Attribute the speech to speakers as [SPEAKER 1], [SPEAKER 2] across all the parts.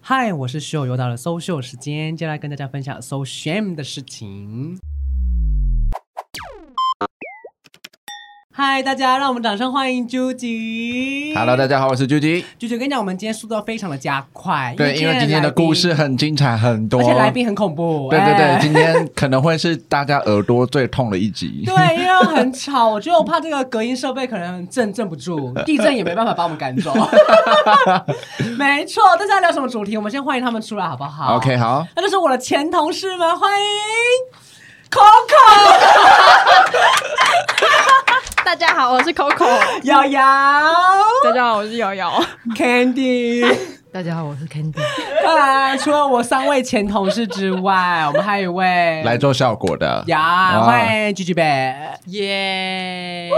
[SPEAKER 1] 嗨，我是秀，又到了搜秀时间，接下来跟大家分享搜 shame 的事情。嗨，大家，让我们掌声欢迎 Judy。
[SPEAKER 2] Hello，大家好，我是 Judy。
[SPEAKER 1] Judy，我跟你讲，我们今天速度要非常的加快，
[SPEAKER 2] 对，因为今天的
[SPEAKER 1] 来宾
[SPEAKER 2] 故事，很精彩，很多，
[SPEAKER 1] 而且来宾很恐怖。
[SPEAKER 2] 对对
[SPEAKER 1] 哎
[SPEAKER 2] 对，今天可能会是大家耳朵最痛的一集。
[SPEAKER 1] 对，因为很吵，我觉得我怕这个隔音设备可能震震不 住，地震也没办法把我们赶走。没错，大家要聊什么主题？我们先欢迎他们出来好不好
[SPEAKER 2] OK，好，
[SPEAKER 1] 那就是我的前同事们，欢迎 Coco、
[SPEAKER 3] 大家好，我 是 Coco。
[SPEAKER 1] 瑶瑶、
[SPEAKER 3] 大家好，我是瑶瑶。
[SPEAKER 1] Candy。
[SPEAKER 3] 大家好，我是 Candy。
[SPEAKER 1] 啊，除了我三位前同事之外，我们还有一位
[SPEAKER 2] 来啊做效果的。
[SPEAKER 1] 呀，
[SPEAKER 2] 哇
[SPEAKER 1] 欢迎 Gigi 呗。
[SPEAKER 3] 耶！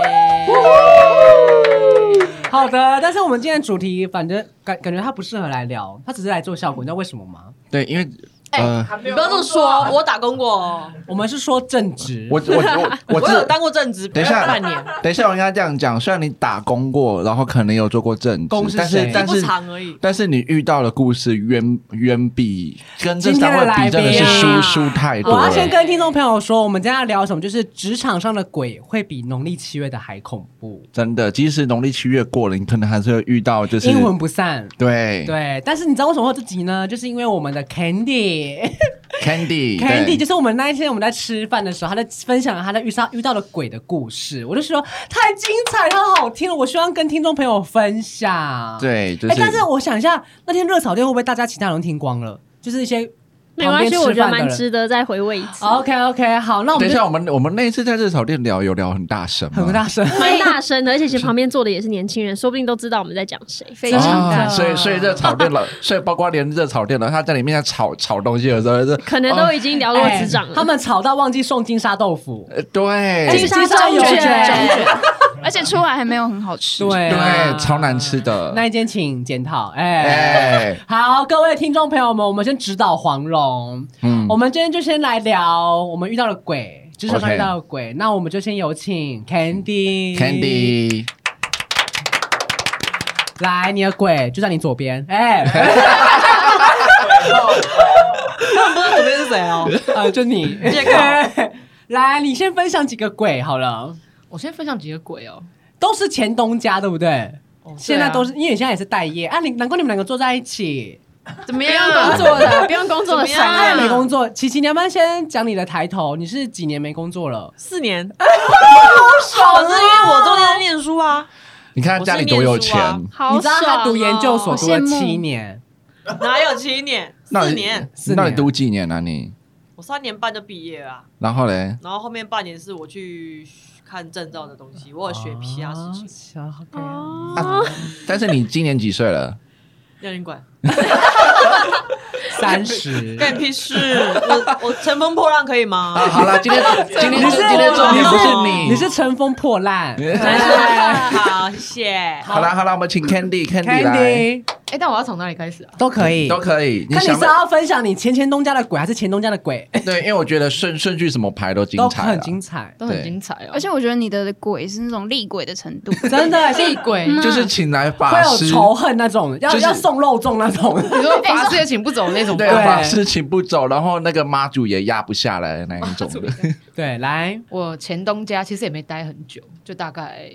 [SPEAKER 1] 好的，但是我们今天的主题，反正感感觉他不适合来聊，他只是来做效果，你知道为什么吗？
[SPEAKER 2] 对，因为
[SPEAKER 3] 哎
[SPEAKER 2] 呃，
[SPEAKER 3] 你不要这么说，我打工过，
[SPEAKER 1] 我们是说正职，
[SPEAKER 2] 我我我我
[SPEAKER 3] 我
[SPEAKER 2] 知
[SPEAKER 3] 有当过正职，
[SPEAKER 2] 等一下
[SPEAKER 3] 半年，
[SPEAKER 2] 等一下，我应该这样讲。虽然你打工过，然后可能有做过正
[SPEAKER 1] 工
[SPEAKER 2] 职，
[SPEAKER 1] 是
[SPEAKER 2] 但
[SPEAKER 1] 谁
[SPEAKER 2] 是但
[SPEAKER 3] 不
[SPEAKER 2] 是
[SPEAKER 3] 长而已。
[SPEAKER 2] 但是你遇到的故事远远比跟这三位比真的
[SPEAKER 1] 今天
[SPEAKER 2] 是
[SPEAKER 3] 的来宾
[SPEAKER 2] 输
[SPEAKER 3] 啊
[SPEAKER 2] 输太多
[SPEAKER 1] 我
[SPEAKER 2] 了。
[SPEAKER 1] 要先跟听众朋友说，我们今天要聊什么？就是职场上的鬼会比农历七月的还恐怖，
[SPEAKER 2] 真的，即使农历七月过了，你可能还是会遇到就是
[SPEAKER 1] 阴魂不散。
[SPEAKER 2] 对
[SPEAKER 1] 对，但是你知道为什么会有这集呢？就是因为我们的 Candy，Candy
[SPEAKER 2] Candy 对
[SPEAKER 1] 就是我们那一天我们在吃饭的时候，他在分享了他在遇上遇到的鬼的故事，我就说太精彩，太好听了，我希望跟听众朋友分享。，
[SPEAKER 2] 对，就
[SPEAKER 1] 哎、
[SPEAKER 2] 是
[SPEAKER 1] 但是我想一下，那天热炒店会不会大家其他人听光了？就是一些
[SPEAKER 4] 没关
[SPEAKER 1] 旁
[SPEAKER 4] 系，
[SPEAKER 1] 边吃
[SPEAKER 4] 我觉得
[SPEAKER 1] 饭的
[SPEAKER 4] 蛮
[SPEAKER 1] 人。
[SPEAKER 4] 值得再回味一次，
[SPEAKER 1] OK OK，好，那我
[SPEAKER 2] 等
[SPEAKER 1] 们
[SPEAKER 2] 一
[SPEAKER 1] 就
[SPEAKER 2] 下，我们我们那一次在热炒店聊，有聊很大声吗？
[SPEAKER 1] 很大声。
[SPEAKER 4] 蛮大声的，而且其实旁边坐的也是年轻人，说不定都知道我们在讲谁。
[SPEAKER 3] 非常
[SPEAKER 1] 大
[SPEAKER 2] 啊所以所以热炒店了，所以包括连热炒店了，他在里面在炒炒东西的时候是，
[SPEAKER 4] 可能都已经聊过职场了，
[SPEAKER 1] 哦哎他们吵到忘记送金沙豆腐，
[SPEAKER 2] 呃对
[SPEAKER 1] 哎
[SPEAKER 4] 金沙中
[SPEAKER 1] 金沙中
[SPEAKER 4] 卷，
[SPEAKER 3] 而且出来还没有很好吃。
[SPEAKER 1] 对啊
[SPEAKER 2] 对，超难吃的。
[SPEAKER 1] 那一间请检讨，哎、
[SPEAKER 2] 哎，
[SPEAKER 1] 好，各位听众朋友们，我们先指导黄蓉，
[SPEAKER 2] 嗯
[SPEAKER 1] 我，们今天就先来聊我们遇到的鬼，职场上
[SPEAKER 2] OK
[SPEAKER 1] 遇到的鬼。那我们就先有请 Candy，Candy
[SPEAKER 2] Candy，
[SPEAKER 1] 来，你的鬼就在你左边，哎、
[SPEAKER 3] 不知道左边是谁哦。
[SPEAKER 1] 呃，就你，
[SPEAKER 3] 借口
[SPEAKER 1] 来，你先分享几个鬼好了，
[SPEAKER 5] 我先分享几个鬼哦。
[SPEAKER 1] 都是前东家，对不对？
[SPEAKER 5] 哦
[SPEAKER 1] 现在都
[SPEAKER 5] 是
[SPEAKER 1] 是，因为你现在也是待业啊，你难怪你们两个坐在一起。
[SPEAKER 3] 怎么
[SPEAKER 4] 不
[SPEAKER 3] 样
[SPEAKER 4] 用？工作的，不用工作的
[SPEAKER 3] 怎么样
[SPEAKER 1] 他也
[SPEAKER 3] 啊
[SPEAKER 1] 没工作。琪琪，你要不要先讲你的抬头？你是几年没工作了？
[SPEAKER 3] 四年，好爽！是因为我中间在念 书啊，
[SPEAKER 2] 你看家里多有钱
[SPEAKER 3] 我是念，
[SPEAKER 4] 好
[SPEAKER 1] 你知道他
[SPEAKER 4] 爽哦
[SPEAKER 1] 读研究所
[SPEAKER 4] 好
[SPEAKER 1] 读了
[SPEAKER 4] 羡慕
[SPEAKER 1] 七年，
[SPEAKER 3] 哪有七年？
[SPEAKER 2] 那
[SPEAKER 3] 啊四
[SPEAKER 2] 你
[SPEAKER 3] 年，
[SPEAKER 1] 四
[SPEAKER 2] 那你
[SPEAKER 1] 年
[SPEAKER 2] 读几年啊你？
[SPEAKER 3] 我三年半就毕业了啊，
[SPEAKER 2] 然后嘞，
[SPEAKER 3] 然后后面半年是我去看证照的东西，我有学其他事情。
[SPEAKER 1] 情。哦
[SPEAKER 4] 哦，
[SPEAKER 2] 啊 但是你今年几岁了？
[SPEAKER 3] 要你管，
[SPEAKER 1] 三十，
[SPEAKER 3] 干你 屁事！我我乘风破浪可以吗？
[SPEAKER 2] 啊，好啦，今 天今天
[SPEAKER 1] 你是
[SPEAKER 2] 今天重点不是
[SPEAKER 1] 你
[SPEAKER 2] 你，
[SPEAKER 1] 是乘风破烂。 啊
[SPEAKER 3] 好，谢谢。
[SPEAKER 2] 好啦好啦，我们请 Candy Candy 来，
[SPEAKER 1] Candy
[SPEAKER 5] 哎、但我要从哪里开始啊？
[SPEAKER 1] 都可以，
[SPEAKER 2] 都可以。
[SPEAKER 1] 看你
[SPEAKER 2] 想
[SPEAKER 1] 是要分享你前前东家的鬼，还是前东家的鬼，
[SPEAKER 2] 对，因为我觉得顺顺序什么排都精
[SPEAKER 1] 都
[SPEAKER 2] 彩啊
[SPEAKER 1] 很
[SPEAKER 2] 啦，
[SPEAKER 1] 精彩。
[SPEAKER 5] 都很精彩哦。
[SPEAKER 6] 而且我觉得你的鬼是那种厉鬼的程度，
[SPEAKER 1] 真的
[SPEAKER 5] 厉鬼，
[SPEAKER 6] 嗯
[SPEAKER 2] 就是请来
[SPEAKER 1] 会
[SPEAKER 2] 法
[SPEAKER 1] 有
[SPEAKER 2] 师，
[SPEAKER 1] 仇恨那种，要
[SPEAKER 2] 就是
[SPEAKER 1] 要送肉粽那种。
[SPEAKER 5] 哎你说法师也请不走那种
[SPEAKER 2] 对，
[SPEAKER 1] 对
[SPEAKER 2] 法师请不走，然后那个妈祖也压不下来的那一种的。
[SPEAKER 1] 对，来，
[SPEAKER 5] 我前东家其实也没待很久，就大概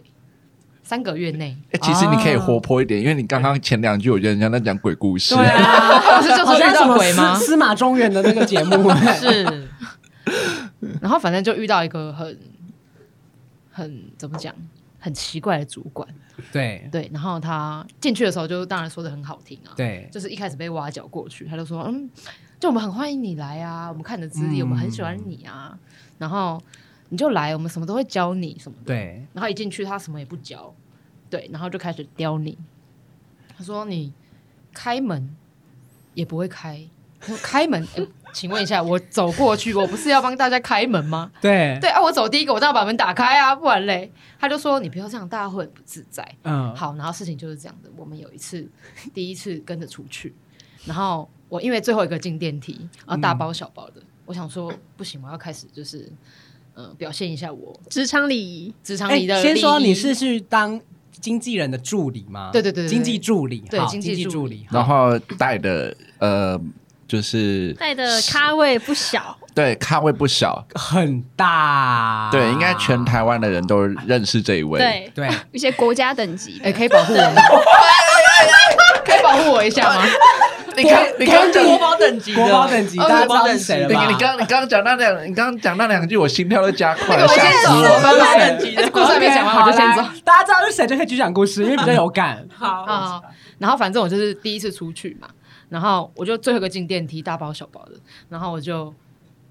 [SPEAKER 5] 三个月 内，
[SPEAKER 2] 欸其实你
[SPEAKER 1] 啊
[SPEAKER 2] 可以活泼一点，因为你刚刚前两句我觉得人家在讲鬼故事。
[SPEAKER 1] 对 啊，
[SPEAKER 5] 不是就
[SPEAKER 1] 好
[SPEAKER 5] 是
[SPEAKER 1] 像
[SPEAKER 5] 遇
[SPEAKER 1] 什
[SPEAKER 5] 到
[SPEAKER 1] 么
[SPEAKER 5] 鬼吗
[SPEAKER 1] 司？司马中原的那个节目，
[SPEAKER 3] 是，
[SPEAKER 5] 然后反正就遇到一个很很怎么讲，很奇怪的主管。
[SPEAKER 1] 对
[SPEAKER 5] 对，然后他进去的时候就当然说的很好听啊，
[SPEAKER 1] 对，
[SPEAKER 5] 就是一开始被挖角过去，他就说，嗯，就我们很欢迎你来啊，我们看你的资历，
[SPEAKER 1] 嗯
[SPEAKER 5] 我们很喜欢你啊，然后你就来，我们什么都会教你什么的。
[SPEAKER 1] 对，
[SPEAKER 5] 然后一进去他什么也不教，对，然后就开始刁你。他说你开门也不会开，他说开门、 诶请问一下，我走过去，我不是要帮大家开门吗？
[SPEAKER 1] 对，
[SPEAKER 5] 对啊，我走第一个，我当然把门打开啊，不然嘞，他就说你不要这样，大家会很不自在。
[SPEAKER 1] 嗯，
[SPEAKER 5] 好，然后事情就是这样的。我们有一次，第一次跟着出去，然后我因为最后一个进电梯，然后大包小包的，我想说不行，我要开始就是呃表现一下我
[SPEAKER 4] 职场礼仪，
[SPEAKER 5] 职场
[SPEAKER 1] 哎，
[SPEAKER 5] 里的、
[SPEAKER 1] 先说你是去当经纪人的助理吗？
[SPEAKER 5] 对对对对对
[SPEAKER 1] 经济助理，
[SPEAKER 5] 对
[SPEAKER 1] 好
[SPEAKER 5] 经
[SPEAKER 1] 经
[SPEAKER 5] 济
[SPEAKER 1] 济助
[SPEAKER 5] 助
[SPEAKER 1] 理。
[SPEAKER 2] 然
[SPEAKER 1] 好
[SPEAKER 2] 后带的呃就是
[SPEAKER 4] 带的咖位不小，
[SPEAKER 2] 对咖位不小，
[SPEAKER 1] 很大，
[SPEAKER 2] 对，应该全台湾的人都认识这一位。，
[SPEAKER 4] 对，
[SPEAKER 1] 啊 对，
[SPEAKER 6] 一些国家等级
[SPEAKER 5] 哎，
[SPEAKER 6] 的，
[SPEAKER 5] 可以保护我吗？可以保护我一下吗？
[SPEAKER 2] 你刚你刚讲，
[SPEAKER 3] 国宝等级的，
[SPEAKER 1] 国宝等级，
[SPEAKER 5] 哦
[SPEAKER 1] 大家知
[SPEAKER 3] 国宝
[SPEAKER 1] 道
[SPEAKER 3] 等
[SPEAKER 1] 是
[SPEAKER 3] 级
[SPEAKER 1] 谁了
[SPEAKER 2] 你
[SPEAKER 1] 吧？
[SPEAKER 2] 你刚你刚讲那两，你刚讲那两句，我心跳都加快了，
[SPEAKER 5] 我
[SPEAKER 2] 吓
[SPEAKER 5] 先
[SPEAKER 2] 死
[SPEAKER 5] 走
[SPEAKER 2] 我
[SPEAKER 5] 了，
[SPEAKER 2] 了。
[SPEAKER 5] 拜拜。
[SPEAKER 3] 等级的
[SPEAKER 5] 哎故事还没讲完，我就先走
[SPEAKER 1] 好。来大家知道是谁就可以去讲故事，因为比较有 感。
[SPEAKER 3] 好，
[SPEAKER 5] 啊、然后反正我就是第一次出去嘛，然后我就最后一个进电梯，大包小包的，然后我就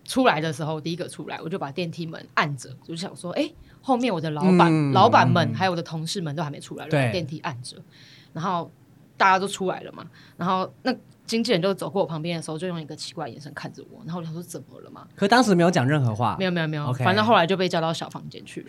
[SPEAKER 5] 出来的时候第一个出来，我就把电梯门按着，我就想说，哎，后面我的老板、
[SPEAKER 1] 嗯
[SPEAKER 5] 老板们
[SPEAKER 1] 嗯
[SPEAKER 5] 还有我的同事们都还没出来，我就
[SPEAKER 1] 对
[SPEAKER 5] 把电梯按着，然后大家都出来了嘛，然后那经纪人就走过我旁边的时候，就用一个奇怪的眼神看着我，然后我就想说怎么了嘛？
[SPEAKER 1] 可当时没有讲任何话，
[SPEAKER 5] 没有没有没有
[SPEAKER 1] 啊 OK
[SPEAKER 5] 反正后来就被叫到小房间去了。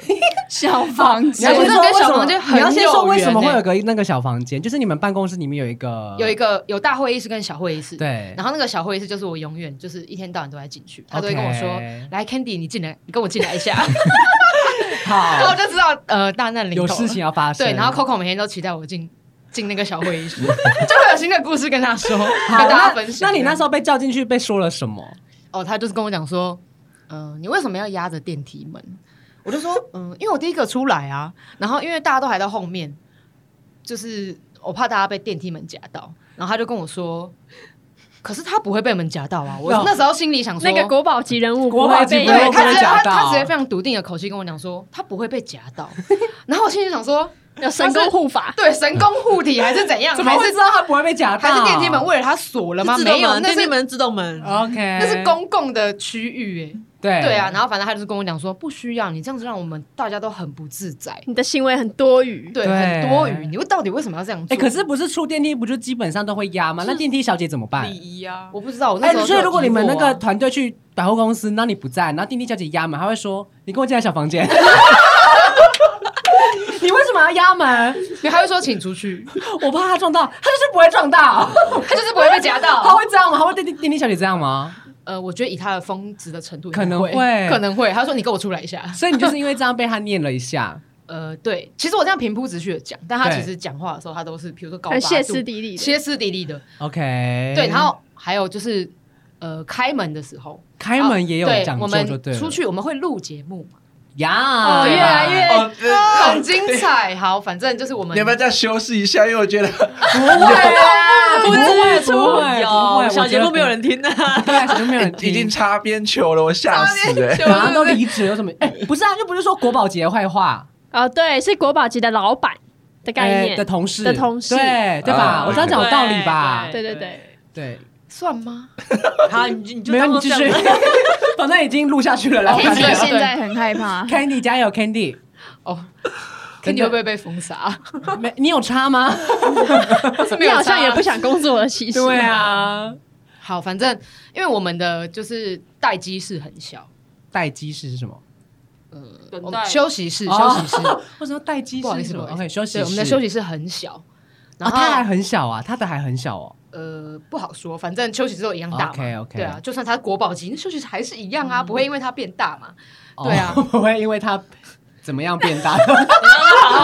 [SPEAKER 6] 小房
[SPEAKER 1] 你
[SPEAKER 6] 间
[SPEAKER 1] 要先说
[SPEAKER 5] 我真的
[SPEAKER 1] 为
[SPEAKER 5] 跟
[SPEAKER 1] 什
[SPEAKER 5] 小
[SPEAKER 1] 么
[SPEAKER 5] 王就很
[SPEAKER 1] 你要先说
[SPEAKER 5] 有
[SPEAKER 1] 为什么会
[SPEAKER 5] 缘欸
[SPEAKER 1] 有个那个小房间，就是你们办公室里面有一个
[SPEAKER 5] 有一个有大会议室跟小会议室，
[SPEAKER 1] 对，
[SPEAKER 5] 然后那个小会议室就是我永远就是一天到晚都在进去，他都会
[SPEAKER 1] OK
[SPEAKER 5] 跟我说：“来，Candy，你进来，你跟我进来一下。”然后
[SPEAKER 1] 好
[SPEAKER 5] 我就知道呃大难临头
[SPEAKER 1] 有
[SPEAKER 5] 了
[SPEAKER 1] 事情要发生，
[SPEAKER 5] 对，然后 Coco 每天都期待我进进那个小会议室，就 会有新的故事跟他说，跟
[SPEAKER 1] 好那
[SPEAKER 5] 大家分享。
[SPEAKER 1] 那你那时
[SPEAKER 5] 候
[SPEAKER 1] 候被叫进去被说了什么？
[SPEAKER 5] 哦，他就是跟我讲说：“嗯、你为什么要压着电梯门？”我就说：“嗯，因为我第一个出来啊，然后因为大家都还在后面，就是我怕大家被电梯门夹到。”然后他就跟我说。可是他不会被门夹到啊！我
[SPEAKER 1] 哦那
[SPEAKER 5] 那时候心里想说，
[SPEAKER 4] 那个国宝级人物不
[SPEAKER 1] 国宝
[SPEAKER 4] 会
[SPEAKER 1] 级
[SPEAKER 4] 被
[SPEAKER 1] 人物
[SPEAKER 5] 对
[SPEAKER 1] 不
[SPEAKER 5] 他
[SPEAKER 1] 会
[SPEAKER 5] 直接
[SPEAKER 1] 夹
[SPEAKER 5] 他
[SPEAKER 1] 到哦
[SPEAKER 5] 他直接非常笃定的口气跟我讲说，他不会被夹到。然后我心里想说，
[SPEAKER 4] 有神功护法，
[SPEAKER 5] 对，神功护体还是怎样？
[SPEAKER 1] 怎么
[SPEAKER 5] 还
[SPEAKER 1] 会
[SPEAKER 5] 是
[SPEAKER 1] 知道他不会被夹到？
[SPEAKER 5] 还是电梯门为了他锁了吗？
[SPEAKER 3] 自
[SPEAKER 5] 没
[SPEAKER 3] 动
[SPEAKER 5] 有，
[SPEAKER 3] 门，
[SPEAKER 5] 那
[SPEAKER 3] 电梯
[SPEAKER 5] 是
[SPEAKER 3] 门自动门，
[SPEAKER 1] ，OK，
[SPEAKER 5] 那是公共的区域
[SPEAKER 1] 对
[SPEAKER 5] 哎。对啊，，然后反正他就是跟我讲说，不需要你这样子让我们大家都很不自在，
[SPEAKER 4] 你的行为很多余。
[SPEAKER 5] 对，
[SPEAKER 1] 对
[SPEAKER 5] 很多余。你到底为什么要这样做？
[SPEAKER 1] 哎，
[SPEAKER 5] 啊
[SPEAKER 1] 可是不是出电梯不就基本上都会压吗？那电梯小姐怎么办
[SPEAKER 3] 礼？仪啊，
[SPEAKER 5] 我不知道，我那
[SPEAKER 1] 哎
[SPEAKER 5] 时，候就
[SPEAKER 1] 所
[SPEAKER 5] 有疑惑啊、
[SPEAKER 1] 以如果你们那个团队去百货公司，那你不在，然后电梯小姐压门，她会说：“你跟我进来小房间。”你为什么要压门？
[SPEAKER 5] 你还会说请出去，
[SPEAKER 1] 我怕她撞到，她就是不会撞到。
[SPEAKER 5] 他就是不会被夹
[SPEAKER 1] 她
[SPEAKER 5] 到。
[SPEAKER 1] 会这样吗？她会电梯电梯小姐这样吗？
[SPEAKER 5] 呃，我觉得以他的峰值的程度，
[SPEAKER 1] 可能
[SPEAKER 5] 会
[SPEAKER 1] 会
[SPEAKER 5] 可能会。他说你跟我出来一下，
[SPEAKER 1] 所以你就是因为这样被她念了一下，
[SPEAKER 5] 呃，对，其实我这样平铺直叙的讲，但他
[SPEAKER 1] 对
[SPEAKER 5] 其实讲话的时候，他都是比如说高八
[SPEAKER 4] 很
[SPEAKER 5] 度、
[SPEAKER 4] 歇斯底里的，
[SPEAKER 5] 歇斯底里的，
[SPEAKER 1] OK？
[SPEAKER 5] 对，然后还有就是呃，开门的时候，哦
[SPEAKER 1] 开门也有
[SPEAKER 5] 对
[SPEAKER 1] 讲
[SPEAKER 5] 我
[SPEAKER 1] 究，
[SPEAKER 5] 们
[SPEAKER 1] 就对了。
[SPEAKER 5] 出去我们会录节目嘛，
[SPEAKER 1] 呀，
[SPEAKER 5] 哦，越来越、
[SPEAKER 2] 哦对
[SPEAKER 5] 很精彩。好，反正就是我们
[SPEAKER 2] 你要不要再修饰一下？因为我觉得
[SPEAKER 1] 不会啊，不
[SPEAKER 3] 不
[SPEAKER 1] 会，不会，不会
[SPEAKER 3] 有小节目没有，人听的，
[SPEAKER 1] 我觉得对，小节目没有人
[SPEAKER 2] 已
[SPEAKER 1] 听
[SPEAKER 2] 经擦边球了，我吓死哎、
[SPEAKER 1] 马上都离职，有什么？哎，不是啊，又不是说国宝节坏话。
[SPEAKER 4] 哦，对，是国宝级的老板的概
[SPEAKER 1] 哎
[SPEAKER 4] 念
[SPEAKER 1] 的。同事
[SPEAKER 4] 的同事
[SPEAKER 1] 对对吧？
[SPEAKER 2] 啊
[SPEAKER 1] 我这样讲有道理吧？
[SPEAKER 4] 对对
[SPEAKER 1] 对，
[SPEAKER 5] 算吗？
[SPEAKER 3] 好，你就你就
[SPEAKER 1] 没有
[SPEAKER 3] 当
[SPEAKER 1] 你
[SPEAKER 3] 做
[SPEAKER 1] 继
[SPEAKER 3] 这
[SPEAKER 1] 续
[SPEAKER 3] 样，
[SPEAKER 1] 反正已经录下去了啦。
[SPEAKER 5] 哦
[SPEAKER 1] 我感
[SPEAKER 6] Candy
[SPEAKER 1] 觉，
[SPEAKER 5] 对
[SPEAKER 6] 现在很害怕
[SPEAKER 1] Candy 加油，Candy，
[SPEAKER 5] 哦。肯
[SPEAKER 1] 真的
[SPEAKER 5] 定会不会被封 杀？
[SPEAKER 1] 没你有差吗？
[SPEAKER 4] 你好像也不想工作了，其实。
[SPEAKER 1] 啊对啊，
[SPEAKER 5] 啊好，反正因为我们的就是待机室很小，
[SPEAKER 1] 待机室是什么？
[SPEAKER 3] 等
[SPEAKER 5] 我
[SPEAKER 3] 待
[SPEAKER 5] 们休息室、
[SPEAKER 1] 哦
[SPEAKER 5] 休息室，
[SPEAKER 1] 为什么待机
[SPEAKER 5] 不好
[SPEAKER 1] 室
[SPEAKER 5] 意
[SPEAKER 1] 是
[SPEAKER 5] 思，
[SPEAKER 1] 什
[SPEAKER 5] 不
[SPEAKER 1] 么
[SPEAKER 5] 好意思
[SPEAKER 1] ？OK，休息室，
[SPEAKER 5] 对，我们的休息室很小，然
[SPEAKER 1] 哦，
[SPEAKER 5] 后
[SPEAKER 1] 他还很小啊，他的还很小哦。
[SPEAKER 5] 呃，不好说，反正休息室都一样大嘛。
[SPEAKER 1] OK，OK
[SPEAKER 5] 对啊，就算它国宝级，那休息室还是一样啊，不会因为它变大嘛。对啊
[SPEAKER 1] 哦不会因为他怎么样变 大。
[SPEAKER 3] 好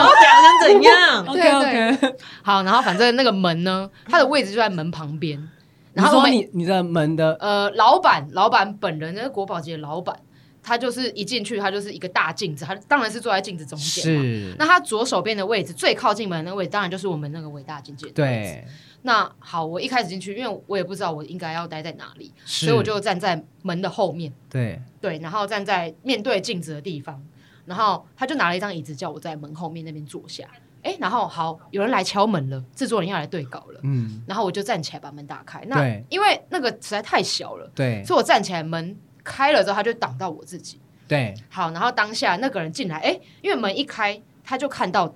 [SPEAKER 3] 好讲成哦怎样？
[SPEAKER 5] 对
[SPEAKER 1] OK OK，
[SPEAKER 5] 好，然后反正那个门呢，它的位置就在门旁边。
[SPEAKER 1] 你
[SPEAKER 5] 然后
[SPEAKER 1] 说
[SPEAKER 5] 我们
[SPEAKER 1] 你你的门的
[SPEAKER 5] 呃，老板，老板本人，那个国宝级的老板，他就是一进去，他就是一个大镜子，他当然是坐在镜子中间嘛。
[SPEAKER 1] 是
[SPEAKER 5] 那他左手边的位置最靠近门的那个位置，当然就是我们那个伟大境界的位置。
[SPEAKER 1] 对，
[SPEAKER 5] 那好，我一开始进去，因为我也不知道我应该要待在哪里，
[SPEAKER 1] 所
[SPEAKER 5] 所以我就站在门的后面。
[SPEAKER 1] 对
[SPEAKER 5] 对，然后站在面对镜子的地方，然后他就拿了一张椅子叫我在门后面那边坐下。哎，然后好，有人来敲门了，制作人要来对稿了，
[SPEAKER 1] 嗯
[SPEAKER 5] 然后我就站起来把门打开。那
[SPEAKER 1] 对
[SPEAKER 5] 因为那个实在太小了，
[SPEAKER 1] 对
[SPEAKER 5] 所以我站起来门开了之后，他就挡到我自己。
[SPEAKER 1] 对
[SPEAKER 5] 好，然后当下那个人进来，哎，因为门一开，他就看到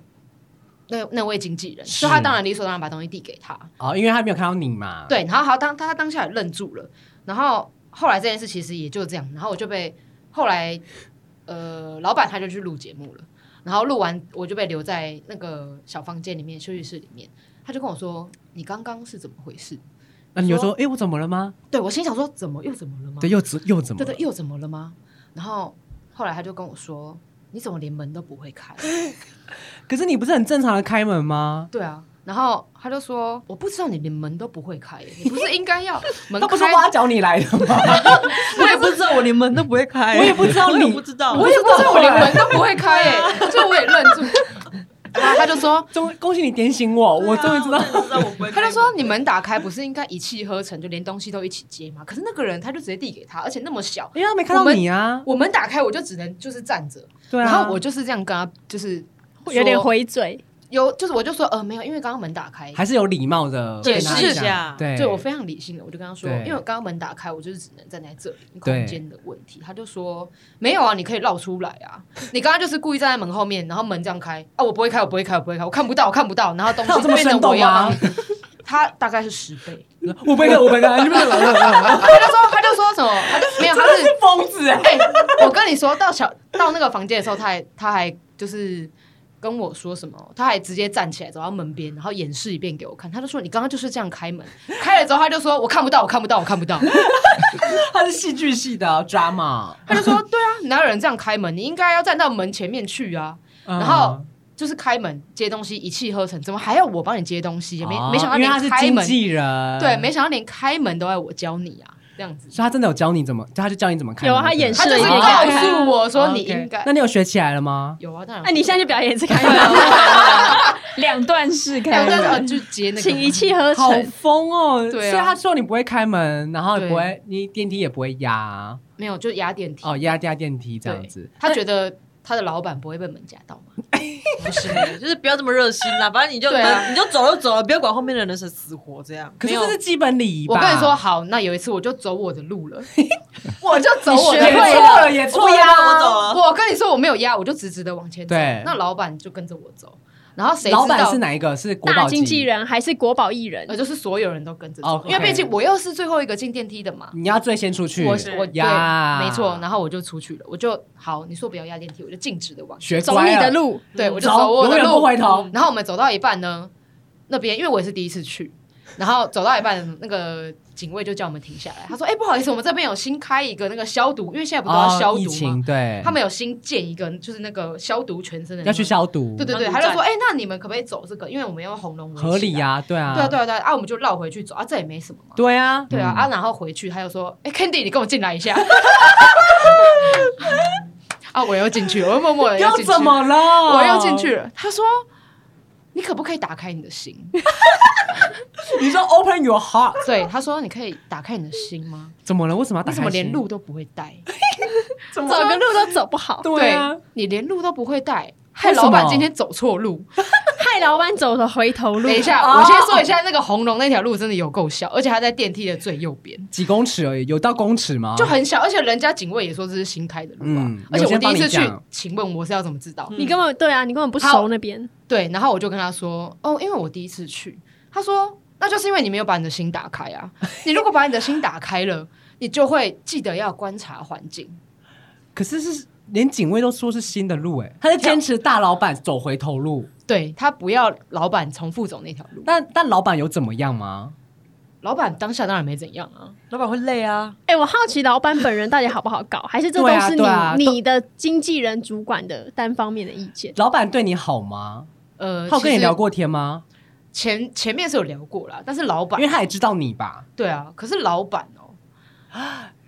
[SPEAKER 5] 那那位经纪人，
[SPEAKER 1] 是
[SPEAKER 5] 所以他当然理所当然把东西递给他。
[SPEAKER 1] 哦，因为他没有看到你嘛。
[SPEAKER 5] 对，然后好当他他当下也愣住了，然后后来这件事其实也就这样，然后我就被后来呃老板他就去录节目了，然后录完我就被留在那个小房间里面休息室里面，他就跟我说你刚刚是怎么回事？
[SPEAKER 1] 那你就说
[SPEAKER 5] 说，
[SPEAKER 1] 哎、我怎么了吗？
[SPEAKER 5] 对我心想说怎么又怎么了吗？
[SPEAKER 1] 对，又怎又怎么
[SPEAKER 5] 对
[SPEAKER 1] 了？
[SPEAKER 5] 对又怎么了吗？然后后来他就跟我说。你怎么连门都不会开？
[SPEAKER 1] 可是你不是很正常的开门吗？
[SPEAKER 5] 对啊，然后他就说，我不知道你连门都不会开耶， 你不是应该要门
[SPEAKER 1] 他不是
[SPEAKER 5] 开？
[SPEAKER 1] 挖角你来的吗？
[SPEAKER 3] 我也不知道，我连门都不会开，
[SPEAKER 1] 我也不知道
[SPEAKER 3] 我也
[SPEAKER 1] 你
[SPEAKER 3] 不知道，
[SPEAKER 5] 我也不知道我连门都不会开耶， 所以我也愣住。 然后他 就说，
[SPEAKER 1] 终恭喜你点醒我，我终于知道。
[SPEAKER 3] 我知道我不会开门。
[SPEAKER 5] 他就说：“你们打开不是应该一气呵成，就连东西都一起接吗？”可是那个人他就直接递给他，而且那么小，
[SPEAKER 1] 因为他没看到你啊，
[SPEAKER 5] 我们打开我就只能就是站着，
[SPEAKER 1] 对啊，
[SPEAKER 5] 然后我就是这样跟他就是说
[SPEAKER 4] 有点回嘴，
[SPEAKER 1] 啊
[SPEAKER 5] 有就是我就说呃没有，因为刚刚门打开，
[SPEAKER 1] 还是有礼貌的
[SPEAKER 5] 解释
[SPEAKER 1] 跟他讲
[SPEAKER 3] 一下
[SPEAKER 1] 对，
[SPEAKER 5] 对我非常理性的，我就跟他说，
[SPEAKER 1] 对
[SPEAKER 5] 因为我刚刚门打开，我就是只能站在这里，
[SPEAKER 1] 对
[SPEAKER 5] 空间的问题。他就说没有啊，你可以绕出来啊，你刚刚就是故意站在门后面，然后门这样开啊，我不会开，我不会开，我不会开，我看不到，我看不到，然后东
[SPEAKER 1] 他有
[SPEAKER 5] 西
[SPEAKER 1] 这么
[SPEAKER 5] 变
[SPEAKER 1] 生
[SPEAKER 5] 得我
[SPEAKER 1] 动
[SPEAKER 5] 要
[SPEAKER 1] 吗
[SPEAKER 5] 帮你？ 他大概是十倍，
[SPEAKER 1] 我不会看，我不会看，你们来 了，
[SPEAKER 5] 他就说他就说什么，他就没有，他
[SPEAKER 1] 真的
[SPEAKER 5] 是
[SPEAKER 1] 是疯子哎！
[SPEAKER 5] 哎、我跟你说到小到那个房间的时候，他还他还就是跟我说什么，他还直接站起来走到门边，然后演示一遍给我看。他就说：“你刚刚就是这样开门，开了之后他就说我看不到，我看不到，我看不到。
[SPEAKER 1] 他是戏剧系的 drama，”
[SPEAKER 5] 他就说：“ 对啊，哪有人这样开门？你应该要站到门前面去啊。”
[SPEAKER 1] 然
[SPEAKER 5] 然后就是开门接东西一气呵成，怎么还要我帮你接东西？也没、没想
[SPEAKER 1] 哦
[SPEAKER 5] 到
[SPEAKER 1] 因为
[SPEAKER 5] 连
[SPEAKER 1] 他是
[SPEAKER 5] 开
[SPEAKER 1] 经
[SPEAKER 5] 门
[SPEAKER 1] 纪人，
[SPEAKER 5] 对，没想到连开门都要我教你啊，这样子。
[SPEAKER 1] 所以他真的有教你怎么，他就教你怎么开门。
[SPEAKER 4] 有啊他
[SPEAKER 1] 对不对
[SPEAKER 4] 演示
[SPEAKER 5] 他就是
[SPEAKER 4] 了一遍
[SPEAKER 5] 告诉我说你
[SPEAKER 1] 哦 OK
[SPEAKER 5] 应该、
[SPEAKER 1] 那你有学起来了吗？
[SPEAKER 5] 有啊，当然
[SPEAKER 4] 哎那你现在就表演一次开啊门，
[SPEAKER 6] 两段式
[SPEAKER 5] 要
[SPEAKER 6] 开
[SPEAKER 5] 跟
[SPEAKER 6] 门，
[SPEAKER 5] 就接哎那个
[SPEAKER 4] 请
[SPEAKER 5] 门
[SPEAKER 4] 一气呵
[SPEAKER 1] 啊好
[SPEAKER 4] 成。
[SPEAKER 1] 疯哦！
[SPEAKER 5] 对啊
[SPEAKER 1] 所以他说你不会开门，然后也
[SPEAKER 5] 对
[SPEAKER 1] 不会，你电梯也不会压，
[SPEAKER 5] 没有，就压电梯。
[SPEAKER 1] 哦，压压电梯这样子。
[SPEAKER 5] 他觉得他的老板不会被门夹到嘛？
[SPEAKER 3] 不行，就是不要这么热心啦，反正你就
[SPEAKER 5] 对啊
[SPEAKER 3] 你就走就走了，不要管后面的人是死活这样。
[SPEAKER 1] 可是
[SPEAKER 5] 没有
[SPEAKER 1] 这是基本礼仪吧？
[SPEAKER 5] 我跟你说，，好，那有一次我就走我的路 了，
[SPEAKER 1] 我就走
[SPEAKER 5] 我的
[SPEAKER 1] 也
[SPEAKER 5] 路
[SPEAKER 1] 错了，也错
[SPEAKER 3] 我不
[SPEAKER 1] 呀
[SPEAKER 3] 压了，我走了。
[SPEAKER 5] 我跟你说我没有压，我就直直的往前走。
[SPEAKER 1] 对
[SPEAKER 5] 那老板就跟着我走，然后谁
[SPEAKER 1] 老
[SPEAKER 5] 知
[SPEAKER 1] 板
[SPEAKER 5] 道
[SPEAKER 1] 是？哪一个？是国
[SPEAKER 4] 大
[SPEAKER 1] 宝
[SPEAKER 4] 经纪。人还是国宝艺人
[SPEAKER 5] 呃，？就是所有人都跟着
[SPEAKER 1] 哦
[SPEAKER 5] 走，
[SPEAKER 1] ，OK
[SPEAKER 5] 因为毕竟我又是最后一个进电梯的嘛。
[SPEAKER 1] 你要最先出去，
[SPEAKER 5] 我
[SPEAKER 3] 是
[SPEAKER 5] 我对，
[SPEAKER 1] 呀
[SPEAKER 5] 没错，然后我就出去了，我就好，你说不要压电梯，我就径直的往前，
[SPEAKER 1] 学
[SPEAKER 4] 走
[SPEAKER 1] 乖啊
[SPEAKER 4] 你
[SPEAKER 1] 了
[SPEAKER 4] 的，路，
[SPEAKER 5] 对我就
[SPEAKER 1] 嗯走
[SPEAKER 5] 走我
[SPEAKER 1] 永
[SPEAKER 5] 的
[SPEAKER 1] 远
[SPEAKER 5] 路
[SPEAKER 1] 不，回头。
[SPEAKER 5] 然后我们走到一半呢，那边因为我也是第一次去，然后走到一半，那个警卫就叫我们停下来。他说：“哎、不好意思，我们这边有新开一个那个消毒，因为现在不都要
[SPEAKER 1] 哦
[SPEAKER 5] 消
[SPEAKER 1] 疫
[SPEAKER 5] 毒吗？
[SPEAKER 1] 情对，
[SPEAKER 5] 他们有新建一个，就是那个消毒全身的、那个
[SPEAKER 1] 要去。消毒，
[SPEAKER 5] 对对对，
[SPEAKER 3] 消毒
[SPEAKER 5] 他就说：“
[SPEAKER 3] 站
[SPEAKER 5] 哎、那你们可不可以走这个？因为我们要用红龙围起来
[SPEAKER 1] 合理、呀，对啊，
[SPEAKER 5] 对啊，对啊，对啊，啊，我们就绕回去走啊，这也没什么嘛。”
[SPEAKER 1] 对啊，
[SPEAKER 5] 对啊，
[SPEAKER 2] 嗯
[SPEAKER 5] 啊，然后回去他又说：“哎、c a n d y 你跟我进来一下。” 啊，我又进去，我又默默的
[SPEAKER 1] 又
[SPEAKER 5] 进去。
[SPEAKER 1] 怎么了？
[SPEAKER 5] 我又进去了。他说：“你可不可以打开你的心
[SPEAKER 1] 你说 open your heart，？”
[SPEAKER 5] 对，他说：“你可以打开你的心吗？
[SPEAKER 1] 怎么了？为什么要打
[SPEAKER 5] 你
[SPEAKER 1] 开
[SPEAKER 5] 怎
[SPEAKER 1] 心？
[SPEAKER 5] 么连路都不会带？
[SPEAKER 1] 怎
[SPEAKER 4] 走
[SPEAKER 1] 么
[SPEAKER 4] 个
[SPEAKER 1] 了？
[SPEAKER 4] 路都走不好，
[SPEAKER 1] 对啊，
[SPEAKER 5] 你连路都不会带，害
[SPEAKER 1] 什
[SPEAKER 5] 老板
[SPEAKER 1] 么
[SPEAKER 5] 今天走错路。
[SPEAKER 4] 害老板走的回头路。
[SPEAKER 5] 等一下，
[SPEAKER 1] 啊
[SPEAKER 5] 我先说一下那个红龙那条路真的有够小，而且它在电梯的最右边，
[SPEAKER 1] 几公尺而已，有到公尺吗？
[SPEAKER 5] 就很小，而且人家警卫也说这是新开的路啊。
[SPEAKER 1] 嗯
[SPEAKER 5] 而且
[SPEAKER 1] 有些
[SPEAKER 5] 我第一次去
[SPEAKER 1] 帮你讲，
[SPEAKER 5] 请问我是要怎么知道？
[SPEAKER 4] 你根本对啊，你根本不熟那边，
[SPEAKER 5] 对，然后我就跟他说，哦，因为我第一次去，他说，那就是因为你没有把你的心打开啊，你如果把你的心打开了，你就会记得要观察环境。
[SPEAKER 1] 可是是连警卫都说是新的路，哎，他在坚持大老板走回头路，
[SPEAKER 5] 对他不要老板重复走那条路，
[SPEAKER 1] 但但老板有怎么样吗？
[SPEAKER 5] 老板当下当然没怎样啊，
[SPEAKER 3] 老板会累啊，
[SPEAKER 4] 哎、我好奇老板本人到底好不好 搞，还是这都
[SPEAKER 1] 对啊
[SPEAKER 4] 是你、
[SPEAKER 1] 对啊都
[SPEAKER 4] 你的经纪人主管的单方面的意见？
[SPEAKER 1] 老板对你好吗？
[SPEAKER 5] 呃，
[SPEAKER 1] 他有跟你
[SPEAKER 5] 其实
[SPEAKER 1] 聊过天吗？
[SPEAKER 5] 前前面是有聊过啦，但是老
[SPEAKER 1] 因
[SPEAKER 5] 板
[SPEAKER 1] 为他也知道你吧？
[SPEAKER 5] 对啊，可是老板哦、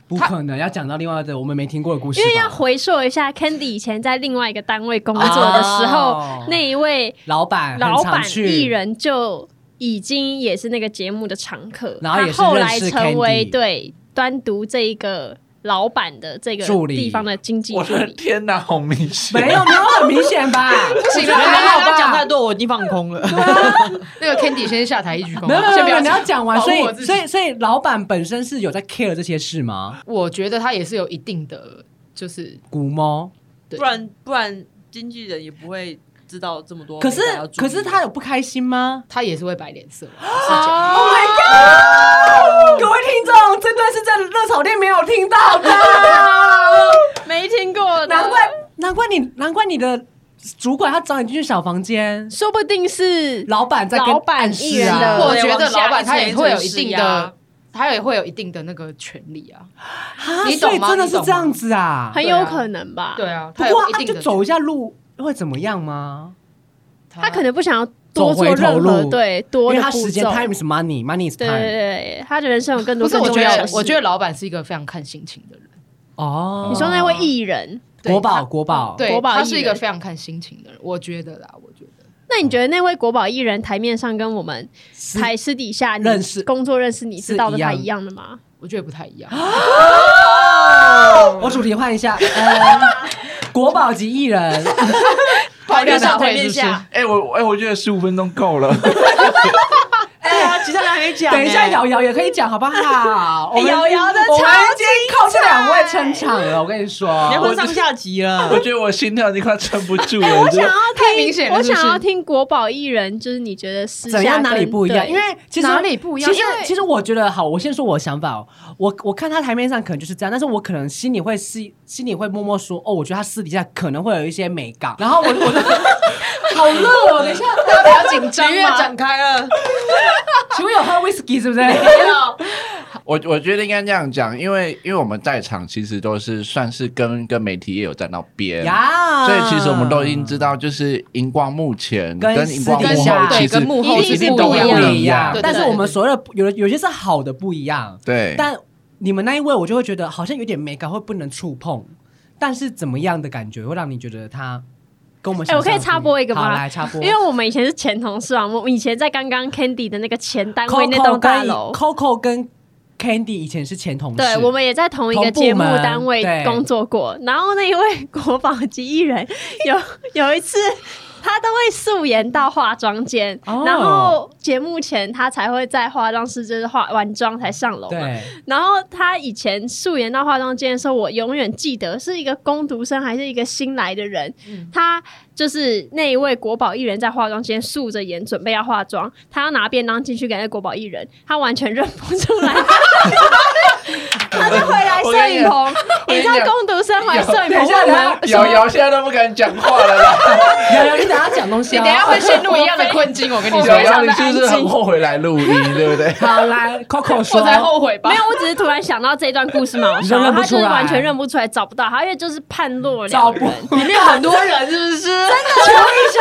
[SPEAKER 1] 不可能，要讲到另外的我们没听过的故事
[SPEAKER 4] 因
[SPEAKER 1] 吧。
[SPEAKER 4] 为要回溯一下，Candy 以前在另外一个单位工作的时候，
[SPEAKER 1] 哦
[SPEAKER 4] 那一位
[SPEAKER 1] 老板
[SPEAKER 4] 老
[SPEAKER 1] 很常
[SPEAKER 4] 板
[SPEAKER 1] 去
[SPEAKER 4] 艺，人就已经也是那个节目的常客，
[SPEAKER 1] 然后也
[SPEAKER 4] 他
[SPEAKER 1] 是
[SPEAKER 4] 后来
[SPEAKER 1] 认识
[SPEAKER 4] 成为
[SPEAKER 1] Candy
[SPEAKER 4] 对端读这一个老板的这个
[SPEAKER 1] 助理
[SPEAKER 4] 地方的经济
[SPEAKER 2] 我
[SPEAKER 4] 助
[SPEAKER 2] 的
[SPEAKER 4] 理。
[SPEAKER 2] 天哪，好明显！
[SPEAKER 1] 没有没有很明显吧？
[SPEAKER 5] 不行，
[SPEAKER 3] 没有，
[SPEAKER 5] 还好
[SPEAKER 3] 他讲太
[SPEAKER 5] 吧？
[SPEAKER 3] 多，我已经放空了。
[SPEAKER 5] 那个 Candy 先下台一鞠躬，
[SPEAKER 1] 啊没有没
[SPEAKER 5] 先
[SPEAKER 1] 有
[SPEAKER 5] 不
[SPEAKER 1] 没有，你
[SPEAKER 5] 讲
[SPEAKER 1] 要讲完，
[SPEAKER 5] 保护
[SPEAKER 1] 所
[SPEAKER 5] 我
[SPEAKER 1] 以
[SPEAKER 5] 自己
[SPEAKER 1] 所以所以老板本身是有在 care 这些事吗？
[SPEAKER 5] 我觉得他也是有一定的，就是
[SPEAKER 1] 古猫，
[SPEAKER 5] 对
[SPEAKER 3] 不然不然经纪人也不会知道这么多。
[SPEAKER 1] 可是
[SPEAKER 3] 大家要注意
[SPEAKER 1] 可是他有不开心吗？
[SPEAKER 5] 他也是会摆脸色啊的。
[SPEAKER 1] Oh my god！各位听众，这段是在热炒店没有听到的，
[SPEAKER 4] 没听过
[SPEAKER 1] 难怪难怪你难怪你的主管他找你进去小房间，
[SPEAKER 4] 说不定是
[SPEAKER 1] 老板在跟
[SPEAKER 4] 老板
[SPEAKER 1] 暗示
[SPEAKER 4] 艺人
[SPEAKER 1] 啊
[SPEAKER 4] 的
[SPEAKER 5] 我觉得老板他也会有一定
[SPEAKER 3] 对往下一层一层施压
[SPEAKER 5] 的他也会有一定的那个权利啊。
[SPEAKER 1] 啊
[SPEAKER 5] 你
[SPEAKER 1] 所以
[SPEAKER 5] 懂吗
[SPEAKER 1] 真的
[SPEAKER 5] 你
[SPEAKER 1] 是
[SPEAKER 5] 懂吗
[SPEAKER 1] 这样子啊？
[SPEAKER 4] 很有可能吧。
[SPEAKER 5] 对啊，
[SPEAKER 1] 不
[SPEAKER 5] 他
[SPEAKER 1] 过
[SPEAKER 5] 有一
[SPEAKER 1] 啊，
[SPEAKER 5] 定
[SPEAKER 1] 就
[SPEAKER 5] 的
[SPEAKER 1] 走
[SPEAKER 5] 权
[SPEAKER 1] 一下路会怎么样吗？
[SPEAKER 4] 他可能不想要
[SPEAKER 1] 走
[SPEAKER 4] 多做
[SPEAKER 1] 回头
[SPEAKER 4] 任何
[SPEAKER 1] 路
[SPEAKER 4] 对
[SPEAKER 1] 因
[SPEAKER 4] 多
[SPEAKER 1] 为
[SPEAKER 4] 的
[SPEAKER 1] 他
[SPEAKER 4] 步
[SPEAKER 1] 时间
[SPEAKER 4] 骤。
[SPEAKER 1] time is money，money is
[SPEAKER 4] 对对
[SPEAKER 1] time。
[SPEAKER 4] 对，他的人生有更多
[SPEAKER 5] 不是，
[SPEAKER 4] 更
[SPEAKER 5] 我
[SPEAKER 4] 重
[SPEAKER 5] 觉
[SPEAKER 4] 要的
[SPEAKER 5] 得
[SPEAKER 4] 事。
[SPEAKER 5] 我觉得老板是一个非常看心情的人。
[SPEAKER 1] 哦，
[SPEAKER 4] 你说那位艺人，
[SPEAKER 5] 对
[SPEAKER 1] 国宝
[SPEAKER 5] 他
[SPEAKER 1] 国宝
[SPEAKER 5] 对，
[SPEAKER 4] 国宝
[SPEAKER 5] 他
[SPEAKER 4] 艺
[SPEAKER 5] 哦是一个
[SPEAKER 4] 人
[SPEAKER 5] 非常看心情的人，我觉得啦，我觉得。
[SPEAKER 4] 那你觉得那位国宝艺人台面上跟我们
[SPEAKER 1] 是
[SPEAKER 4] 台私底下你
[SPEAKER 1] 认识
[SPEAKER 4] 工作认识你
[SPEAKER 1] 是
[SPEAKER 4] 知道的
[SPEAKER 1] 一
[SPEAKER 4] 他
[SPEAKER 1] 样
[SPEAKER 4] 一样的吗？
[SPEAKER 5] 我觉得不太一样，
[SPEAKER 1] 我主题换一下，呃，国宝级艺人，
[SPEAKER 5] 台
[SPEAKER 6] 面上
[SPEAKER 5] 会
[SPEAKER 6] 台面
[SPEAKER 5] 是不是
[SPEAKER 6] 下
[SPEAKER 2] 哎、我哎、我觉得十五分钟够了。
[SPEAKER 3] 哎
[SPEAKER 6] 对啊，其他人还没讲欸
[SPEAKER 1] 等一下瑶瑶也可以讲好不好？我们
[SPEAKER 6] 瑶瑶的
[SPEAKER 1] 我们
[SPEAKER 6] 超
[SPEAKER 1] 今天靠这两位撑场了，我跟你说，
[SPEAKER 6] 你要
[SPEAKER 1] 我
[SPEAKER 6] 分上下集了
[SPEAKER 2] 我。觉得我心跳已经快撑不住了。我
[SPEAKER 4] 想要
[SPEAKER 5] 太
[SPEAKER 4] 听
[SPEAKER 5] 明显了
[SPEAKER 4] 我
[SPEAKER 5] 是不
[SPEAKER 4] 想
[SPEAKER 5] 是
[SPEAKER 4] 要听国宝艺人，就是你觉得私
[SPEAKER 1] 怎
[SPEAKER 4] 下
[SPEAKER 1] 样哪里
[SPEAKER 4] 跟
[SPEAKER 1] 不一样？
[SPEAKER 4] 对
[SPEAKER 1] 因为其实
[SPEAKER 5] 哪里不一样
[SPEAKER 1] 其实
[SPEAKER 5] 因为
[SPEAKER 1] 其实我觉得好，我先说我的想法、哦。我我看他台面上可能就是这样，但是我可能心里会是心里会默默说，哦，我觉得他私底下可能会有一些美感。然后我我就好热哦，等一下，
[SPEAKER 5] 大家不要紧张
[SPEAKER 6] 音乐
[SPEAKER 5] 嘛。
[SPEAKER 6] 展
[SPEAKER 3] 啊
[SPEAKER 6] 开了，
[SPEAKER 1] 请问有喝 whisky 是不是？
[SPEAKER 2] 我我觉得应该这样讲，因为因为我们在场其实都是算是跟跟媒体也有站到边。
[SPEAKER 1] 呀，
[SPEAKER 2] 所以其实我们都已经知道，就是荧光幕前
[SPEAKER 1] 跟
[SPEAKER 2] 跟荧光
[SPEAKER 1] 私
[SPEAKER 2] 幕
[SPEAKER 1] 底下
[SPEAKER 2] 后
[SPEAKER 1] 对
[SPEAKER 2] 哦其
[SPEAKER 5] 跟
[SPEAKER 2] 实
[SPEAKER 5] 幕后
[SPEAKER 2] 一
[SPEAKER 5] 是
[SPEAKER 2] 定
[SPEAKER 5] 不
[SPEAKER 2] 都
[SPEAKER 1] 不
[SPEAKER 2] 会
[SPEAKER 5] 一样
[SPEAKER 2] 不
[SPEAKER 1] 一
[SPEAKER 2] 一
[SPEAKER 1] 样
[SPEAKER 2] 样
[SPEAKER 5] 对。
[SPEAKER 1] 但是
[SPEAKER 5] 对对
[SPEAKER 1] 我们
[SPEAKER 5] 对
[SPEAKER 1] 所有的有的有些是好的不一样，
[SPEAKER 2] 对，
[SPEAKER 1] 但你们那一位我就会觉得好像有点美感会不能触碰，但是怎么样的感觉会让你觉得他跟我们
[SPEAKER 4] 哎
[SPEAKER 1] 想象
[SPEAKER 4] 我可以
[SPEAKER 1] 的不
[SPEAKER 4] 插播一个
[SPEAKER 1] 好
[SPEAKER 4] 吗
[SPEAKER 1] 来插播，
[SPEAKER 4] 因为我们以前是前同事啊，我们以前在刚刚 Candy 的那个前单位那
[SPEAKER 1] Coco
[SPEAKER 4] 栋大
[SPEAKER 1] 跟
[SPEAKER 4] 楼，
[SPEAKER 1] Coco 跟 Candy 以前是前同事，
[SPEAKER 4] 对，我们也在同一个
[SPEAKER 1] 同部
[SPEAKER 4] 节目
[SPEAKER 1] 门
[SPEAKER 4] 单位
[SPEAKER 1] 对
[SPEAKER 4] 工作过。然后那一位国宝级艺人有有一次。他都会素颜到化妆间
[SPEAKER 1] 哦
[SPEAKER 4] 然后节目前他才会在化妆室就是化完妆才上楼嘛。
[SPEAKER 1] 对，
[SPEAKER 4] 然后他以前素颜到化妆间的时候，我永远记得是一个工读生还是一个新来的人，
[SPEAKER 1] 嗯
[SPEAKER 4] 他就是那一位国宝艺人在化妆间素着颜准备要化妆，他要拿便当进去给那国宝艺人，他完全认不出 来。他就回来摄影棚，
[SPEAKER 2] 我跟你讲
[SPEAKER 4] 你知道工读生回来摄影
[SPEAKER 1] 等
[SPEAKER 4] 棚
[SPEAKER 1] 一下
[SPEAKER 4] 问我
[SPEAKER 1] 等
[SPEAKER 4] 们
[SPEAKER 2] 瑶瑶现在都不敢讲话了啦。
[SPEAKER 1] 瑶瑶，你等下讲东西
[SPEAKER 5] 你
[SPEAKER 1] 啊，
[SPEAKER 5] 等一下会陷入一样的困境，我跟你
[SPEAKER 2] 瑶
[SPEAKER 5] 说，
[SPEAKER 2] 瑶，你是不是很后悔来录音，对不对？
[SPEAKER 1] 好来 Coco 说
[SPEAKER 5] 我，才后悔吧
[SPEAKER 4] 没。有，我只是突然想到这一段故事嘛，我
[SPEAKER 1] 你就
[SPEAKER 4] 想
[SPEAKER 1] 认
[SPEAKER 4] 到
[SPEAKER 1] 不
[SPEAKER 4] 他就是
[SPEAKER 1] 出来
[SPEAKER 4] 完全认不出来，找不到他，因为就是判若
[SPEAKER 1] 找
[SPEAKER 4] 两
[SPEAKER 1] 不
[SPEAKER 4] 人。
[SPEAKER 5] 里面很多人是不 是？
[SPEAKER 1] 求一下，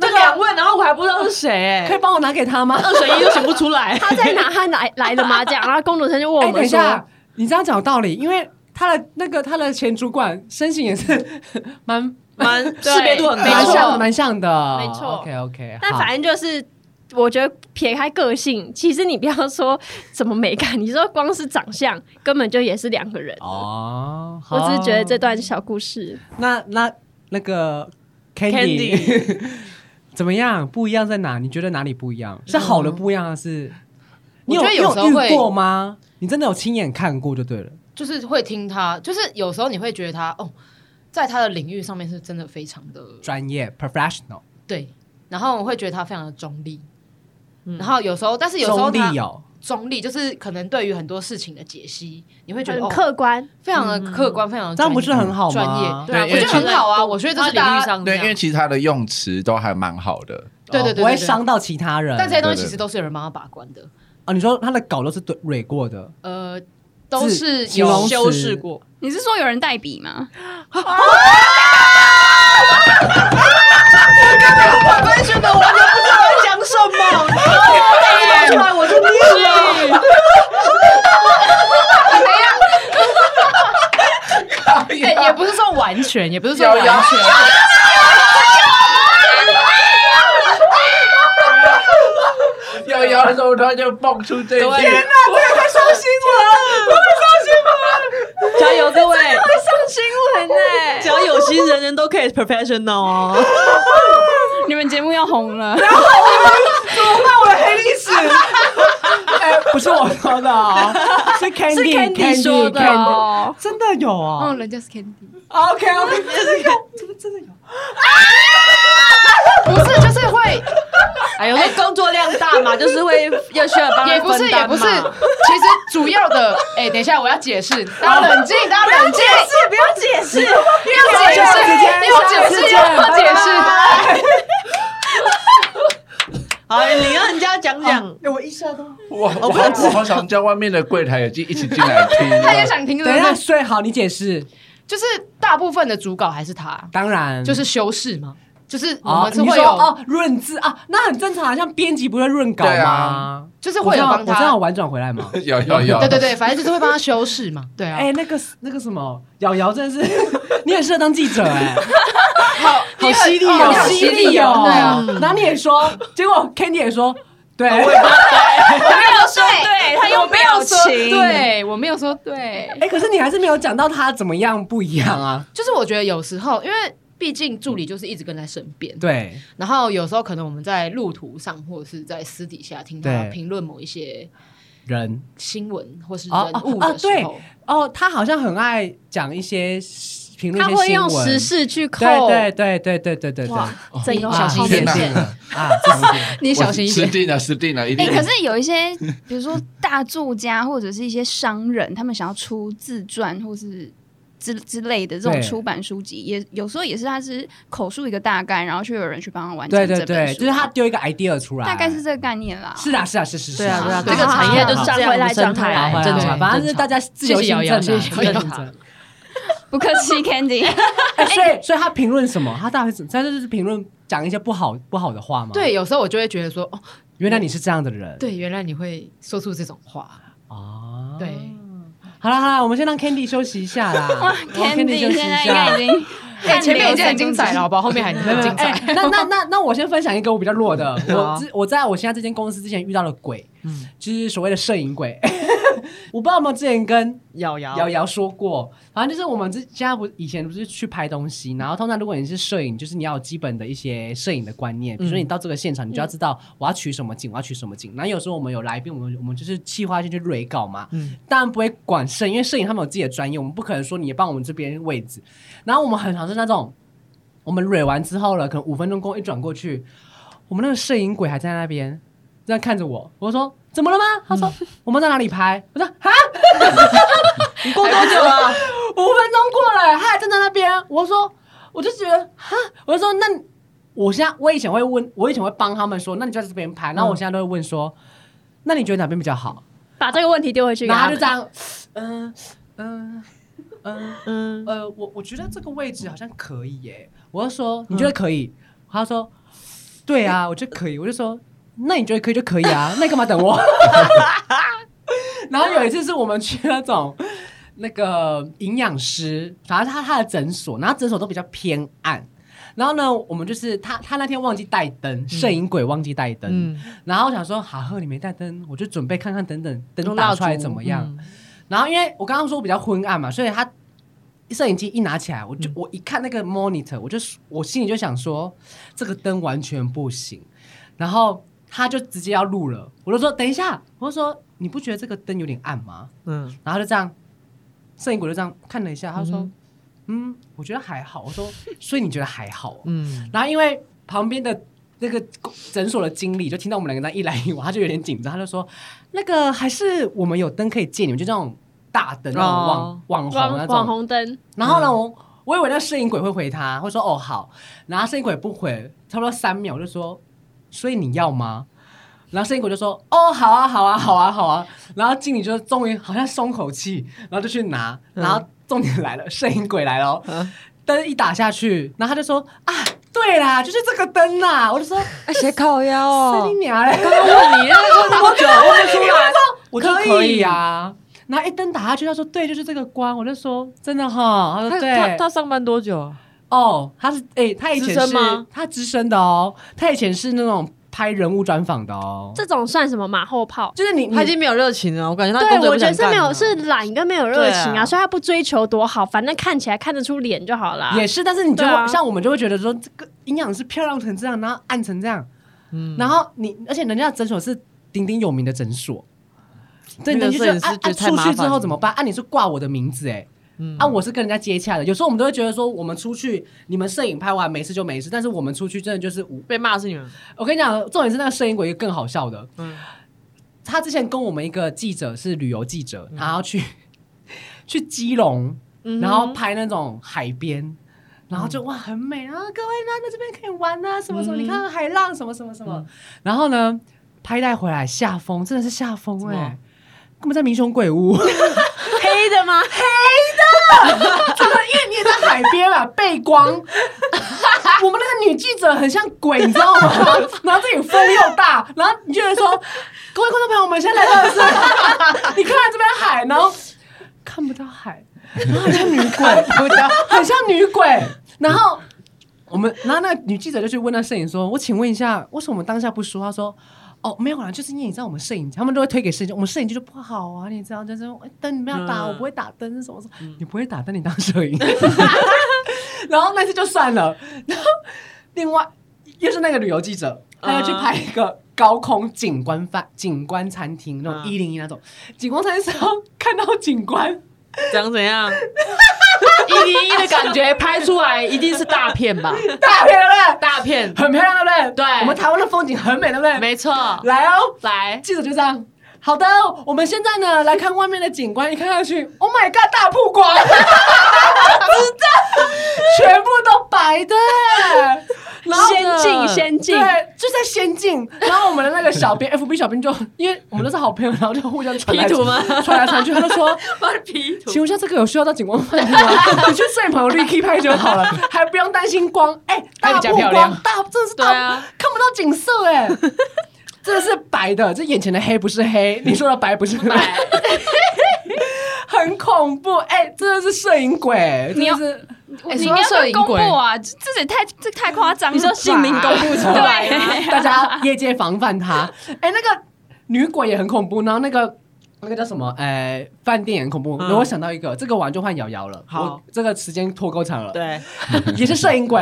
[SPEAKER 6] 就两问，然后我还不知道是谁
[SPEAKER 3] 哎
[SPEAKER 1] 可以
[SPEAKER 6] 欸，
[SPEAKER 1] 帮我拿给他吗？
[SPEAKER 6] 二选一都选不出来。
[SPEAKER 4] 他在哪？他来来了吗？这样，然后工读生就问
[SPEAKER 1] 哎，
[SPEAKER 4] 我
[SPEAKER 1] 等一
[SPEAKER 4] 们说。
[SPEAKER 1] 下，你这样讲有道理，因为他的那个他的前主管身形也是 蛮
[SPEAKER 6] 蛮识别度很
[SPEAKER 5] 没
[SPEAKER 1] 蛮
[SPEAKER 5] 错
[SPEAKER 1] 像
[SPEAKER 6] 高
[SPEAKER 1] 的，，蛮像的，
[SPEAKER 4] 没错
[SPEAKER 1] ，OK OK，
[SPEAKER 4] 但反正就是，我觉得撇开个性，其实你不要说什么美感，你说光是长相，根本就也是两个人。
[SPEAKER 1] 哦，好
[SPEAKER 4] 我只是觉得这段小故事，
[SPEAKER 1] 那那那个 Candy 怎么样？不一样在哪？你觉得哪里不一样？是好的不一样，还是你有
[SPEAKER 5] 嗯我觉得
[SPEAKER 1] 你
[SPEAKER 5] 有时候
[SPEAKER 1] 有
[SPEAKER 5] 会
[SPEAKER 1] 遇过吗？你真的有亲眼看过就对了。
[SPEAKER 5] 就是会听他，就是有时候你会觉得他哦，在他的领域上面是真的非常的
[SPEAKER 1] 专业 professional，
[SPEAKER 5] 对，然后我会觉得他非常的中立。
[SPEAKER 6] 嗯
[SPEAKER 5] 然后有时候，但是有时候
[SPEAKER 1] 中
[SPEAKER 5] 他
[SPEAKER 1] 立哦，
[SPEAKER 5] 中立就是可能对于很多事情的解析，你会觉得
[SPEAKER 4] 很
[SPEAKER 5] 哦，
[SPEAKER 4] 客观。
[SPEAKER 5] 非常的客观，非常的
[SPEAKER 1] 这样不是
[SPEAKER 5] 专业
[SPEAKER 1] 很好
[SPEAKER 5] 专
[SPEAKER 1] 吗哦
[SPEAKER 5] 业？？
[SPEAKER 6] 嗯对啊，
[SPEAKER 2] 对
[SPEAKER 5] 我觉得
[SPEAKER 2] 因为
[SPEAKER 5] 很好啊，我觉得这
[SPEAKER 6] 他
[SPEAKER 5] 是
[SPEAKER 6] 领
[SPEAKER 5] 大
[SPEAKER 6] 域
[SPEAKER 5] 家
[SPEAKER 6] 上
[SPEAKER 2] 对，
[SPEAKER 6] 这
[SPEAKER 2] 因
[SPEAKER 6] 样
[SPEAKER 2] 为其实他的用词都还蛮好的。
[SPEAKER 5] 对对对对
[SPEAKER 1] 不
[SPEAKER 5] 对
[SPEAKER 1] 会哦伤到其他人。
[SPEAKER 5] 但这些东西
[SPEAKER 2] 对对
[SPEAKER 5] 其实都是有人帮他把关的，
[SPEAKER 1] 哦，你说他的稿都是对蕊过的，
[SPEAKER 5] 呃，都是
[SPEAKER 1] 形容
[SPEAKER 5] 有
[SPEAKER 1] 词
[SPEAKER 6] 修饰过，你
[SPEAKER 7] 你是说有人代笔吗？
[SPEAKER 6] 法官选的，我完全不知道在讲什么，
[SPEAKER 5] 哎
[SPEAKER 6] 我出来我就念了。
[SPEAKER 5] 哎也不是说完全，也不是说
[SPEAKER 2] 瑶
[SPEAKER 5] 完
[SPEAKER 2] 瑶
[SPEAKER 5] 全，
[SPEAKER 2] 瑶瑶的时候，他就蹦出这一句。
[SPEAKER 6] 加油，各位！
[SPEAKER 4] 新闻哎、
[SPEAKER 3] 欸
[SPEAKER 6] 只要有心，人人都可以 professional 哦。
[SPEAKER 7] 你们节目要红 了，
[SPEAKER 1] 哎，不是我说的 哦，是 Candy
[SPEAKER 4] Candy 说的哦，
[SPEAKER 1] Candy，真的有
[SPEAKER 7] 哦，
[SPEAKER 1] 哦。
[SPEAKER 7] 人家是 Candy，
[SPEAKER 1] OK OK，真的真的有。
[SPEAKER 5] 不是就是会，
[SPEAKER 6] 哎呦，这工作量大嘛，就是会要需要帮
[SPEAKER 5] 也
[SPEAKER 6] 人
[SPEAKER 5] 不是
[SPEAKER 6] 分
[SPEAKER 5] 也
[SPEAKER 6] 担
[SPEAKER 5] 不
[SPEAKER 6] 嘛
[SPEAKER 5] 是，其实主要的， 哎，等一下我要解释，大家冷静，大家冷静，
[SPEAKER 6] 不要解释，
[SPEAKER 5] 要解释，要解释，要解释。
[SPEAKER 3] 好，你让人家讲讲。
[SPEAKER 6] 那我一下都
[SPEAKER 2] 我我好我好想叫外面的柜台也进一起进来听啊。
[SPEAKER 5] 他也想听，对
[SPEAKER 1] 等一
[SPEAKER 5] 不
[SPEAKER 1] 下，
[SPEAKER 5] 对？
[SPEAKER 1] 睡好，你解释。
[SPEAKER 5] 就是大部分的主稿还是他，啊
[SPEAKER 1] 当然，
[SPEAKER 5] 就是修饰嘛，就是我
[SPEAKER 1] 嗯哦
[SPEAKER 5] 们，是
[SPEAKER 1] 你
[SPEAKER 5] 会
[SPEAKER 1] 说
[SPEAKER 5] 有，
[SPEAKER 1] 哦，润字啊，那很正常啊，像编辑不会润稿
[SPEAKER 2] 对
[SPEAKER 1] 吗
[SPEAKER 2] 啊？
[SPEAKER 5] 就是
[SPEAKER 1] 我
[SPEAKER 5] 会
[SPEAKER 1] 这
[SPEAKER 5] 有
[SPEAKER 1] 样
[SPEAKER 5] 帮
[SPEAKER 1] 我这样
[SPEAKER 5] 他，
[SPEAKER 1] 婉转回来 吗？
[SPEAKER 2] 有有有，
[SPEAKER 5] 对对对，反正就是会帮他修饰嘛，对啊。
[SPEAKER 1] 哎，那个那个什么，瑶瑶真的 是，你很适合当记者哎， 好犀利
[SPEAKER 5] 哦
[SPEAKER 1] 哦，
[SPEAKER 5] 你好犀利哦
[SPEAKER 1] 对
[SPEAKER 5] 对
[SPEAKER 1] 啊
[SPEAKER 5] 啊。
[SPEAKER 1] 然后你也说，结果 Candy 也说，对，
[SPEAKER 7] 没有睡，对他又没有情，
[SPEAKER 5] 对我没有说对，
[SPEAKER 1] 哎，可是你还是没有讲到他怎么样不一样啊？
[SPEAKER 5] 就是我觉得有时候，因为毕竟助理就是一直跟在身边，
[SPEAKER 1] 对，
[SPEAKER 5] 然后有时候可能我们在路途上或者是在私底下听他
[SPEAKER 1] 对
[SPEAKER 5] 评论某一些
[SPEAKER 1] 人
[SPEAKER 5] 新闻或是
[SPEAKER 1] 哦哦
[SPEAKER 5] 人物
[SPEAKER 1] 啊
[SPEAKER 5] 的时候，
[SPEAKER 1] 哦，他好像很爱讲一些评论，
[SPEAKER 4] 他会用
[SPEAKER 1] 事。
[SPEAKER 4] 时事去扣，
[SPEAKER 1] 对对对对对对对对，
[SPEAKER 5] 哇
[SPEAKER 4] 整个
[SPEAKER 5] 你小心一
[SPEAKER 2] 天
[SPEAKER 5] 点
[SPEAKER 2] 哪，
[SPEAKER 1] 啊，这么点
[SPEAKER 5] 你小心一
[SPEAKER 2] 失
[SPEAKER 5] 点。
[SPEAKER 2] 定了，失定了，一
[SPEAKER 7] 哎、
[SPEAKER 2] 定。
[SPEAKER 7] 可是有一些，比如说大作家或者是一些商人，他们想要出自传或是之之类的这
[SPEAKER 1] 对
[SPEAKER 7] 种出版书籍，也有时候也是他是口述一个大概，然后却有人去帮他完成
[SPEAKER 1] 对
[SPEAKER 7] 这
[SPEAKER 1] 对
[SPEAKER 7] 本书嘛，啊
[SPEAKER 1] 对，就是他丢一个 idea 出来，
[SPEAKER 7] 大概是这个概念啦。
[SPEAKER 1] 是啊是啊是是是，
[SPEAKER 3] 对啊对啊，
[SPEAKER 1] 是
[SPEAKER 3] 这个
[SPEAKER 4] 好
[SPEAKER 3] 产业就是
[SPEAKER 4] 好
[SPEAKER 3] 这
[SPEAKER 4] 转回
[SPEAKER 3] 样
[SPEAKER 4] 来
[SPEAKER 3] 的生
[SPEAKER 4] 转回来
[SPEAKER 3] 态，
[SPEAKER 1] 正
[SPEAKER 5] 正
[SPEAKER 1] 常，
[SPEAKER 5] 常
[SPEAKER 1] 反正就是大家自由行政啊，
[SPEAKER 5] 谢谢瑶瑶
[SPEAKER 1] 自由
[SPEAKER 5] 谢谢
[SPEAKER 1] 行
[SPEAKER 5] 瑶瑶
[SPEAKER 1] 政。
[SPEAKER 7] 不客气，Candy。
[SPEAKER 1] 哎，所以所以他评论什么？他大概是他就是评论讲一些不好不好的话吗？，
[SPEAKER 5] 对，有时候我就会觉得说，哦，
[SPEAKER 1] 原来你是这样的人，
[SPEAKER 5] 对，原来你会说出这种话，
[SPEAKER 1] 啊，
[SPEAKER 5] 对。。
[SPEAKER 1] 好了好了，我们先让 Candy 休息一下啦。
[SPEAKER 7] 哇
[SPEAKER 1] 我们
[SPEAKER 7] ，Candy
[SPEAKER 1] 休息
[SPEAKER 7] 现在
[SPEAKER 1] 一
[SPEAKER 7] 应该
[SPEAKER 1] 下
[SPEAKER 7] 已。经
[SPEAKER 5] 哎，前面已经很精彩了，好不好？后面还
[SPEAKER 1] 没有
[SPEAKER 5] 很
[SPEAKER 1] 没有
[SPEAKER 5] 精
[SPEAKER 1] 哎
[SPEAKER 5] 彩。，
[SPEAKER 1] 那那那那我先分享一个我比较弱 的，我
[SPEAKER 5] 好
[SPEAKER 1] 之我在我现在这间公司之前遇到的鬼，
[SPEAKER 5] 嗯
[SPEAKER 1] 就是所谓的摄影鬼。 我不知道有没有之前跟
[SPEAKER 3] 瑶
[SPEAKER 1] 瑶
[SPEAKER 3] 瑶，
[SPEAKER 1] 瑶说过，反正就是我们之现在不以前不是去拍东西，然后通常如果你是摄影，就是你要有基本的一些摄影的观念，
[SPEAKER 5] 嗯
[SPEAKER 1] 比如说你到这个现场，你就要知道我要取什么景，我要取什么景。然后有时候我们有来宾，我们我们就是企划先去蕊稿嘛，
[SPEAKER 5] 嗯
[SPEAKER 1] 当然不会管摄影，因为摄影他们有自己的专业，我们不可能说你也帮我们这边位置。然后我们很常是那种，我们蕊完之后了，可能五分钟过一转过去，我们那个摄影鬼还在那边这样看着我，我说怎么了吗？他说、我们在哪里拍？我说啊，
[SPEAKER 3] 你过多久了？
[SPEAKER 1] 五分钟过了，他还站在那边。我说，我就觉得哈，我就说那我现在我以前会问，我以前会帮他们说，那你就在这边拍。然后我现在都会问说，那你觉得哪边比较好？
[SPEAKER 4] 把这个问题丢回去给
[SPEAKER 1] 然后他
[SPEAKER 4] 他
[SPEAKER 1] 就
[SPEAKER 4] 们
[SPEAKER 1] 这。样，嗯嗯嗯
[SPEAKER 3] 嗯，
[SPEAKER 1] 呃，我我觉得这个位置好像可以耶。我就
[SPEAKER 4] 嗯
[SPEAKER 1] 说你觉得可以？他说对 啊，我觉得可以。我就说那你觉得可以就可以啊， 那你干嘛等我？然后有一次是我们去那种那个营养师，反正他他的诊所，然后诊所都比较偏暗。然后呢，我们就是他他那天忘记带
[SPEAKER 4] 嗯
[SPEAKER 1] 灯，摄影鬼忘记带灯。
[SPEAKER 5] 嗯，
[SPEAKER 1] 然后我想说，好呵，你没带灯，我就准备看看等等灯
[SPEAKER 5] 用
[SPEAKER 1] 打
[SPEAKER 5] 蜡
[SPEAKER 1] 出来
[SPEAKER 5] 烛嗯
[SPEAKER 1] 怎么样。然后因为我刚刚说我比较昏暗嘛，所以他摄影机一拿起来，我就、
[SPEAKER 5] 嗯
[SPEAKER 1] 我一看那个 monitor，我就我心里就想说这个灯完全不行。然后他就直接要录了，我就说等一下，我就说你不觉得这个灯有点暗吗？
[SPEAKER 3] 嗯，
[SPEAKER 1] 然后他就这样，摄影鬼就这样看了一下，他就说
[SPEAKER 5] 嗯
[SPEAKER 1] 嗯我觉得还好。我说所以你觉得还好哦、
[SPEAKER 5] 嗯，
[SPEAKER 1] 然后因为旁边的那个诊所的经理就听到我们两个人一来一往，他就有点紧张，他就说：“那个还是我们有灯可以借你们，就这种大灯，那种网、
[SPEAKER 3] 哦
[SPEAKER 1] 网红那
[SPEAKER 4] 网
[SPEAKER 1] 种。
[SPEAKER 4] 网红灯，
[SPEAKER 1] 然后呢，
[SPEAKER 6] 嗯
[SPEAKER 1] 我我以为那摄影鬼会回他，会说哦好，然后摄影鬼不回，差不多三秒我就说，所以你要吗？然后摄影鬼就说哦好啊好啊好啊好啊，然后经理就终于好像松口气，然后就去拿，
[SPEAKER 6] 嗯
[SPEAKER 1] 然后重点来了，摄影鬼来了哦，灯一打下去，然后他就说啊对啦，就是这个灯啦，我就说
[SPEAKER 3] 哎
[SPEAKER 6] 谁烤腰
[SPEAKER 1] 是你
[SPEAKER 6] 哦？
[SPEAKER 1] 娘嘞，
[SPEAKER 6] 你那个问多久？ 问出来。
[SPEAKER 1] 我就可以啊。然后一灯打下去，他说对，就是这个光，我就说真的哈，他说
[SPEAKER 6] 他
[SPEAKER 1] 对，
[SPEAKER 6] 他他上班多久啊？
[SPEAKER 1] 哦，他是哎、他以前
[SPEAKER 6] 资
[SPEAKER 1] 是
[SPEAKER 6] 深吗
[SPEAKER 1] 他资深的哦，他以前是那种拍人物专访的哦，
[SPEAKER 4] 这种算什么马后炮？
[SPEAKER 1] 就是你
[SPEAKER 6] 他已
[SPEAKER 1] 你
[SPEAKER 6] 经没有热情了，我感觉他
[SPEAKER 4] 对
[SPEAKER 6] 工，作也
[SPEAKER 4] 我
[SPEAKER 6] 不
[SPEAKER 4] 觉
[SPEAKER 6] 想
[SPEAKER 4] 得是
[SPEAKER 6] 干
[SPEAKER 4] 没有
[SPEAKER 6] 了
[SPEAKER 4] 是懒跟没有热情
[SPEAKER 6] 对
[SPEAKER 4] 啊，
[SPEAKER 6] 啊
[SPEAKER 4] 所以他不追求多好，反正看起来看得出脸就好啦。
[SPEAKER 1] 也是，但是你就会、
[SPEAKER 4] 对啊
[SPEAKER 1] 像我们就会觉得说，这个营养师漂亮成这样，然后暗成这样，
[SPEAKER 6] 嗯
[SPEAKER 1] 然后你而且人家的诊所是鼎鼎有名的诊所，对，
[SPEAKER 6] 那个
[SPEAKER 1] 你就
[SPEAKER 6] 摄
[SPEAKER 1] 觉得
[SPEAKER 6] 影师
[SPEAKER 1] 按
[SPEAKER 6] 觉得
[SPEAKER 1] 按
[SPEAKER 6] 太
[SPEAKER 1] 出
[SPEAKER 6] 麻
[SPEAKER 1] 去之
[SPEAKER 6] 烦
[SPEAKER 1] 后
[SPEAKER 6] 了
[SPEAKER 1] 怎么办？啊按、你是挂我的名字哎、
[SPEAKER 6] 嗯
[SPEAKER 1] 啊，我是跟人家接洽的，有时候我们都会觉得说，我们出去，你们摄影拍完没事就没事，但是我们出去真的就是无
[SPEAKER 6] 被骂是你们，
[SPEAKER 1] 我跟你讲，重点是那个摄影鬼更好笑的。
[SPEAKER 6] 嗯
[SPEAKER 1] 他之前跟我们一个记者是旅游记者，
[SPEAKER 4] 嗯
[SPEAKER 1] 然后去去基隆，然后拍那种海边，然后就
[SPEAKER 4] 嗯
[SPEAKER 1] 哇很美啊，各位呢那这边可以玩啊，什么什么，你看海浪什么什么什
[SPEAKER 4] 嗯
[SPEAKER 1] 么，然后呢拍带回来下风，真的是下风哎、
[SPEAKER 5] 么
[SPEAKER 1] 根本在民雄鬼屋，
[SPEAKER 4] 黑的 吗？
[SPEAKER 1] 因为你也在海边啦，背光。 我们那个女记者很像鬼，你知道吗？然后这里风又大，然后你就会说：“各位观众朋友，我们现在来到的是， 你看这边海，然后看不到海，然后很像女鬼，很像女鬼。”然后我们，然后那个女记者就去问那摄影说：“我请问一下，为什么我们当下不说？”他说。哦，没有啦，就是因为你知道我们摄影，他们都会推给摄影，我们摄影就不好啊，你知道，就是哎灯你不要打，
[SPEAKER 3] 嗯
[SPEAKER 1] 我不会打灯是什么什么，你不会打灯，你当摄影，然后那次就算了，然后另外又是那个旅游记者，他要去
[SPEAKER 5] 嗯
[SPEAKER 1] 拍一个高空景观饭景观餐厅那种
[SPEAKER 3] 嗯
[SPEAKER 1] 一零一那种景观餐厅，时候看到景观，
[SPEAKER 3] 长怎样？
[SPEAKER 5] 一零一的感觉拍出来一定是大片 吧？
[SPEAKER 1] 大片对
[SPEAKER 5] 大片
[SPEAKER 1] 不，对？很漂亮对不对？
[SPEAKER 5] 对
[SPEAKER 1] 我们台湾的风景很美对不对？
[SPEAKER 5] 没错。
[SPEAKER 1] 来哦，
[SPEAKER 5] 来，
[SPEAKER 1] 记者就这样。好的，我们现在呢来看外面的景观，一看下去，Oh my god，大曝光， 真的，全部都白的，然后
[SPEAKER 4] 先进先进，
[SPEAKER 1] 对，就在仙境。然后我们的那个小编，FB 小编就因为我们都是好朋友，然后就互相传来
[SPEAKER 3] 图吗
[SPEAKER 1] 传来传去，他就说
[SPEAKER 3] 发 P：“ 图
[SPEAKER 1] 请问一下，这个有需要到景光饭店吗？你去摄影棚 r i k 拍就好了，还不用担心光。哎、
[SPEAKER 5] 还
[SPEAKER 1] 大
[SPEAKER 5] 比较
[SPEAKER 1] 曝
[SPEAKER 5] 漂亮
[SPEAKER 1] 光，大真的是大，
[SPEAKER 3] 对啊
[SPEAKER 1] 看不到景色哎、真的是白的，这眼前的黑不是黑， 你说的白不是白。”很恐怖，哎、真的是摄影鬼，真
[SPEAKER 7] 你要
[SPEAKER 1] 的是
[SPEAKER 5] 哎
[SPEAKER 7] 你
[SPEAKER 5] 说到摄
[SPEAKER 7] 会
[SPEAKER 5] 影
[SPEAKER 7] 公布
[SPEAKER 5] 鬼
[SPEAKER 7] 啊，这这也太这太夸张了吧。
[SPEAKER 4] 你说姓名公布出来吗？
[SPEAKER 1] 大家业界防范 他。哎、那个女鬼也很恐怖，然后那个。那个叫什么？哎、饭店也很恐怖。然后我想到一个，这个完就换瑶瑶了。
[SPEAKER 3] 嗯好
[SPEAKER 1] 我这个时间拖够长了。，
[SPEAKER 3] 对，
[SPEAKER 1] 也是摄影鬼，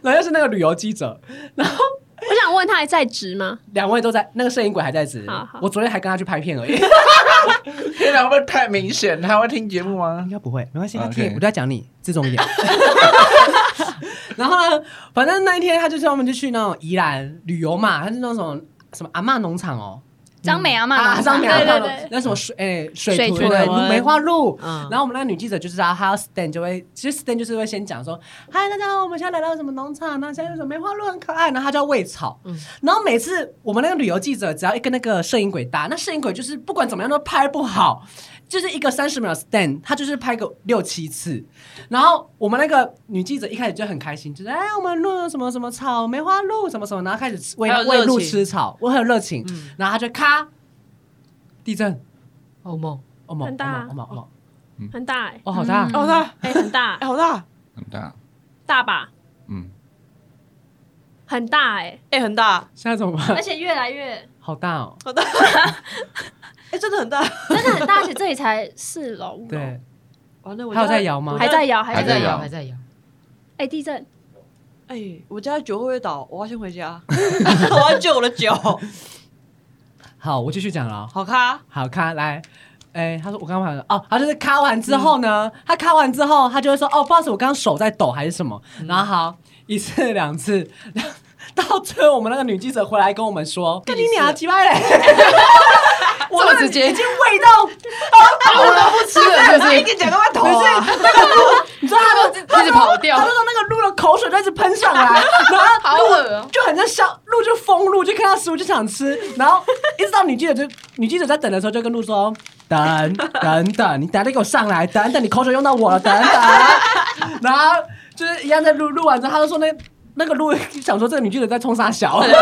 [SPEAKER 1] 然后又是那个旅游记者，
[SPEAKER 4] 我想问他还在职吗？
[SPEAKER 1] 两位都在。那个摄影鬼还在职
[SPEAKER 4] 好好，
[SPEAKER 1] 我昨天还跟他去拍片而 已。
[SPEAKER 2] 天哪，会不会太明显？他会听节目吗
[SPEAKER 1] 应？该不会，没关系，他
[SPEAKER 2] OK
[SPEAKER 1] 听我就在讲你自重一 点。然后呢，反正那一天他就是我们就去那种宜兰旅游嘛，他是那种什么阿嬷农场哦，
[SPEAKER 7] 张美啊嘛，
[SPEAKER 1] 啊，上面
[SPEAKER 4] 对
[SPEAKER 1] 还
[SPEAKER 4] 对
[SPEAKER 1] 有
[SPEAKER 4] 对
[SPEAKER 1] 那什么水，哎，水
[SPEAKER 7] 水
[SPEAKER 1] 豚
[SPEAKER 7] 豚
[SPEAKER 1] 对梅花鹿。
[SPEAKER 3] 嗯
[SPEAKER 1] 然后我们那个女记者就是啊，她要 stand 就会，其实 stand 就是会先讲说，嗨，大家好，我们现在来到什么农场，然啊后现在有什么梅花鹿很可爱，然后她就要喂草。然后每次我们那个旅游记者只要一跟那个摄影鬼搭，那摄影鬼就是不管怎么样都拍不好，就是一个三十秒 stand，他就是拍个六七次。然后我们那个女记者一开始就很开心，就是哎，我们录了什么什么草，梅花鹿什么什么，然后开始喂
[SPEAKER 3] 还有热
[SPEAKER 1] 喂鹿
[SPEAKER 3] 情
[SPEAKER 1] 吃草，我很有热情。
[SPEAKER 3] 嗯
[SPEAKER 1] 然后他就咔，地震，
[SPEAKER 5] 好梦，
[SPEAKER 1] 哦猛，
[SPEAKER 4] 很大
[SPEAKER 1] 哦猛，哦猛，
[SPEAKER 4] 很大哎，
[SPEAKER 1] 哦好大，
[SPEAKER 7] 嗯
[SPEAKER 3] 好大，
[SPEAKER 4] 哎，很大
[SPEAKER 3] 哎，好大，
[SPEAKER 2] 很大，
[SPEAKER 4] 大吧，
[SPEAKER 2] 嗯，
[SPEAKER 4] 很大哎，
[SPEAKER 3] 哎，很大，
[SPEAKER 1] 现在怎么
[SPEAKER 4] 而
[SPEAKER 1] 办？
[SPEAKER 4] 且越来越
[SPEAKER 1] 好大哦，
[SPEAKER 3] 好大，哎，真的很大。
[SPEAKER 4] 真的很大，而且这里才四楼，五楼
[SPEAKER 1] 对，
[SPEAKER 3] 完了，我
[SPEAKER 1] 还有
[SPEAKER 3] 家
[SPEAKER 1] 在摇吗
[SPEAKER 3] 我家
[SPEAKER 4] 还在摇，
[SPEAKER 2] 还
[SPEAKER 4] 在
[SPEAKER 2] 在
[SPEAKER 5] 摇，
[SPEAKER 2] 摇
[SPEAKER 5] 还在摇。
[SPEAKER 4] 哎，地震，
[SPEAKER 3] 哎，我家的酒会不会倒？我要先回家， 我要救我的酒。
[SPEAKER 1] 好，我继续讲了哦，
[SPEAKER 3] 好咖，
[SPEAKER 1] 好看来。哎、他说我刚刚了哦，他就是咔完之后呢，他咔完之后，他就会说哦，不好意思，我刚刚手在抖还是什么。然后好一次两次，到最后我们那个女记者回来跟我们说，跟你俩鸡巴嘞，我们
[SPEAKER 5] 这么直接
[SPEAKER 1] 已经味道，
[SPEAKER 5] 我都不吃了，就
[SPEAKER 3] 一
[SPEAKER 5] 是
[SPEAKER 3] 个讲干嘛头
[SPEAKER 1] 可
[SPEAKER 3] 啊？
[SPEAKER 1] 是那个鹿，你知道他的
[SPEAKER 5] 一直跑掉
[SPEAKER 1] 他就，说那个鹿的口水就一直喷上来，然后
[SPEAKER 5] 好恶哦。
[SPEAKER 1] 就很像小鹿就疯鹿，就看到食物就想吃，然后一直到女记者就女记者在等的时候就跟鹿说：“等等等，你等下再给我上来，等等你口水用到我了，等 等。”然后就是一样在录录完之后，他就说那那个鹿想说这个女记者在冲啥小。
[SPEAKER 3] 到底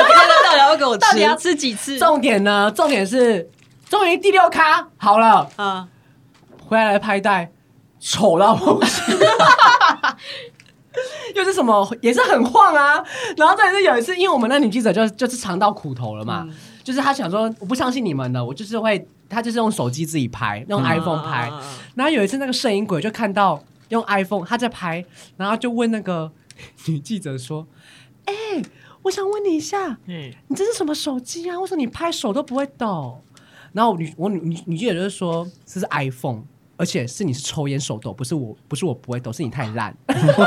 [SPEAKER 3] 要给我吃？
[SPEAKER 4] 到底要吃几次？
[SPEAKER 1] 重点呢，重点是终于第六咖好了，
[SPEAKER 3] 啊？
[SPEAKER 1] 回来的拍带丑到不行。 又是什么，也是很晃啊。然后再就是有一次，因为我们那女记者就就是尝到苦头了嘛，就是她想说，我不相信你们的，我就是会，她就是用手机自己拍，用 iPhone 拍。
[SPEAKER 3] 啊啊啊啊
[SPEAKER 1] 然后有一次，那个摄影鬼就看到用 iPhone 他在拍，然后就问那个 女记者说：“哎、我想问你一下，
[SPEAKER 3] 嗯，
[SPEAKER 1] 你这是什么手机啊？为什么你拍手都不会抖？然后我女我女女女记者就是说这是 iPhone，而且是你是抽烟手抖，不是我不是 哦我不会抖，是你太烂。
[SPEAKER 2] 直接
[SPEAKER 4] 记
[SPEAKER 2] 回
[SPEAKER 4] 者
[SPEAKER 2] 吗？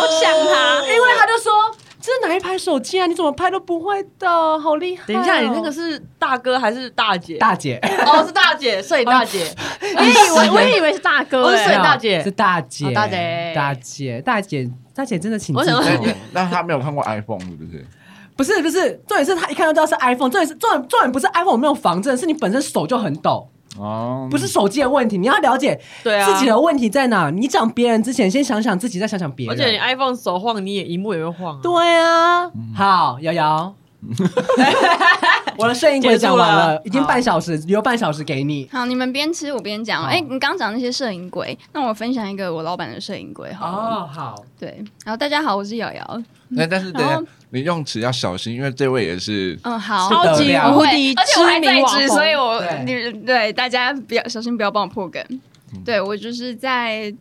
[SPEAKER 4] 都像他，
[SPEAKER 1] 因为他就说这哪一排手机啊？你怎么拍都不会的，好厉害哦！
[SPEAKER 3] 等一下，你那个是大哥还是大姐？
[SPEAKER 1] 大 姐，
[SPEAKER 3] 哦，是大姐，摄影大姐，啊
[SPEAKER 4] 我也以 为我也以为是大哥
[SPEAKER 3] 我是
[SPEAKER 4] 欸
[SPEAKER 3] 摄影大姐
[SPEAKER 1] 啊是大姐，
[SPEAKER 5] 哦大姐
[SPEAKER 1] 大姐，大姐，大姐真的请
[SPEAKER 3] 我
[SPEAKER 1] 自
[SPEAKER 3] 想
[SPEAKER 1] 重
[SPEAKER 3] 说
[SPEAKER 2] 那那他没有看过 iPhone 是不是？
[SPEAKER 1] 不是不是，重点是他一看就知道是 iPhone，重点是重点重点不是 iPhone 有没有防震，是你本身手就很抖，
[SPEAKER 2] 哦，
[SPEAKER 1] 不是手机的问题，你要了解
[SPEAKER 3] 嗯对啊，
[SPEAKER 1] 自己的问题在哪。你讲别人之前，先想想自己，再想想别
[SPEAKER 3] 而且你
[SPEAKER 1] 人。
[SPEAKER 3] iPhone 手晃，你也荧幕也会晃、啊。
[SPEAKER 1] 对啊，
[SPEAKER 3] 嗯
[SPEAKER 1] 好，瑶 瑶，我的摄影鬼讲完
[SPEAKER 3] 结束
[SPEAKER 1] 了
[SPEAKER 3] 了，
[SPEAKER 1] 已经半小时，留半小时给你。
[SPEAKER 7] 好，你们边吃我边讲。
[SPEAKER 1] 好
[SPEAKER 7] 哎、你刚讲那些摄影鬼，那我分享一个我老板的摄影鬼好了。
[SPEAKER 1] 哦，好，
[SPEAKER 7] 对，然后大家好，我是瑶瑶。
[SPEAKER 2] 那但是等一
[SPEAKER 7] 然
[SPEAKER 2] 下
[SPEAKER 7] 后
[SPEAKER 2] 你用词要小心，因为这位也是
[SPEAKER 7] 嗯，好，
[SPEAKER 1] 不得
[SPEAKER 4] 超级
[SPEAKER 1] 了
[SPEAKER 4] 无
[SPEAKER 7] 对
[SPEAKER 4] 敌
[SPEAKER 7] 而且我
[SPEAKER 4] 知
[SPEAKER 7] 还在
[SPEAKER 4] 名网
[SPEAKER 7] 职，所以
[SPEAKER 4] 红。
[SPEAKER 7] 我
[SPEAKER 1] 对
[SPEAKER 7] 对大家不要小心，不要帮我破梗。
[SPEAKER 4] 嗯
[SPEAKER 7] 对我就是在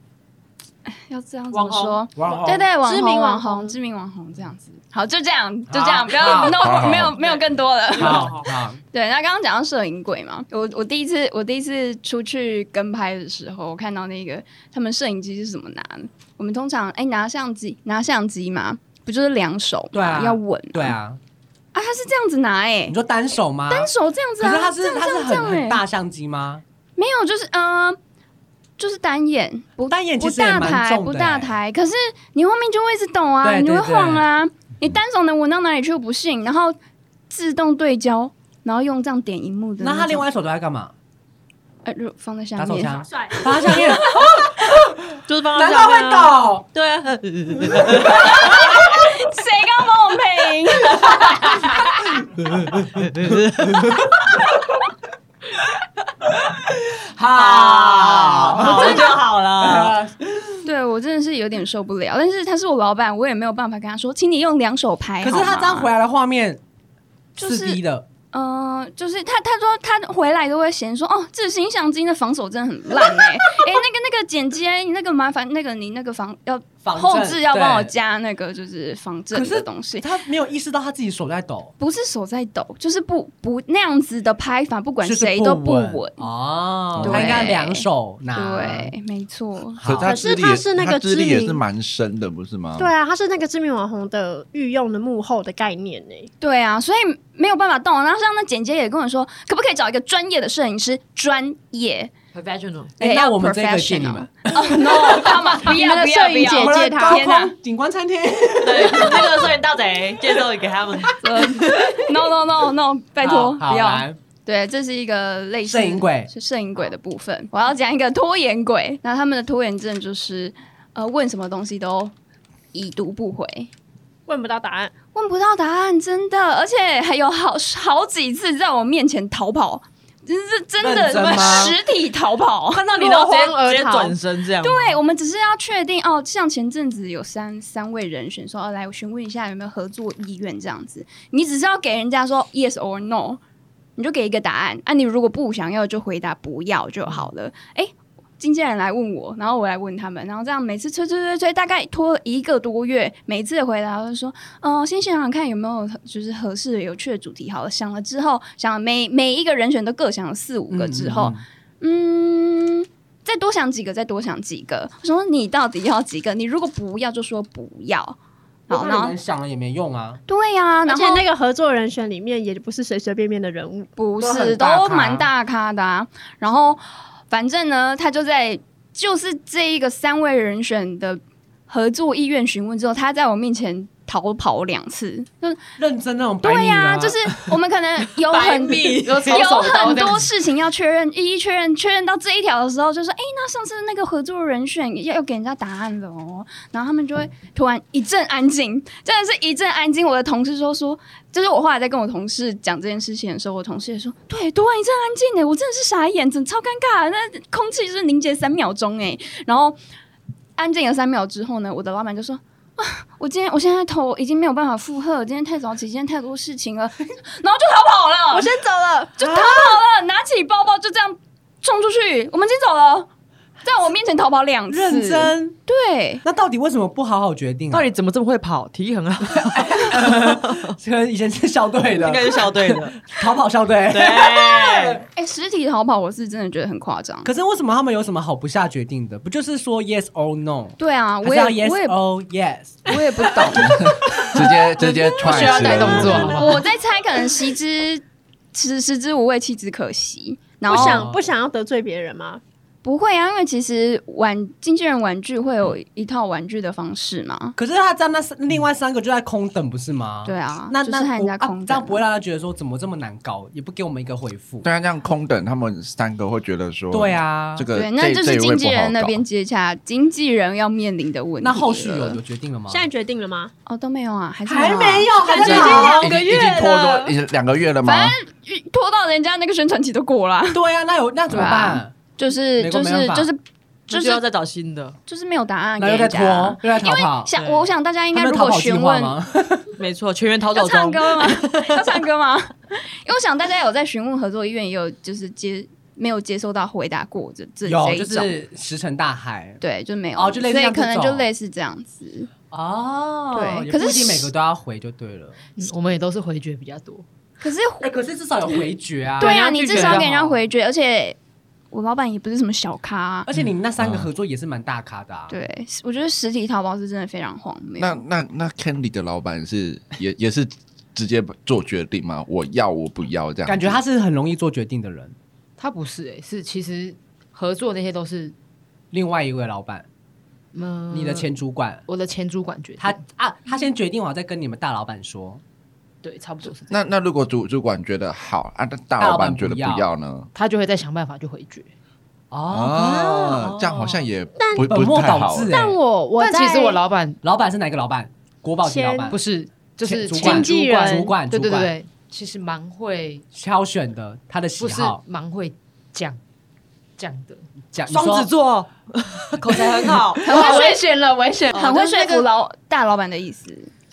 [SPEAKER 7] 唉要这样怎么
[SPEAKER 3] 网红
[SPEAKER 7] 说？
[SPEAKER 1] 哇
[SPEAKER 7] 对对，网红
[SPEAKER 4] 知名网红
[SPEAKER 7] 红，知名网红这样子。好，就这样，就这
[SPEAKER 1] 好
[SPEAKER 7] 样，不
[SPEAKER 1] 好
[SPEAKER 7] 要
[SPEAKER 2] 好
[SPEAKER 7] 弄，没有没有更多了。
[SPEAKER 1] 好好好，
[SPEAKER 7] 对，那刚刚讲到摄影鬼嘛，我我第一次我第一次出去跟拍的时候，我看到那个他们摄影机是怎么拿的。我们通常哎、拿相机拿相机嘛，不就是两手嘛
[SPEAKER 1] 对啊
[SPEAKER 7] 要稳嘛
[SPEAKER 1] 对啊，
[SPEAKER 7] 啊，他是这样子拿哎、
[SPEAKER 1] 你说单手吗？
[SPEAKER 7] 单手这样子
[SPEAKER 1] 可
[SPEAKER 7] 啊，
[SPEAKER 1] 是它是
[SPEAKER 7] 这样
[SPEAKER 1] 它
[SPEAKER 7] 这
[SPEAKER 1] 是
[SPEAKER 7] 样这
[SPEAKER 1] 很
[SPEAKER 7] 样哎、
[SPEAKER 1] 很大相机吗？
[SPEAKER 7] 没有就是嗯、呃就是单眼不
[SPEAKER 1] 单眼其
[SPEAKER 7] 不
[SPEAKER 1] 实也
[SPEAKER 7] 大
[SPEAKER 1] 蛮
[SPEAKER 7] 台
[SPEAKER 1] 重的
[SPEAKER 7] 不大
[SPEAKER 1] 欸
[SPEAKER 7] 台，可是你后面就会一直抖啊，
[SPEAKER 1] 对
[SPEAKER 7] 你
[SPEAKER 1] 对
[SPEAKER 7] 会
[SPEAKER 1] 对
[SPEAKER 7] 晃啊，你单手能稳到哪里去我不信，然后自动对焦，然后用这样点荧幕的
[SPEAKER 1] 那
[SPEAKER 7] 种
[SPEAKER 1] 他另外一手都在干嘛？
[SPEAKER 7] 呃，如放在下
[SPEAKER 1] 打手
[SPEAKER 7] 面，
[SPEAKER 1] 枪，
[SPEAKER 4] 帅，
[SPEAKER 1] 放在下面，
[SPEAKER 3] 就是帮他
[SPEAKER 1] 难怪会
[SPEAKER 3] 倒。
[SPEAKER 1] 抖。
[SPEAKER 3] 对啊，
[SPEAKER 7] 谁刚帮我配音？
[SPEAKER 1] 好，
[SPEAKER 3] 好了就好了。
[SPEAKER 7] 对我真的是有点受不了，但是他是我老板，我也没有办法跟他说，请你用两手拍。
[SPEAKER 1] 可是他
[SPEAKER 7] 好吗
[SPEAKER 1] 这样回，来的画面
[SPEAKER 7] 就
[SPEAKER 1] 四
[SPEAKER 7] 是
[SPEAKER 1] D 的，
[SPEAKER 7] 呃，就是他他说他回来都会嫌说，哦，这新相机的防守真的很烂 哎、哎、那个那个剪接，你那个麻烦，那个你那个防要
[SPEAKER 1] 仿
[SPEAKER 7] 后置要帮我
[SPEAKER 1] 对
[SPEAKER 7] 加那个就是防震
[SPEAKER 1] 可是
[SPEAKER 7] 的东西。
[SPEAKER 1] 他没有意识到他自己手在抖，
[SPEAKER 7] 不是手在抖，就是不不那样子的拍法，不管
[SPEAKER 1] 就是
[SPEAKER 7] 谁都
[SPEAKER 1] 不
[SPEAKER 7] 不稳。
[SPEAKER 1] 哦，啊
[SPEAKER 7] 对
[SPEAKER 1] 他应该两手拿，哎
[SPEAKER 7] 对，没错。
[SPEAKER 2] 可是他
[SPEAKER 4] 可是
[SPEAKER 2] 资历
[SPEAKER 4] 他
[SPEAKER 2] 也
[SPEAKER 4] 是那个
[SPEAKER 2] 他资历
[SPEAKER 4] 知名
[SPEAKER 2] 也是蛮深的，不是吗？
[SPEAKER 4] 对，啊，他是那个知名网红的御用的幕后的概念呢、
[SPEAKER 7] 对啊，所以没有办法动。啊然后像那剪接也跟我说，可不可以找一个专业的摄影师？专业
[SPEAKER 3] professional，
[SPEAKER 1] 哎
[SPEAKER 7] 也
[SPEAKER 1] 那
[SPEAKER 7] 要
[SPEAKER 1] 我们这个借你
[SPEAKER 7] professional
[SPEAKER 1] 们
[SPEAKER 7] 哦、no，他们 不
[SPEAKER 4] 你
[SPEAKER 7] 要
[SPEAKER 4] 们的
[SPEAKER 7] 不要
[SPEAKER 4] 摄
[SPEAKER 7] 不
[SPEAKER 4] 影
[SPEAKER 7] 要
[SPEAKER 4] 姐
[SPEAKER 1] 我们来
[SPEAKER 4] 借他
[SPEAKER 1] 高
[SPEAKER 7] 天哪
[SPEAKER 1] 空景观餐厅，
[SPEAKER 3] 对，那个摄影大贼介绍给 他们。
[SPEAKER 7] ，no no no no，拜
[SPEAKER 1] 好
[SPEAKER 7] 托不，
[SPEAKER 1] 好
[SPEAKER 7] 要。
[SPEAKER 1] 来
[SPEAKER 7] 对，这是一个类似
[SPEAKER 1] 摄影鬼
[SPEAKER 7] 是摄影鬼的部分。我要讲一个拖延鬼，那他们的拖延症就是呃问什么东西都已读不回。
[SPEAKER 4] 问不到答案，
[SPEAKER 7] 问不到答案，真的，而且还有好好几次在我面前逃跑，真是真的
[SPEAKER 1] 认真吗
[SPEAKER 7] 实体逃 跑。
[SPEAKER 3] 看到
[SPEAKER 4] 你都直接直接转
[SPEAKER 3] 身这样。
[SPEAKER 7] 对，我们只是要确定哦，像前阵子有三三位人选说，哦，来我询问一下有没有合作意愿这样子，你只是要给人家说 yes or no，你就给一个答案啊，你如果不想要就回答不要就好了。诶，经纪人来问我，然后我来问他们，然后这样每次催催催催，大概拖了一个多月，每次回答都说，嗯、先想想看有没有就是合适的、有趣的主题。好了，想了之后，想了每每一个人选都各想了四五个之
[SPEAKER 1] 嗯
[SPEAKER 7] 后，嗯再多想几个，再多想几个。我说你到底要几个？你如果不要就说不要，好，
[SPEAKER 1] 好，
[SPEAKER 7] 然
[SPEAKER 1] 那
[SPEAKER 7] 后
[SPEAKER 1] 你们想了也没用啊，
[SPEAKER 7] 对呀、
[SPEAKER 4] 而
[SPEAKER 7] 然
[SPEAKER 4] 且
[SPEAKER 7] 后
[SPEAKER 4] 那个合作人选里面也不是随随便便的人物，
[SPEAKER 7] 不
[SPEAKER 1] 都很
[SPEAKER 7] 是
[SPEAKER 1] 大
[SPEAKER 7] 都
[SPEAKER 1] 咖
[SPEAKER 7] 蛮大咖的、啊，然后反正呢，他就在就是这一个三位人选的合作意愿询问之后，他在我面前逃跑两次，就是
[SPEAKER 1] 认真那种白
[SPEAKER 7] 对
[SPEAKER 1] 女
[SPEAKER 7] 呀、
[SPEAKER 1] 啊，
[SPEAKER 7] 就是我们可能有
[SPEAKER 3] 白
[SPEAKER 7] 很
[SPEAKER 3] 米
[SPEAKER 7] 有
[SPEAKER 5] 手刀这样
[SPEAKER 7] 很
[SPEAKER 5] 子
[SPEAKER 7] 多事情要确认，一一确认，确认到这一条的时候，就说：“哎、那上次那个合作人选要要给人家答案了哦。”然后他们就会突然一阵安静，真的是一阵安静。我的同事说说，就是我后来在跟我同事讲这件事情的时候，我同事也说：“对，突然一阵安静哎，我真的是傻眼，真的超尴尬，那空气就是凝结三秒钟哎。”然后安静了三秒之后呢，我的老板就说。啊！我今天我现在头已经没有办法负荷，今天太早起，今天太多事 情了，然后就逃跑了。
[SPEAKER 4] 我先走了。
[SPEAKER 7] 就逃跑了，拿起包包就这样冲出去，我们已经走了。在我面前逃跑两次，
[SPEAKER 6] 认真。
[SPEAKER 7] 对，
[SPEAKER 1] 那到底为什么不好好决定、啊？
[SPEAKER 6] 到底怎么这么会跑？体力很好，
[SPEAKER 1] 可能以前是校队的
[SPEAKER 3] 应，该是校 队的，
[SPEAKER 1] 逃跑校队。
[SPEAKER 3] 对，
[SPEAKER 7] 哎、实体逃跑我是真的觉得很夸张。
[SPEAKER 1] 可是为什么他们有什么好不下决定的？不就是说 yes or no？
[SPEAKER 7] 对啊，我
[SPEAKER 1] 还是
[SPEAKER 7] 也
[SPEAKER 1] 要 yes
[SPEAKER 7] 我
[SPEAKER 4] 哦
[SPEAKER 7] 也
[SPEAKER 1] or yes。
[SPEAKER 7] 我也不懂，
[SPEAKER 2] 直接直接
[SPEAKER 5] 不
[SPEAKER 2] 踹
[SPEAKER 5] 需要带动作，好不好？
[SPEAKER 7] 我在猜，可能食之食食之无味，弃之可惜。然
[SPEAKER 4] 不
[SPEAKER 7] 后
[SPEAKER 4] 想不想要得罪别人吗？
[SPEAKER 7] 不会啊，因为其实玩经纪人玩具会有一套玩具的方式嘛。
[SPEAKER 1] 可是他在那三另外三个就在空等，不是吗？
[SPEAKER 7] 对啊，
[SPEAKER 1] 那
[SPEAKER 7] 就是
[SPEAKER 1] 那
[SPEAKER 7] 看人
[SPEAKER 1] 我
[SPEAKER 7] 家
[SPEAKER 1] 啊
[SPEAKER 7] 空、
[SPEAKER 1] 这样不会。让他觉得说怎么这么难搞，也不给我们一个回复。
[SPEAKER 2] 对啊，这样空等，他们三个会觉得说，
[SPEAKER 1] 对，啊，
[SPEAKER 2] 这个
[SPEAKER 7] 对，那
[SPEAKER 2] 这
[SPEAKER 7] 就是经纪人
[SPEAKER 2] 这
[SPEAKER 7] 那。
[SPEAKER 2] 一位不好
[SPEAKER 7] 边
[SPEAKER 2] 搞
[SPEAKER 7] 接洽，经纪人要面临的问题了。
[SPEAKER 1] 那后续
[SPEAKER 2] 呃
[SPEAKER 1] 有有决定了吗？
[SPEAKER 4] 现在决定了吗？
[SPEAKER 7] 哦都没有啊，还是
[SPEAKER 6] 还
[SPEAKER 7] 有啊
[SPEAKER 6] 没有，还
[SPEAKER 4] 已
[SPEAKER 6] 在
[SPEAKER 4] 经
[SPEAKER 6] 跑。
[SPEAKER 4] 两
[SPEAKER 2] 已经
[SPEAKER 4] 个
[SPEAKER 2] 已
[SPEAKER 4] 月
[SPEAKER 2] 经拖多
[SPEAKER 4] 了
[SPEAKER 2] 已，经两个月了吗
[SPEAKER 7] 反？拖到人家那个宣传期都过了啊，
[SPEAKER 1] 对啊，那有那怎么办？
[SPEAKER 7] 就是
[SPEAKER 1] 美国
[SPEAKER 7] 就
[SPEAKER 1] 没办
[SPEAKER 7] 是
[SPEAKER 1] 法
[SPEAKER 7] 就是
[SPEAKER 3] 就
[SPEAKER 7] 就是
[SPEAKER 3] 要
[SPEAKER 7] 是
[SPEAKER 3] 再找新的，
[SPEAKER 7] 就是没有答案给啊
[SPEAKER 1] 那又
[SPEAKER 7] 人
[SPEAKER 1] 在
[SPEAKER 7] 家
[SPEAKER 1] 拖，又在逃跑。
[SPEAKER 7] 想
[SPEAKER 3] 对
[SPEAKER 7] 我想大家应
[SPEAKER 1] 他
[SPEAKER 7] 该
[SPEAKER 1] 们
[SPEAKER 7] 如
[SPEAKER 1] 有逃
[SPEAKER 7] 果
[SPEAKER 1] 跑计
[SPEAKER 7] 询
[SPEAKER 1] 划
[SPEAKER 7] 问
[SPEAKER 1] 吗？
[SPEAKER 3] 没错，全员逃
[SPEAKER 7] 要
[SPEAKER 3] 走
[SPEAKER 7] 唱
[SPEAKER 3] 中。
[SPEAKER 7] 歌 吗？要唱歌吗？ 因为我想大家有在询问合作意愿，也有就是接没有接收到回答过这这这
[SPEAKER 1] 有，
[SPEAKER 7] 一
[SPEAKER 1] 就
[SPEAKER 7] 种。
[SPEAKER 1] 是石沉大海
[SPEAKER 7] 对，就没有，
[SPEAKER 1] 哦就类似
[SPEAKER 7] 所以
[SPEAKER 1] 像这
[SPEAKER 7] 可能就
[SPEAKER 1] 种
[SPEAKER 7] 类似这样子。
[SPEAKER 1] 哦
[SPEAKER 7] 对
[SPEAKER 1] 也
[SPEAKER 7] 可
[SPEAKER 1] 不一
[SPEAKER 7] 是
[SPEAKER 1] 定每
[SPEAKER 7] 是
[SPEAKER 1] 个都要回就对了。
[SPEAKER 5] 嗯我们也都是回绝比较多，
[SPEAKER 7] 可 是，
[SPEAKER 1] 哎，可是至少有回绝啊。
[SPEAKER 7] 对
[SPEAKER 3] 人
[SPEAKER 7] 啊，
[SPEAKER 3] 家
[SPEAKER 7] 你
[SPEAKER 3] 拒
[SPEAKER 7] 至
[SPEAKER 3] 绝
[SPEAKER 7] 少
[SPEAKER 3] 就
[SPEAKER 7] 给人家
[SPEAKER 1] 好
[SPEAKER 7] 回绝，而且我老板也不是什么小咖啊、
[SPEAKER 1] 而且你那三个
[SPEAKER 2] 嗯
[SPEAKER 1] 合作也是蛮大咖的啊。
[SPEAKER 7] 嗯对，我觉得实体淘宝是真的非常荒谬。
[SPEAKER 2] 那那那 Candy 的老板是也也是直接做决定吗？我要我不要这样子？
[SPEAKER 1] 感觉他是很容易做决定的人。
[SPEAKER 5] 他不是哎、是其实合作那些都是
[SPEAKER 1] 另外一位老板，
[SPEAKER 5] 嗯、
[SPEAKER 1] 你的前主管，
[SPEAKER 5] 我的前主管决定，
[SPEAKER 1] 他啊，他先决定完再跟你们大老板说。
[SPEAKER 5] 对差不多是这样，
[SPEAKER 2] 那那如果主主管觉得好啊，那大
[SPEAKER 1] 大老
[SPEAKER 2] 老板
[SPEAKER 1] 板
[SPEAKER 2] 觉
[SPEAKER 1] 不
[SPEAKER 2] 得不
[SPEAKER 1] 要
[SPEAKER 2] 要呢？
[SPEAKER 5] 他就会再想办法去回绝。
[SPEAKER 2] 啊
[SPEAKER 1] 哦，，
[SPEAKER 2] 这样好像也
[SPEAKER 4] 但
[SPEAKER 2] 不
[SPEAKER 1] 本
[SPEAKER 2] 不
[SPEAKER 1] 末
[SPEAKER 2] 太
[SPEAKER 1] 倒
[SPEAKER 2] 好
[SPEAKER 1] 置。
[SPEAKER 2] 欸。
[SPEAKER 1] 但
[SPEAKER 4] 但我我
[SPEAKER 5] 但其实
[SPEAKER 4] 在
[SPEAKER 5] 我老板
[SPEAKER 1] 老板是哪个老板？国宝级老板
[SPEAKER 5] 不是就是
[SPEAKER 1] 主
[SPEAKER 5] 前
[SPEAKER 1] 管、
[SPEAKER 4] 经纪人
[SPEAKER 1] 主管、
[SPEAKER 5] 对
[SPEAKER 1] 主
[SPEAKER 5] 对对
[SPEAKER 1] 管
[SPEAKER 5] 对，其实蛮会，
[SPEAKER 1] 挑选的，他的喜
[SPEAKER 5] 不是
[SPEAKER 1] 好。
[SPEAKER 5] 蛮会讲讲的，
[SPEAKER 1] 讲
[SPEAKER 3] 双子，座口哦才很好，
[SPEAKER 7] 很会说，
[SPEAKER 4] 选了，我选
[SPEAKER 7] 很会说服老大老板的意思。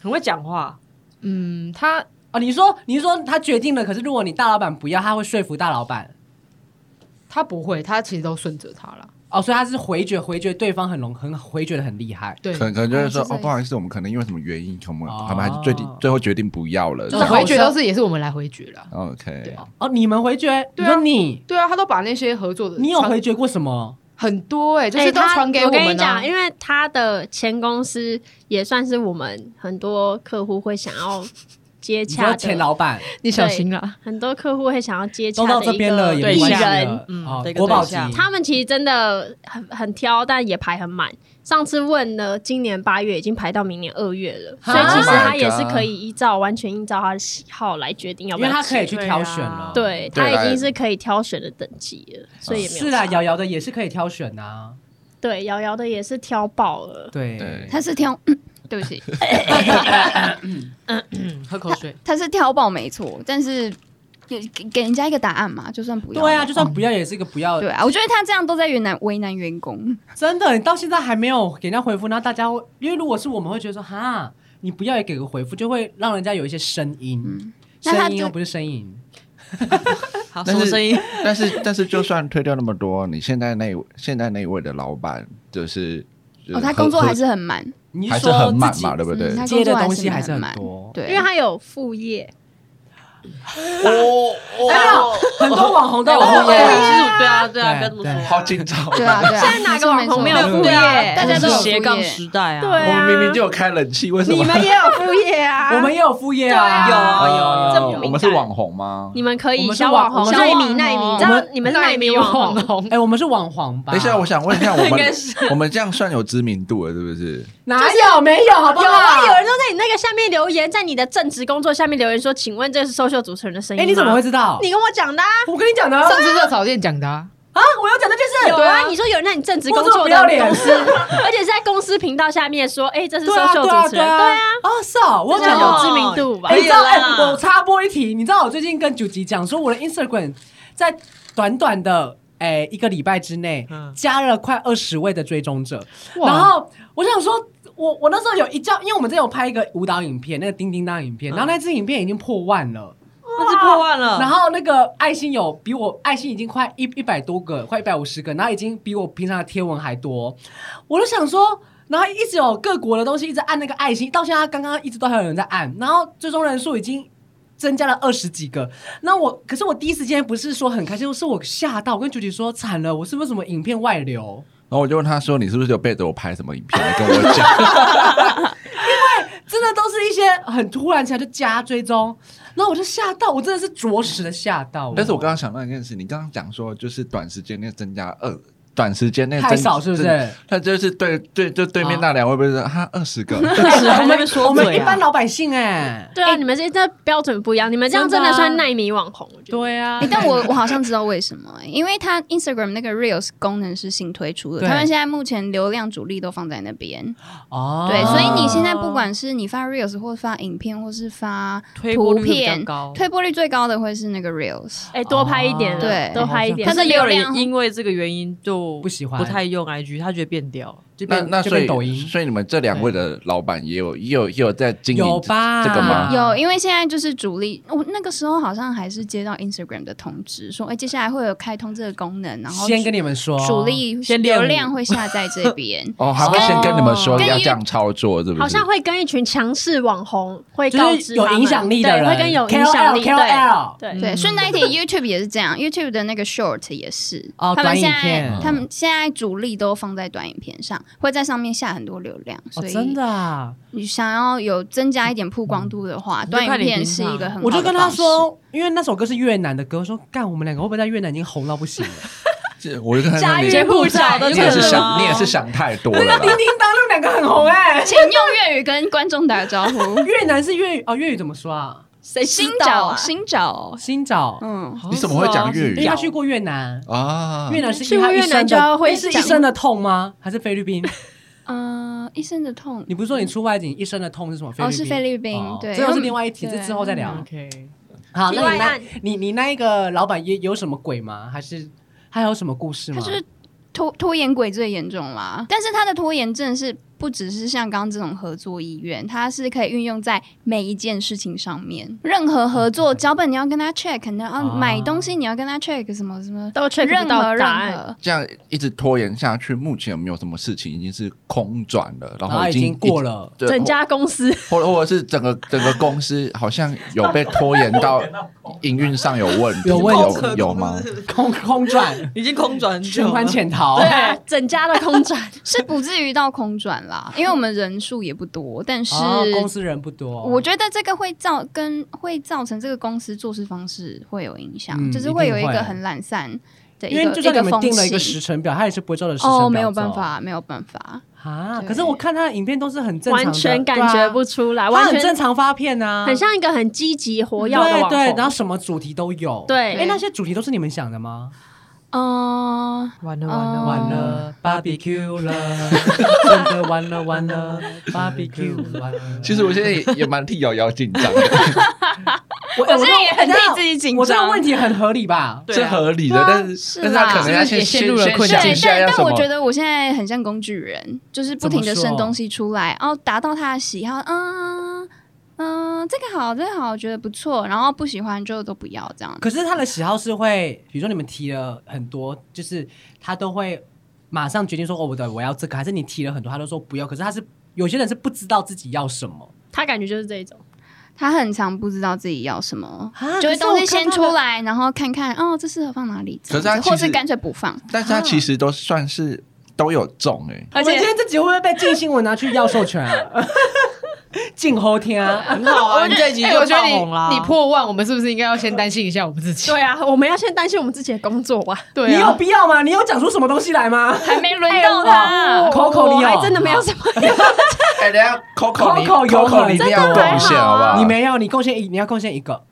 [SPEAKER 3] 很会讲话，
[SPEAKER 5] 嗯，他
[SPEAKER 1] 哦，你说你说他决定了，可是如果你大老板不要，他会说服大老板。
[SPEAKER 5] 他不会，他其实都顺着他了，
[SPEAKER 1] 哦，所以他是回绝，回绝对方很容很回绝的很厉害。
[SPEAKER 5] 对
[SPEAKER 2] 可。能可能就是说
[SPEAKER 5] 啊是
[SPEAKER 2] 哦，
[SPEAKER 5] 这样
[SPEAKER 2] 不好意思，我们可能因为什么原因，我们
[SPEAKER 1] 哦
[SPEAKER 2] 我们还是最最后决定不要了。
[SPEAKER 5] 就
[SPEAKER 1] 这
[SPEAKER 5] 是
[SPEAKER 1] 种
[SPEAKER 5] 回绝都是也是我们来回绝了。
[SPEAKER 2] OK，
[SPEAKER 1] 哦，你们回绝？你
[SPEAKER 5] 对
[SPEAKER 1] 说
[SPEAKER 5] 啊呃
[SPEAKER 1] 你，
[SPEAKER 5] 对啊，他都把那些合作的
[SPEAKER 1] 你有
[SPEAKER 5] 传
[SPEAKER 1] 回绝过什么？
[SPEAKER 5] 很多哎、就是都
[SPEAKER 4] 他
[SPEAKER 5] 传给
[SPEAKER 4] 我跟你
[SPEAKER 5] 们啊。
[SPEAKER 4] 讲，因为他的前公司也算是我们很多客户会想要接
[SPEAKER 1] 你
[SPEAKER 4] 洽
[SPEAKER 1] 说前
[SPEAKER 4] 的，
[SPEAKER 1] 老板
[SPEAKER 5] 你小心啊啦，
[SPEAKER 4] 很多客户会想要接洽
[SPEAKER 1] 都
[SPEAKER 4] 的
[SPEAKER 1] 到这边了，
[SPEAKER 4] 一
[SPEAKER 1] 也
[SPEAKER 4] 个
[SPEAKER 1] 没
[SPEAKER 4] 艺
[SPEAKER 1] 关系
[SPEAKER 4] 人，
[SPEAKER 1] 了。
[SPEAKER 3] 嗯
[SPEAKER 1] 哦
[SPEAKER 3] 对一，个
[SPEAKER 1] 国宝
[SPEAKER 3] 对
[SPEAKER 1] 级，
[SPEAKER 3] 象
[SPEAKER 4] 他们其实真的很很挑，但也排很满。上次问了，今年八月已经排到明年二月了，所以其实
[SPEAKER 2] Oh my
[SPEAKER 4] 他也是
[SPEAKER 2] God
[SPEAKER 4] 可以依照完全依照他的喜好来决定要
[SPEAKER 1] 因
[SPEAKER 4] 不
[SPEAKER 1] 为
[SPEAKER 4] 要
[SPEAKER 1] 他可以
[SPEAKER 4] 接
[SPEAKER 1] 去
[SPEAKER 3] 对
[SPEAKER 1] 挑
[SPEAKER 3] 啊
[SPEAKER 1] 选了。
[SPEAKER 4] 对
[SPEAKER 2] 对
[SPEAKER 4] 他
[SPEAKER 2] 来
[SPEAKER 4] 已经是可以挑选的等级了，所以也没有
[SPEAKER 1] 是啊，
[SPEAKER 4] 差
[SPEAKER 1] 瑶瑶的也是可以挑选啊。
[SPEAKER 4] 对瑶瑶的也是挑爆了，
[SPEAKER 1] 对
[SPEAKER 2] 对，
[SPEAKER 7] 他是挑，嗯对不 起，
[SPEAKER 5] 嗯喝口水。
[SPEAKER 7] 他是挑爆没错，但是给给给人家一个答案嘛，就算不要的话。
[SPEAKER 1] 对啊，就算不要也是一个不要
[SPEAKER 7] 对。啊，我觉得他这样都在为难为难员工。
[SPEAKER 1] 真的，你到现在还没有给人家回复，那大家会，因为如果是我们会觉得说，哈，你不要也给个回复，就会让人家有一些声音，
[SPEAKER 7] 那他
[SPEAKER 1] 声音
[SPEAKER 7] 就
[SPEAKER 1] 又不是声音，
[SPEAKER 3] 好什
[SPEAKER 2] 但
[SPEAKER 3] 么
[SPEAKER 2] 是
[SPEAKER 3] 声音？
[SPEAKER 2] 但是但是就算推掉那么多，你现在那现在那一位的老板就是就是
[SPEAKER 7] 哦，他
[SPEAKER 2] 合
[SPEAKER 7] 工作还
[SPEAKER 2] 合
[SPEAKER 7] 是很满，
[SPEAKER 1] 你
[SPEAKER 2] 还
[SPEAKER 1] 说
[SPEAKER 2] 是很满
[SPEAKER 1] 自己
[SPEAKER 2] 嘛，对不对
[SPEAKER 7] 嗯？他
[SPEAKER 1] 接
[SPEAKER 7] 工
[SPEAKER 1] 的
[SPEAKER 7] 作
[SPEAKER 1] 东西还
[SPEAKER 7] 还
[SPEAKER 1] 是
[SPEAKER 7] 是
[SPEAKER 1] 很
[SPEAKER 7] 很满
[SPEAKER 1] 多
[SPEAKER 7] 对，
[SPEAKER 4] 因为他有副业，
[SPEAKER 2] 哦哦，
[SPEAKER 1] 很多网红都有
[SPEAKER 3] 我
[SPEAKER 1] 婚
[SPEAKER 3] 我
[SPEAKER 1] 约
[SPEAKER 3] 其实我哦对啊，对
[SPEAKER 1] 对
[SPEAKER 3] 啊，不要这么
[SPEAKER 1] 对
[SPEAKER 3] 说，
[SPEAKER 2] 好紧张。
[SPEAKER 7] 对啊，对啊，
[SPEAKER 4] 现在哪个网红没有
[SPEAKER 7] 没错
[SPEAKER 4] 副业
[SPEAKER 3] 对啊，
[SPEAKER 4] 大
[SPEAKER 7] 家都有
[SPEAKER 3] 斜杠时代啊，
[SPEAKER 4] 对
[SPEAKER 2] 我
[SPEAKER 4] 啊，
[SPEAKER 2] 们明明就有开冷气，为什
[SPEAKER 4] 你
[SPEAKER 2] 么？
[SPEAKER 4] 们也有副业啊，
[SPEAKER 1] 我们也有副业啊，
[SPEAKER 3] 有啊
[SPEAKER 2] 呃
[SPEAKER 3] 这不敏感
[SPEAKER 2] 我们是网红吗？
[SPEAKER 4] 你们可
[SPEAKER 1] 我
[SPEAKER 4] 以
[SPEAKER 1] 们是
[SPEAKER 4] 小
[SPEAKER 1] 网
[SPEAKER 4] 网红、
[SPEAKER 1] 我们
[SPEAKER 4] 小
[SPEAKER 1] 是
[SPEAKER 4] 奈
[SPEAKER 7] 网
[SPEAKER 4] 米、奈米，
[SPEAKER 7] 红
[SPEAKER 4] 你知道你们是奈米网
[SPEAKER 5] 网
[SPEAKER 4] 红，
[SPEAKER 5] 红，
[SPEAKER 1] 哎，我们是网黄吧？
[SPEAKER 2] 等一下，我想问一下，我
[SPEAKER 3] 应该
[SPEAKER 2] 们
[SPEAKER 3] 是
[SPEAKER 2] 我们这样算有知名度了，是不是？
[SPEAKER 1] 哪有没有好不
[SPEAKER 4] 有啊，有
[SPEAKER 1] 好？
[SPEAKER 4] 人都在你那个下面留言，在你的正职工作下面留言说：“请问这是收秀主持人的声音
[SPEAKER 1] 哎，
[SPEAKER 4] 吗？”
[SPEAKER 1] 你怎么会知道？
[SPEAKER 4] 你跟我讲的啊？
[SPEAKER 1] 我跟你讲的啊，
[SPEAKER 5] 上次热炒店讲的、啊，
[SPEAKER 1] 我要讲的就是
[SPEAKER 4] 有啊，你说有人在你正职工
[SPEAKER 1] 我这么
[SPEAKER 4] 作
[SPEAKER 1] 不
[SPEAKER 4] 的
[SPEAKER 1] 要脸啊
[SPEAKER 4] 公司，而且是在公司频道下面说：“哎，这是收
[SPEAKER 1] 对啊
[SPEAKER 4] 秀
[SPEAKER 1] 对啊
[SPEAKER 4] 主持
[SPEAKER 1] 对
[SPEAKER 4] 人。”
[SPEAKER 1] 啊
[SPEAKER 4] 对啊，，
[SPEAKER 1] 哦是哦，我
[SPEAKER 4] 这
[SPEAKER 1] 讲
[SPEAKER 3] 啊
[SPEAKER 1] 的
[SPEAKER 4] 样有知名度吧
[SPEAKER 1] 哎？
[SPEAKER 3] 可
[SPEAKER 1] 你
[SPEAKER 3] 以
[SPEAKER 1] 知道，
[SPEAKER 3] 啦
[SPEAKER 1] 哎、我插播一题，你知道我最近跟九吉讲说，我的 Instagram 在短短的哎、一个礼拜之内，
[SPEAKER 3] 嗯
[SPEAKER 1] 加了快二十位的追踪者，
[SPEAKER 5] 哇
[SPEAKER 1] 然后我想说。我我那时候有一叫，因为我们之前有拍一个舞蹈影片，那个叮叮当影片，然后那支影片已经破万了，
[SPEAKER 3] 那是破万了。
[SPEAKER 1] 然后那个爱心有比我爱心已经快一一百多个，快一百五十个，然后已经比我平常的贴文还多。我就想说，然后一直有各国的东西一直按那个爱心，到现在刚刚一直都还有人在按，然后最终人数已经。增加了二十几个，那我可是我第一时间不是说很开心，是我吓到，我跟九姐说惨了，我是不是什么影片外流？
[SPEAKER 2] 然后我就问他说：“你是不是有背着我拍什么影片来跟我讲
[SPEAKER 1] 真的都是一些很突然起来就加追踪，然后我就吓到，我真的是着实的吓到哦。？”
[SPEAKER 2] 但是我刚刚想到一件事，你刚刚讲说就是短时间内增加二，短时间内增
[SPEAKER 1] 太少是不是？？
[SPEAKER 2] 他就是对对，就对面那俩会不会是他二十个？
[SPEAKER 3] 是还在那边
[SPEAKER 1] 我
[SPEAKER 3] 说
[SPEAKER 1] 们
[SPEAKER 3] 嘴
[SPEAKER 1] 一般
[SPEAKER 3] 啊，
[SPEAKER 1] 老百姓哎、
[SPEAKER 4] 对啊，你们这这标准不一样，你们这样真的啊算耐米网红，我觉得。
[SPEAKER 1] 对啊
[SPEAKER 7] 欸， 但我我好像知道为什么、欸因为它 Instagram 那个 Reels 功能是新推出的，
[SPEAKER 1] 对
[SPEAKER 7] 他们现在目前流量主力都放在那边，
[SPEAKER 1] 哦
[SPEAKER 7] 对，所以你现在不管是你发 Reels 或发影片，或是发
[SPEAKER 3] 推
[SPEAKER 7] 图
[SPEAKER 3] 播率比较
[SPEAKER 7] 片，
[SPEAKER 3] 高。
[SPEAKER 7] 推播率最高的会是那个 Reels。
[SPEAKER 4] 哎，多拍一点
[SPEAKER 7] 哦
[SPEAKER 4] 了，
[SPEAKER 7] 对
[SPEAKER 4] 多拍一点。
[SPEAKER 7] 好
[SPEAKER 1] 啊
[SPEAKER 7] 像
[SPEAKER 3] 但是也有人
[SPEAKER 7] 流量
[SPEAKER 3] 因为这个原因就
[SPEAKER 1] 不喜欢
[SPEAKER 3] 不太用 IG，他觉得变掉了。
[SPEAKER 1] 就
[SPEAKER 2] 那
[SPEAKER 1] 变
[SPEAKER 2] 那
[SPEAKER 1] 就
[SPEAKER 2] 所
[SPEAKER 1] 变
[SPEAKER 2] 以
[SPEAKER 1] 抖音
[SPEAKER 2] 所以你们这两位的老板也有也有也有在经营
[SPEAKER 1] 有吧？
[SPEAKER 2] 这个吗。
[SPEAKER 1] 有
[SPEAKER 7] 有，因为现在就是主力，我那个时候好像还是接到 Instagram 的通知，说，哎、接下来会有开通这个功能，然后
[SPEAKER 1] 先跟你们说，
[SPEAKER 7] 主力
[SPEAKER 3] 先练
[SPEAKER 7] 流
[SPEAKER 3] 舞
[SPEAKER 7] 量会下在这边
[SPEAKER 2] 哦，还会先跟你们说
[SPEAKER 7] 跟
[SPEAKER 2] 要这样操作，是不
[SPEAKER 4] 好
[SPEAKER 2] 是
[SPEAKER 4] 像？会跟一群强势网红会
[SPEAKER 1] 嗯
[SPEAKER 4] 告
[SPEAKER 1] 就
[SPEAKER 4] 知
[SPEAKER 1] 是有
[SPEAKER 4] 他们
[SPEAKER 1] 影响力的
[SPEAKER 4] 对
[SPEAKER 1] 人，
[SPEAKER 4] 会跟有影响力
[SPEAKER 1] KOL,
[SPEAKER 4] 对
[SPEAKER 1] KOL
[SPEAKER 4] 对。
[SPEAKER 7] 对，顺带一提，YouTube 也是这样，YouTube 的那个 Short 也是，
[SPEAKER 1] 哦
[SPEAKER 7] 他们
[SPEAKER 1] 短影
[SPEAKER 7] 现在
[SPEAKER 1] 片
[SPEAKER 7] 他们现在主力都放在短影片上，会在上面下很多流量，
[SPEAKER 1] 哦
[SPEAKER 7] 所，以
[SPEAKER 1] 真的啊！
[SPEAKER 7] 你想要有增加一点曝光度的话，
[SPEAKER 3] 嗯
[SPEAKER 7] 短影
[SPEAKER 3] 就看你
[SPEAKER 7] 片
[SPEAKER 3] 平
[SPEAKER 7] 是一个很好的
[SPEAKER 1] 我就跟他
[SPEAKER 7] 方式，
[SPEAKER 1] 说，因为那首歌是越南的歌，我说干，我们两个会不会在越南已经红到不行 了？
[SPEAKER 2] 这我就看他你，
[SPEAKER 3] 柬埔寨
[SPEAKER 2] 你
[SPEAKER 3] 的
[SPEAKER 2] 也
[SPEAKER 3] 可
[SPEAKER 2] 是
[SPEAKER 3] 能
[SPEAKER 2] 想
[SPEAKER 1] 哦
[SPEAKER 3] 啊
[SPEAKER 2] 你也是想太多了啦。
[SPEAKER 1] 叮当，他们两个很红哎、。
[SPEAKER 7] 请用粤语跟观众打招呼
[SPEAKER 1] 越南是粤语哦，粤语怎么说啊？
[SPEAKER 3] 谁
[SPEAKER 7] 新
[SPEAKER 3] 知道
[SPEAKER 7] 找
[SPEAKER 3] 啊？
[SPEAKER 7] 新找，
[SPEAKER 1] 新找，
[SPEAKER 7] 嗯，
[SPEAKER 2] 你怎么会讲粤
[SPEAKER 1] 因
[SPEAKER 2] 语
[SPEAKER 1] 为他去过越南。
[SPEAKER 2] 啊？
[SPEAKER 1] 越南是
[SPEAKER 4] 去过越南就要会
[SPEAKER 1] 是一
[SPEAKER 4] 讲
[SPEAKER 1] 生的痛吗？还是菲律宾？
[SPEAKER 7] 呃，一生的痛
[SPEAKER 1] 你不是说你出外景一生的痛是什么？
[SPEAKER 7] 哦是菲律宾
[SPEAKER 1] 哦
[SPEAKER 7] 对
[SPEAKER 1] 这又是另外一题，
[SPEAKER 7] 嗯
[SPEAKER 1] 这之后再聊。
[SPEAKER 3] OK，
[SPEAKER 1] 好，
[SPEAKER 4] 题
[SPEAKER 1] 那你
[SPEAKER 4] 外
[SPEAKER 1] 那
[SPEAKER 4] 案，
[SPEAKER 1] 你你那一个老板也有什么鬼吗？还是还有什么故事
[SPEAKER 7] 他
[SPEAKER 1] 吗？
[SPEAKER 7] 就是拖拖延鬼最严重啦。但是他的拖延症是不只是像刚刚这种合作意愿，它是可以运用在每一件事情上面。任何合作脚本你要跟他 check，然后
[SPEAKER 1] 啊
[SPEAKER 7] 买东西你要跟他 check 什么什么，
[SPEAKER 4] 都 check
[SPEAKER 7] 任
[SPEAKER 4] 不到
[SPEAKER 7] 何
[SPEAKER 4] 答
[SPEAKER 7] 任
[SPEAKER 4] 案，
[SPEAKER 7] 何。
[SPEAKER 2] 这样一直拖延下去，目前有没有什么事情已经是空转了，然
[SPEAKER 1] 然后
[SPEAKER 2] 后
[SPEAKER 1] 啊已经过，了，
[SPEAKER 2] 对
[SPEAKER 4] 整家公司
[SPEAKER 2] 或或或者是整个整个公司好像有被拖延到营运上有问题，
[SPEAKER 1] 有问题
[SPEAKER 2] 有 有吗？
[SPEAKER 1] 空空转，
[SPEAKER 3] 已经空转很久
[SPEAKER 1] 循
[SPEAKER 3] 了
[SPEAKER 1] 环潜逃。
[SPEAKER 4] 对啊，整家的空转，
[SPEAKER 7] 是不至于到空转 啦，因为我们人数也不多，但是
[SPEAKER 1] 哦公司人不多，
[SPEAKER 7] 我觉得这个会造跟会造成这个公司做事方式会有影响，
[SPEAKER 1] 嗯
[SPEAKER 7] 就是会有一
[SPEAKER 1] 一定
[SPEAKER 7] 个
[SPEAKER 1] 会
[SPEAKER 7] 很懒散的一
[SPEAKER 1] 因
[SPEAKER 7] 个
[SPEAKER 1] 为就
[SPEAKER 7] 一
[SPEAKER 1] 算你
[SPEAKER 7] 个
[SPEAKER 1] 们
[SPEAKER 7] 风
[SPEAKER 1] 定了一个
[SPEAKER 7] 气
[SPEAKER 1] 时程表，他也是不会照着时程表
[SPEAKER 7] 哦，没有办
[SPEAKER 1] 走
[SPEAKER 7] 法，没有办法。
[SPEAKER 1] 啊。
[SPEAKER 7] 对
[SPEAKER 1] 可是我看他的影片都是很正常的，
[SPEAKER 4] 完全感
[SPEAKER 1] 对
[SPEAKER 4] 觉
[SPEAKER 1] 啊
[SPEAKER 4] 不出来，
[SPEAKER 1] 他
[SPEAKER 4] 完
[SPEAKER 1] 很正
[SPEAKER 4] 全
[SPEAKER 1] 常发片啊，
[SPEAKER 4] 很像一个很积极活跃的
[SPEAKER 1] 对
[SPEAKER 4] 网
[SPEAKER 1] 对，然后
[SPEAKER 4] 红。
[SPEAKER 1] 什么主题都有。
[SPEAKER 4] 对
[SPEAKER 1] 哎，那些主题都是你们想的吗？
[SPEAKER 7] 嗯，
[SPEAKER 3] 完了
[SPEAKER 5] 呃
[SPEAKER 3] 完了
[SPEAKER 7] 哦
[SPEAKER 1] 完了，barbecue 了，真的完了完了，barbecue 完 了。
[SPEAKER 2] 其实我现在也也蛮替瑶瑶紧张的，
[SPEAKER 1] 我我
[SPEAKER 7] 现在也很替自
[SPEAKER 1] 己紧我这个问题很合理吧？
[SPEAKER 3] 对
[SPEAKER 2] 是
[SPEAKER 3] 啊
[SPEAKER 2] 合理的，但是
[SPEAKER 7] 是
[SPEAKER 2] 但是他
[SPEAKER 7] 啦
[SPEAKER 2] 可能要
[SPEAKER 5] 是不是
[SPEAKER 2] 先
[SPEAKER 5] 也陷入了
[SPEAKER 2] 先
[SPEAKER 5] 困
[SPEAKER 2] 先想一
[SPEAKER 5] 境
[SPEAKER 7] 对，
[SPEAKER 2] 下
[SPEAKER 7] 但
[SPEAKER 2] 要
[SPEAKER 7] 但
[SPEAKER 2] 什
[SPEAKER 7] 我觉
[SPEAKER 2] 么。
[SPEAKER 7] 得我现在很像工具人，就是不停的
[SPEAKER 1] 怎
[SPEAKER 7] 生
[SPEAKER 1] 么说
[SPEAKER 7] 东西出来，然后达到他的喜好，嗯嗯，这个好，这个好，我觉得不错，然后不喜欢就都不要这样。
[SPEAKER 1] 可是他的喜好是会，比如说你们提了很多，就是他都会马上决定说哦，我的我要这个，还是你提了很多，他都说不要。可是他是有些人是不知道自己要什么，
[SPEAKER 4] 他感觉就是这一种，
[SPEAKER 7] 他很常不知道自己要什么。
[SPEAKER 1] 啊
[SPEAKER 7] 就是东西先出。
[SPEAKER 1] 可是我看他的
[SPEAKER 7] 来，然后看看哦，这适合放哪里，
[SPEAKER 2] 可是
[SPEAKER 7] 这样
[SPEAKER 2] 他
[SPEAKER 7] 子
[SPEAKER 2] 其
[SPEAKER 7] 或
[SPEAKER 2] 实
[SPEAKER 7] 是干脆不放。
[SPEAKER 2] 但是他其实都算是都有中哎、
[SPEAKER 1] 我们今天这集会不会被进新闻拿去要授权啊？ 进后天啊，
[SPEAKER 3] 很好啊，你这一集
[SPEAKER 5] 哎，
[SPEAKER 3] 就
[SPEAKER 5] 我觉
[SPEAKER 3] 爆
[SPEAKER 5] 得
[SPEAKER 3] 红啦。
[SPEAKER 5] 你你破万，我们是不是应该要先担心一下我们自己？
[SPEAKER 4] 对啊，我们要先担心我们自己的工作啊，
[SPEAKER 5] 对
[SPEAKER 1] 你有
[SPEAKER 5] 啊，
[SPEAKER 1] 必要吗？你有讲出什么东西来吗？
[SPEAKER 7] 还没 轮到
[SPEAKER 4] 我
[SPEAKER 7] 他，
[SPEAKER 1] Coco，
[SPEAKER 4] 哎我
[SPEAKER 1] 你有
[SPEAKER 4] 还真的没有什么，
[SPEAKER 2] 哎、等一下 Coco 你
[SPEAKER 1] Coco 有很
[SPEAKER 2] 你一定要
[SPEAKER 4] 真的还
[SPEAKER 2] 贡献
[SPEAKER 4] 好
[SPEAKER 2] 好不
[SPEAKER 4] 啊
[SPEAKER 2] 好？
[SPEAKER 1] 你没有，你贡献一，你要贡献一个，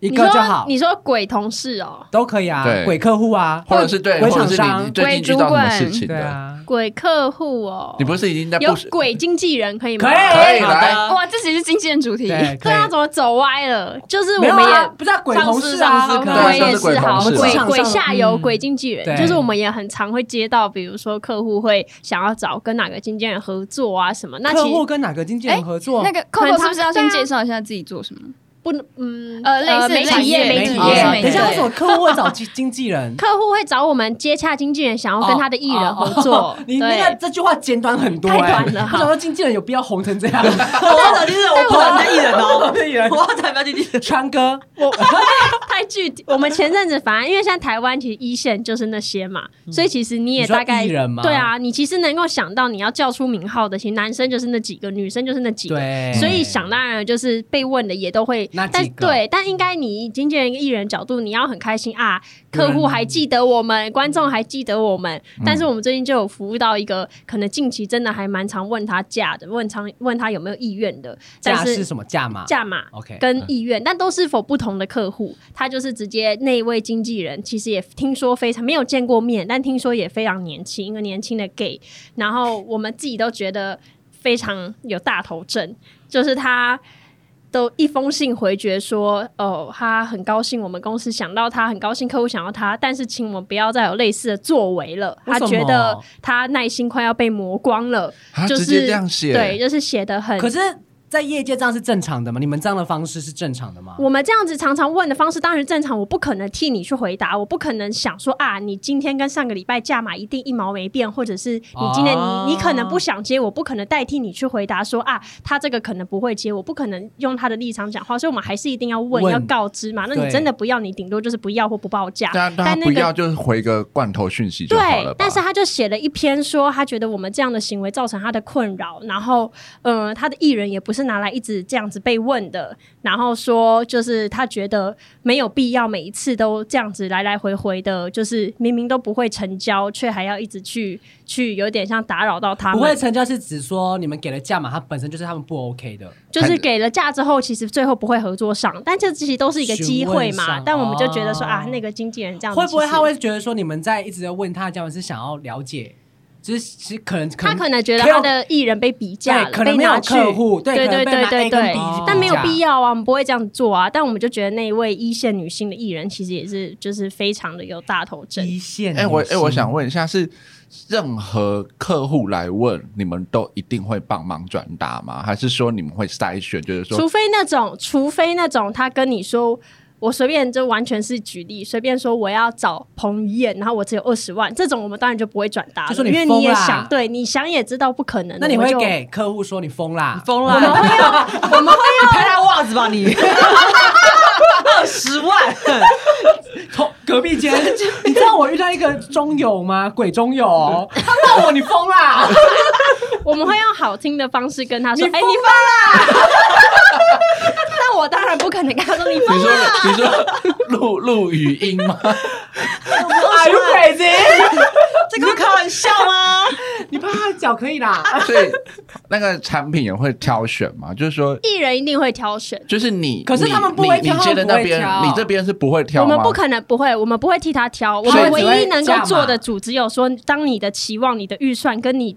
[SPEAKER 1] 一
[SPEAKER 4] 你
[SPEAKER 1] 个就好
[SPEAKER 4] 说，你说鬼同事哦，
[SPEAKER 1] 都可以啊
[SPEAKER 2] 对。
[SPEAKER 1] 鬼客户啊，
[SPEAKER 2] 或者是对，
[SPEAKER 1] 我
[SPEAKER 2] 或者
[SPEAKER 1] 想
[SPEAKER 2] 是
[SPEAKER 1] 上
[SPEAKER 2] 你最近遇到什么事情
[SPEAKER 1] 对
[SPEAKER 2] 的？
[SPEAKER 1] 啊，
[SPEAKER 4] 鬼客户哦，
[SPEAKER 2] 你不是已经在
[SPEAKER 4] 有
[SPEAKER 2] 不
[SPEAKER 4] 鬼经纪人可以吗？
[SPEAKER 1] 可以
[SPEAKER 2] 可以
[SPEAKER 3] 好
[SPEAKER 2] 来
[SPEAKER 3] 的，
[SPEAKER 7] 哇，这其实是经纪人主题。
[SPEAKER 1] 对，可
[SPEAKER 4] 对
[SPEAKER 1] 以
[SPEAKER 4] 啊，怎么走歪了？就是我
[SPEAKER 1] 没有
[SPEAKER 4] 们
[SPEAKER 1] 啊，
[SPEAKER 4] 也。
[SPEAKER 1] 不是啊鬼同事啊，
[SPEAKER 3] 上司上司可
[SPEAKER 4] 我
[SPEAKER 2] 能
[SPEAKER 4] 们
[SPEAKER 2] 对上
[SPEAKER 4] 也
[SPEAKER 2] 司鬼
[SPEAKER 4] 是
[SPEAKER 2] 同
[SPEAKER 4] 好，
[SPEAKER 2] 事
[SPEAKER 4] 鬼
[SPEAKER 1] 啊
[SPEAKER 4] 鬼下游、
[SPEAKER 1] 嗯
[SPEAKER 4] 鬼经纪人，
[SPEAKER 1] 对
[SPEAKER 4] 就是我们也很常会接到，比如说客户会想要找跟哪个经纪人合作啊什么。那其
[SPEAKER 1] 客户
[SPEAKER 4] 实哎
[SPEAKER 1] 跟哪个经纪人合作？
[SPEAKER 7] 那个
[SPEAKER 4] 可能
[SPEAKER 7] Coco
[SPEAKER 4] 他
[SPEAKER 7] 是不是要
[SPEAKER 4] 对
[SPEAKER 7] 先
[SPEAKER 4] 啊
[SPEAKER 7] 介绍一下自己做什么？
[SPEAKER 4] 不能，嗯，
[SPEAKER 7] 呃类似
[SPEAKER 4] 媒
[SPEAKER 7] 产
[SPEAKER 4] 体
[SPEAKER 7] 业
[SPEAKER 4] 业，哦
[SPEAKER 7] 媒
[SPEAKER 4] 媒
[SPEAKER 7] 体
[SPEAKER 4] 体
[SPEAKER 7] 业
[SPEAKER 4] 业。
[SPEAKER 1] 等
[SPEAKER 7] 媒
[SPEAKER 1] 一
[SPEAKER 7] 体
[SPEAKER 1] 下，
[SPEAKER 7] 业
[SPEAKER 1] 为什么客户会找经 经纪人？
[SPEAKER 4] 客户会找我们接洽经纪人，想哦要跟他的艺人合作。
[SPEAKER 1] 哦 你那个
[SPEAKER 4] 对，
[SPEAKER 1] 这句话简短很多、欸，
[SPEAKER 4] 太短了
[SPEAKER 1] 我想说经纪人有必要红成这 样？
[SPEAKER 3] 我要找经纪人，我不要当艺人哦，
[SPEAKER 1] 艺人
[SPEAKER 3] 我要找不要经纪人。
[SPEAKER 1] 川 哥，
[SPEAKER 4] 我太具体。我们前阵子反而因为现在台湾其实一线就是那些嘛，所以其实你也
[SPEAKER 1] 嗯你说
[SPEAKER 4] 大概
[SPEAKER 1] 艺人吗
[SPEAKER 4] 对啊，你其实能够想到你要叫出名号的，其实男生就是那几个，女生就是那几个。
[SPEAKER 1] 对，
[SPEAKER 4] 所以想当然就是被问的也都会，
[SPEAKER 1] 那
[SPEAKER 4] 但
[SPEAKER 1] 几个
[SPEAKER 4] 对，但应该你以经纪人、艺人角度，你要很开心啊，
[SPEAKER 1] 有人
[SPEAKER 4] 客户还记得我们，观众还记得我们。
[SPEAKER 1] 嗯
[SPEAKER 4] 但是我们最近就有服务到一个，可能近期真的还蛮常问他价的，问常问他有没有意愿的，但
[SPEAKER 1] 价是
[SPEAKER 4] 是
[SPEAKER 1] 什么价码？
[SPEAKER 4] 价码
[SPEAKER 1] OK，
[SPEAKER 4] 跟
[SPEAKER 1] 嗯
[SPEAKER 4] 意愿，但都是否不同的客户，他就是直接那一位经纪人，其实也听说非常没有见过面，但听说也非常年轻，一个年轻的 gay，然后我们自己都觉得非常有大头症，就是他。都一封信回绝说，哦，他很高兴我们公司想到他，很高兴客户想到他，但是请我们不要再有类似的作为了。
[SPEAKER 1] 为
[SPEAKER 4] 他
[SPEAKER 1] 什么
[SPEAKER 4] 觉得他耐心快要被磨光了，
[SPEAKER 2] 啊
[SPEAKER 4] 就是
[SPEAKER 2] 直接这样写，
[SPEAKER 4] 对，，就是写的很
[SPEAKER 1] 可是，在业界这样是正常的吗？你们这样的方式是正常的吗？
[SPEAKER 4] 我们这样子常常问的方式当然正常，我不可能替你去回答，我不可能想说啊，你今天跟上个礼拜价码一定一毛没变，或者是你今天你、
[SPEAKER 1] 哦
[SPEAKER 4] 你可能不想接，我不可能代替你去回答说啊，他这个可能不会接，我不可能用他的立场讲话，所以我们还是一定要问，
[SPEAKER 1] 问啊
[SPEAKER 4] 要告知嘛。那你
[SPEAKER 1] 对
[SPEAKER 4] 真的不要，你顶多就是不要或不报价，
[SPEAKER 2] 但但他
[SPEAKER 4] 但那
[SPEAKER 2] 不要
[SPEAKER 4] 个。
[SPEAKER 2] 就是回个罐头讯息就好了
[SPEAKER 4] 对
[SPEAKER 2] 吧，
[SPEAKER 4] 但是他就写了一篇说，他觉得我们这样的行为造成他的困扰，然后，嗯、他的艺人也不是拿来一直这样子被问的，然后说就是他觉得没有必要每一次都这样子来来回回的，就是明明都不会成交，却还要一直去去有点像打扰到他
[SPEAKER 1] 不会
[SPEAKER 4] 们，
[SPEAKER 1] 成交是指说你们给的价码，它本身就是他们不 OK 的。
[SPEAKER 4] 就是给了价之后，其实最后不会合作上，但这其实都是一个机会
[SPEAKER 1] 询问
[SPEAKER 4] 嘛
[SPEAKER 1] 上。
[SPEAKER 4] 但我们就觉得说、
[SPEAKER 1] 哦
[SPEAKER 4] 啊，那个经纪人这样子
[SPEAKER 1] 会不会
[SPEAKER 4] 其实
[SPEAKER 1] 他会觉得说你们在一直在问他的价码是想要了解，只是其实可能
[SPEAKER 4] 他可能觉得
[SPEAKER 1] 可以
[SPEAKER 4] 他的艺人被比价了，
[SPEAKER 1] 对可能
[SPEAKER 4] 被
[SPEAKER 1] 没有
[SPEAKER 4] 拿去
[SPEAKER 1] 客户对
[SPEAKER 4] 对
[SPEAKER 1] 可能
[SPEAKER 4] 对
[SPEAKER 1] 被
[SPEAKER 4] 对
[SPEAKER 1] 拿 A 跟
[SPEAKER 4] 对对
[SPEAKER 1] B 比，
[SPEAKER 4] 但没有
[SPEAKER 1] 价
[SPEAKER 4] 必要啊，我们不会这样做啊。但我们就觉得那一位一线女性的艺人，其实也是就是非常的有大头症。
[SPEAKER 1] 一线
[SPEAKER 2] 哎、我哎、我想
[SPEAKER 1] 问，
[SPEAKER 2] 问一下，是任何客户来问，你们都一定会帮忙转达吗？还是说你们会筛选，就是
[SPEAKER 4] 除
[SPEAKER 2] 说，
[SPEAKER 4] 非那种，除非那种，他跟你说，我随便就完全是举例，随便说我要找彭于晏，然后我只有二十万，这种我们当然就不会转达了，
[SPEAKER 1] 就说你
[SPEAKER 4] 因为
[SPEAKER 1] 疯
[SPEAKER 4] 你也
[SPEAKER 1] 啦
[SPEAKER 4] 想，对你想也知道不可能。
[SPEAKER 1] 那你
[SPEAKER 4] 我们
[SPEAKER 1] 会
[SPEAKER 4] 就
[SPEAKER 1] 给客户说你疯啦？
[SPEAKER 3] 疯了！我们会要，我们会要拍他袜子吧你。二十万，
[SPEAKER 1] 从隔壁间，你知道我遇到一个中友吗？鬼中 友，哦他骂我你疯啦！
[SPEAKER 4] 我们会用好听的方式跟他说：“
[SPEAKER 1] 你
[SPEAKER 4] 哎、
[SPEAKER 1] 疯
[SPEAKER 4] 你疯啦！”但我当然不可能跟他说你
[SPEAKER 2] 你
[SPEAKER 4] 疯啊
[SPEAKER 2] 说
[SPEAKER 4] 啦。
[SPEAKER 2] 你说录录语音吗？
[SPEAKER 1] Are you crazy？
[SPEAKER 3] 这个会开玩笑吗？
[SPEAKER 1] 你拍他的脚可以啦。
[SPEAKER 2] 所以那个产品也会挑选嘛，就是说，
[SPEAKER 4] 艺人一定会挑选，
[SPEAKER 2] 就是你，
[SPEAKER 1] 可是他们不会
[SPEAKER 2] 你
[SPEAKER 1] 挑
[SPEAKER 2] 你接的
[SPEAKER 1] 他们不会
[SPEAKER 2] 那边，
[SPEAKER 1] 挑
[SPEAKER 2] 你这边是不会挑
[SPEAKER 4] 我
[SPEAKER 2] 吗？
[SPEAKER 4] 们不可能不会，我们不会替他挑。我
[SPEAKER 1] 所以
[SPEAKER 4] 们唯
[SPEAKER 1] 只会
[SPEAKER 4] 一能够
[SPEAKER 1] 价码
[SPEAKER 4] 做的主只有说，当你的期望、你的预算跟你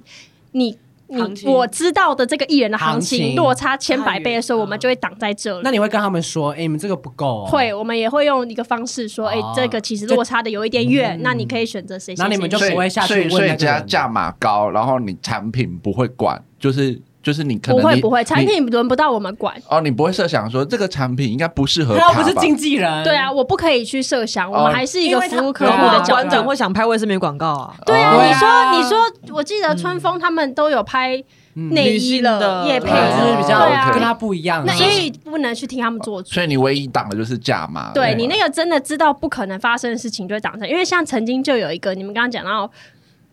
[SPEAKER 4] 你。
[SPEAKER 3] 行
[SPEAKER 4] 你
[SPEAKER 3] 情
[SPEAKER 4] 我知道的这个艺人的行
[SPEAKER 1] 行
[SPEAKER 4] 情
[SPEAKER 1] 情
[SPEAKER 4] 落差千百倍的时候，
[SPEAKER 3] 太远了
[SPEAKER 4] 我们就会挡在这
[SPEAKER 1] 那
[SPEAKER 4] 里。
[SPEAKER 1] 你会跟他们说，哎、你们这个不够、哦，
[SPEAKER 4] 会，我们也会用一个方式说，哎
[SPEAKER 1] 哦，
[SPEAKER 4] 这个其实落差的有一点远，那你可以选择谁谁
[SPEAKER 1] 然后你
[SPEAKER 4] 谁
[SPEAKER 1] 们
[SPEAKER 4] 谁。
[SPEAKER 1] 就
[SPEAKER 2] 所以
[SPEAKER 1] 不会下去
[SPEAKER 2] 所以
[SPEAKER 1] 问
[SPEAKER 2] 所
[SPEAKER 1] 那
[SPEAKER 2] 以
[SPEAKER 1] 个人
[SPEAKER 2] 加价码高，然后你产品不会管，就是就是你可
[SPEAKER 4] 不
[SPEAKER 2] 能
[SPEAKER 4] 会
[SPEAKER 2] 你
[SPEAKER 4] 不会，产
[SPEAKER 2] 你
[SPEAKER 4] 品轮不到我们
[SPEAKER 1] 嗯
[SPEAKER 4] 管。
[SPEAKER 2] 哦，你不会设想说这个产品应该不适合
[SPEAKER 1] 他又不是
[SPEAKER 2] 吧
[SPEAKER 1] 经纪人，
[SPEAKER 4] 对啊，，我不可以去设想，我
[SPEAKER 2] 哦
[SPEAKER 4] 们还是一个
[SPEAKER 1] 因为他
[SPEAKER 4] 服务客
[SPEAKER 1] 对
[SPEAKER 4] 户
[SPEAKER 1] 啊对
[SPEAKER 4] 的
[SPEAKER 1] 啊
[SPEAKER 4] 角
[SPEAKER 3] 观
[SPEAKER 4] 度。
[SPEAKER 3] 众会想拍卫生棉广告啊？
[SPEAKER 4] 对啊，
[SPEAKER 2] 哦
[SPEAKER 4] 你说
[SPEAKER 1] 对
[SPEAKER 4] 你
[SPEAKER 1] 啊
[SPEAKER 4] 说，我记得春风他们都有拍
[SPEAKER 1] 嗯
[SPEAKER 4] 内衣了，
[SPEAKER 3] 女性的
[SPEAKER 4] 叶
[SPEAKER 1] 对，
[SPEAKER 4] 配
[SPEAKER 2] 啊
[SPEAKER 1] 就是比较
[SPEAKER 4] 对啊
[SPEAKER 1] 跟他不一样、啊，
[SPEAKER 4] 那所以不能去听他们做主。
[SPEAKER 2] 所以你唯一挡的就是价码，
[SPEAKER 4] 对啊你
[SPEAKER 2] 吗
[SPEAKER 4] 那个真的知道不可能发生的事情，就会挡着。因为像曾经就有一个，你们刚刚讲到，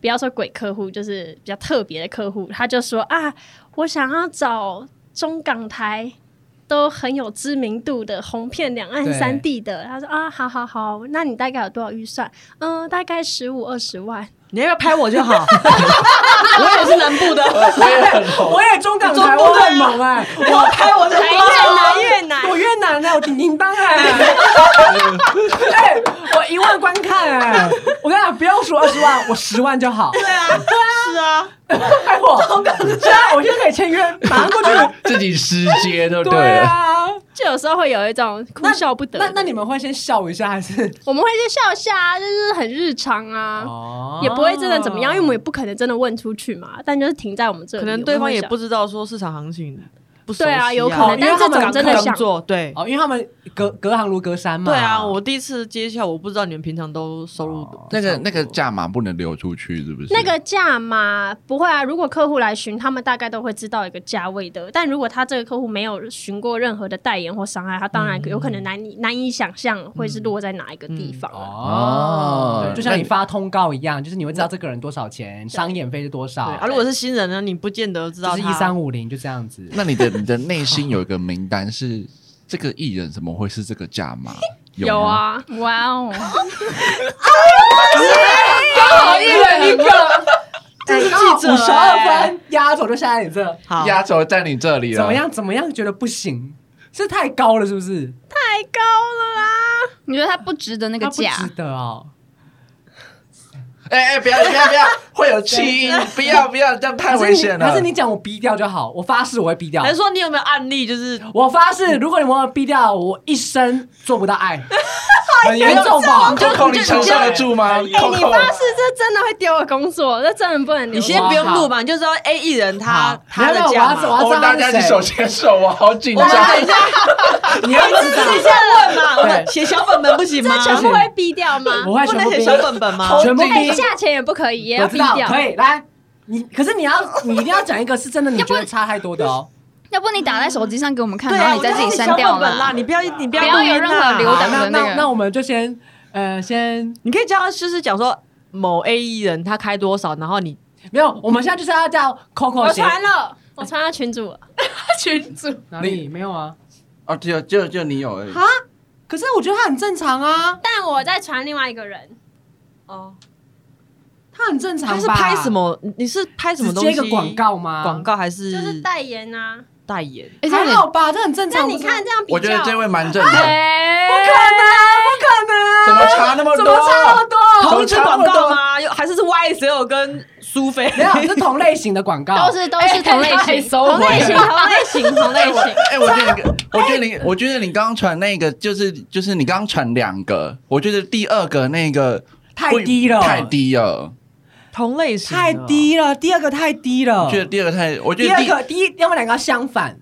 [SPEAKER 4] 不要说鬼客户，就是比较特别的客户，他就说啊，我想要找中港台都很有知名度的红遍两岸
[SPEAKER 1] 对
[SPEAKER 4] 三地的。他说啊，好好好，那你大概有多少预算？嗯，大概十五二十万。
[SPEAKER 3] 你要不要拍 我就好？我也是南部的，
[SPEAKER 2] 我也很红
[SPEAKER 1] 我也中港台湾很猛哎、
[SPEAKER 3] 我拍我就
[SPEAKER 4] 台越南越南，
[SPEAKER 1] 我越南的，我挺叮当哎、哎、我一万观看哎、我跟你讲，不要说二十万，我十万就 好，
[SPEAKER 3] 对啊，是啊，
[SPEAKER 1] 拍我中港，对啊，我现在可以签约，啊马 上过去，
[SPEAKER 2] 自己失接，对不
[SPEAKER 1] 对
[SPEAKER 2] 对？
[SPEAKER 1] 啊。
[SPEAKER 4] 就有时候会有一种哭笑不得
[SPEAKER 1] 那那你们会先笑一下还是？
[SPEAKER 4] 我们会去笑笑啊，就是很日常啊。
[SPEAKER 1] 哦
[SPEAKER 4] 也不会真的怎么样，因为我们也不可能真的问出去嘛，但就是停在我们这里。
[SPEAKER 3] 可能对方也
[SPEAKER 4] 我
[SPEAKER 3] 不
[SPEAKER 4] 们会
[SPEAKER 3] 知道说市场行情不熟悉、
[SPEAKER 4] 对啊，有可
[SPEAKER 1] 哦
[SPEAKER 4] 能，
[SPEAKER 1] 因为
[SPEAKER 4] 但是
[SPEAKER 1] 他
[SPEAKER 4] 这
[SPEAKER 1] 们
[SPEAKER 4] 种真的
[SPEAKER 1] 可
[SPEAKER 3] 工
[SPEAKER 4] 想
[SPEAKER 3] 作对。
[SPEAKER 1] 哦，因为他们隔隔行如隔山嘛。
[SPEAKER 3] 对啊，我第一次接洽，我不知道你们平常都收入多
[SPEAKER 2] 那个
[SPEAKER 3] 少
[SPEAKER 2] 那个价码不能流出去，是不是？
[SPEAKER 4] 那个价嘛，不会啊。如果客户来询，他们大概都会知道一个价位的。但如果他这个客户没有询过任何的代言或伤害，他当然有可能难以、难以想象会是落在哪一个地方啊、
[SPEAKER 1] 哦，
[SPEAKER 2] 对
[SPEAKER 1] 就像
[SPEAKER 2] 那
[SPEAKER 1] 你
[SPEAKER 2] 你
[SPEAKER 1] 发通告一样，就是你会知道这个人多少钱，商演费是多少
[SPEAKER 3] 对啊，如果是新人呢，你不见得知
[SPEAKER 1] 就
[SPEAKER 3] 道
[SPEAKER 1] 是
[SPEAKER 3] 他
[SPEAKER 1] 一三五零，就这样子。
[SPEAKER 2] 那你的你的内心有一个名单是这个艺人怎么会是这个价 码？
[SPEAKER 4] 有
[SPEAKER 2] 吗，
[SPEAKER 4] 啊，
[SPEAKER 7] 哇哦，
[SPEAKER 1] 好，一人一 个，
[SPEAKER 3] 哎记者
[SPEAKER 1] 五十二
[SPEAKER 3] 哎
[SPEAKER 1] 分压轴就下在你这，
[SPEAKER 3] 好，
[SPEAKER 2] 压轴在你这里了。
[SPEAKER 1] 怎么？样？怎么样？觉得不行，是太高了，是不是？
[SPEAKER 4] 太高了啦！
[SPEAKER 7] 你觉得他不值得那个
[SPEAKER 1] 他不值
[SPEAKER 7] 价？
[SPEAKER 1] 得哦。
[SPEAKER 2] 哎哎，不要不要不要，会有气 音，不要不要，这样太危险了。
[SPEAKER 1] 还是你讲我逼掉就好，我发誓我会逼掉
[SPEAKER 3] 还。是说你有没有案例，就是
[SPEAKER 1] 我发誓，如果你把我逼掉，我一生做不到 爱，很严重吧？
[SPEAKER 3] 啊
[SPEAKER 2] Coco，你承受得住
[SPEAKER 1] 哎
[SPEAKER 2] 吗
[SPEAKER 4] 啊你
[SPEAKER 2] ？Coco，
[SPEAKER 4] 发誓这真的会丢了工作，这真的不能留。
[SPEAKER 3] 你先不用录嘛，你就知道 A 艺人他
[SPEAKER 1] 好
[SPEAKER 3] 他的
[SPEAKER 1] 没有
[SPEAKER 3] 价
[SPEAKER 1] 没有我
[SPEAKER 3] 码。
[SPEAKER 2] 我哦们大家一起手牵手，我好紧张。
[SPEAKER 1] 你要知道，
[SPEAKER 3] 私下问嘛，我们
[SPEAKER 1] 对
[SPEAKER 3] 写小本本不行吗？
[SPEAKER 4] 全部会逼掉吗？
[SPEAKER 1] 我会
[SPEAKER 3] 不
[SPEAKER 1] 全
[SPEAKER 3] 能
[SPEAKER 1] 部
[SPEAKER 3] 写
[SPEAKER 1] 逼，
[SPEAKER 3] 小本本吗？
[SPEAKER 1] 全部
[SPEAKER 4] 哎，
[SPEAKER 1] 逼。
[SPEAKER 4] 价钱也不可以，也
[SPEAKER 1] 我
[SPEAKER 4] 要
[SPEAKER 1] 知
[SPEAKER 4] 逼
[SPEAKER 1] 道，
[SPEAKER 4] 掉。
[SPEAKER 1] 可以来。你可是你要，你一定要讲一个是真的，你觉得差太多的哦。
[SPEAKER 7] 要不你打在手机上给我们看，
[SPEAKER 3] 对
[SPEAKER 7] 然
[SPEAKER 3] 啊，
[SPEAKER 7] 后你再自己删
[SPEAKER 3] 我就
[SPEAKER 7] 掉
[SPEAKER 3] 要写小本本啦，
[SPEAKER 7] 嘛。
[SPEAKER 3] 你不要
[SPEAKER 1] 啊
[SPEAKER 3] 你
[SPEAKER 7] 不
[SPEAKER 3] 不
[SPEAKER 7] 要有
[SPEAKER 3] 录音啊
[SPEAKER 7] 任
[SPEAKER 3] 啦
[SPEAKER 7] 何留档
[SPEAKER 1] 那
[SPEAKER 7] 的那
[SPEAKER 1] 那
[SPEAKER 7] 个
[SPEAKER 1] 那我们就先，呃，先
[SPEAKER 3] 你可以叫他就是讲说某 A 艺人他开多少，然后你
[SPEAKER 1] 没有，我们现在就是要叫 Coco
[SPEAKER 4] 我
[SPEAKER 1] 写
[SPEAKER 4] 传了，我传到群 主了。
[SPEAKER 1] 群主哪里没有啊？
[SPEAKER 2] 哦，只有就就你有而已。
[SPEAKER 1] 可是我觉得他很正常啊，
[SPEAKER 4] 但我在传另外一个人，
[SPEAKER 3] 哦，
[SPEAKER 1] 他很正常吧。
[SPEAKER 3] 他是拍什？么？你是拍什么
[SPEAKER 1] 只
[SPEAKER 3] 东西？
[SPEAKER 1] 接个广、告吗？
[SPEAKER 3] 广告还是
[SPEAKER 4] 就是代言啊。
[SPEAKER 3] 代言？
[SPEAKER 5] 哎，这
[SPEAKER 1] 还
[SPEAKER 5] 样
[SPEAKER 1] 好吧，这很正
[SPEAKER 4] 那
[SPEAKER 1] 常。
[SPEAKER 4] 你看
[SPEAKER 1] 不
[SPEAKER 4] 这样比较，
[SPEAKER 2] 我觉得这位蛮正的，
[SPEAKER 4] 哎，
[SPEAKER 1] 可能，
[SPEAKER 2] 怎么差那么
[SPEAKER 1] 怎
[SPEAKER 2] 多？
[SPEAKER 1] 么差那么多？啊
[SPEAKER 3] 同一支广告吗？又还是是 YSL 跟苏菲？
[SPEAKER 1] 没有，是同类型的广告
[SPEAKER 4] 都。是都是同类
[SPEAKER 5] 太
[SPEAKER 4] 型，
[SPEAKER 5] 收回
[SPEAKER 4] 同类型，同类型，同类型。
[SPEAKER 2] 哎，我觉得你，我觉得你，我觉得你刚刚传那个，就是就是你刚刚传两个，我觉得第二个那个
[SPEAKER 1] 太低了
[SPEAKER 2] 太低了。
[SPEAKER 3] 同类型的
[SPEAKER 1] 太，低了，第二个太低了
[SPEAKER 5] 啊
[SPEAKER 2] 我。觉得第二个太，我觉
[SPEAKER 1] 第
[SPEAKER 2] 得
[SPEAKER 1] 二
[SPEAKER 2] 第
[SPEAKER 1] 个，第一，要么两个要相反。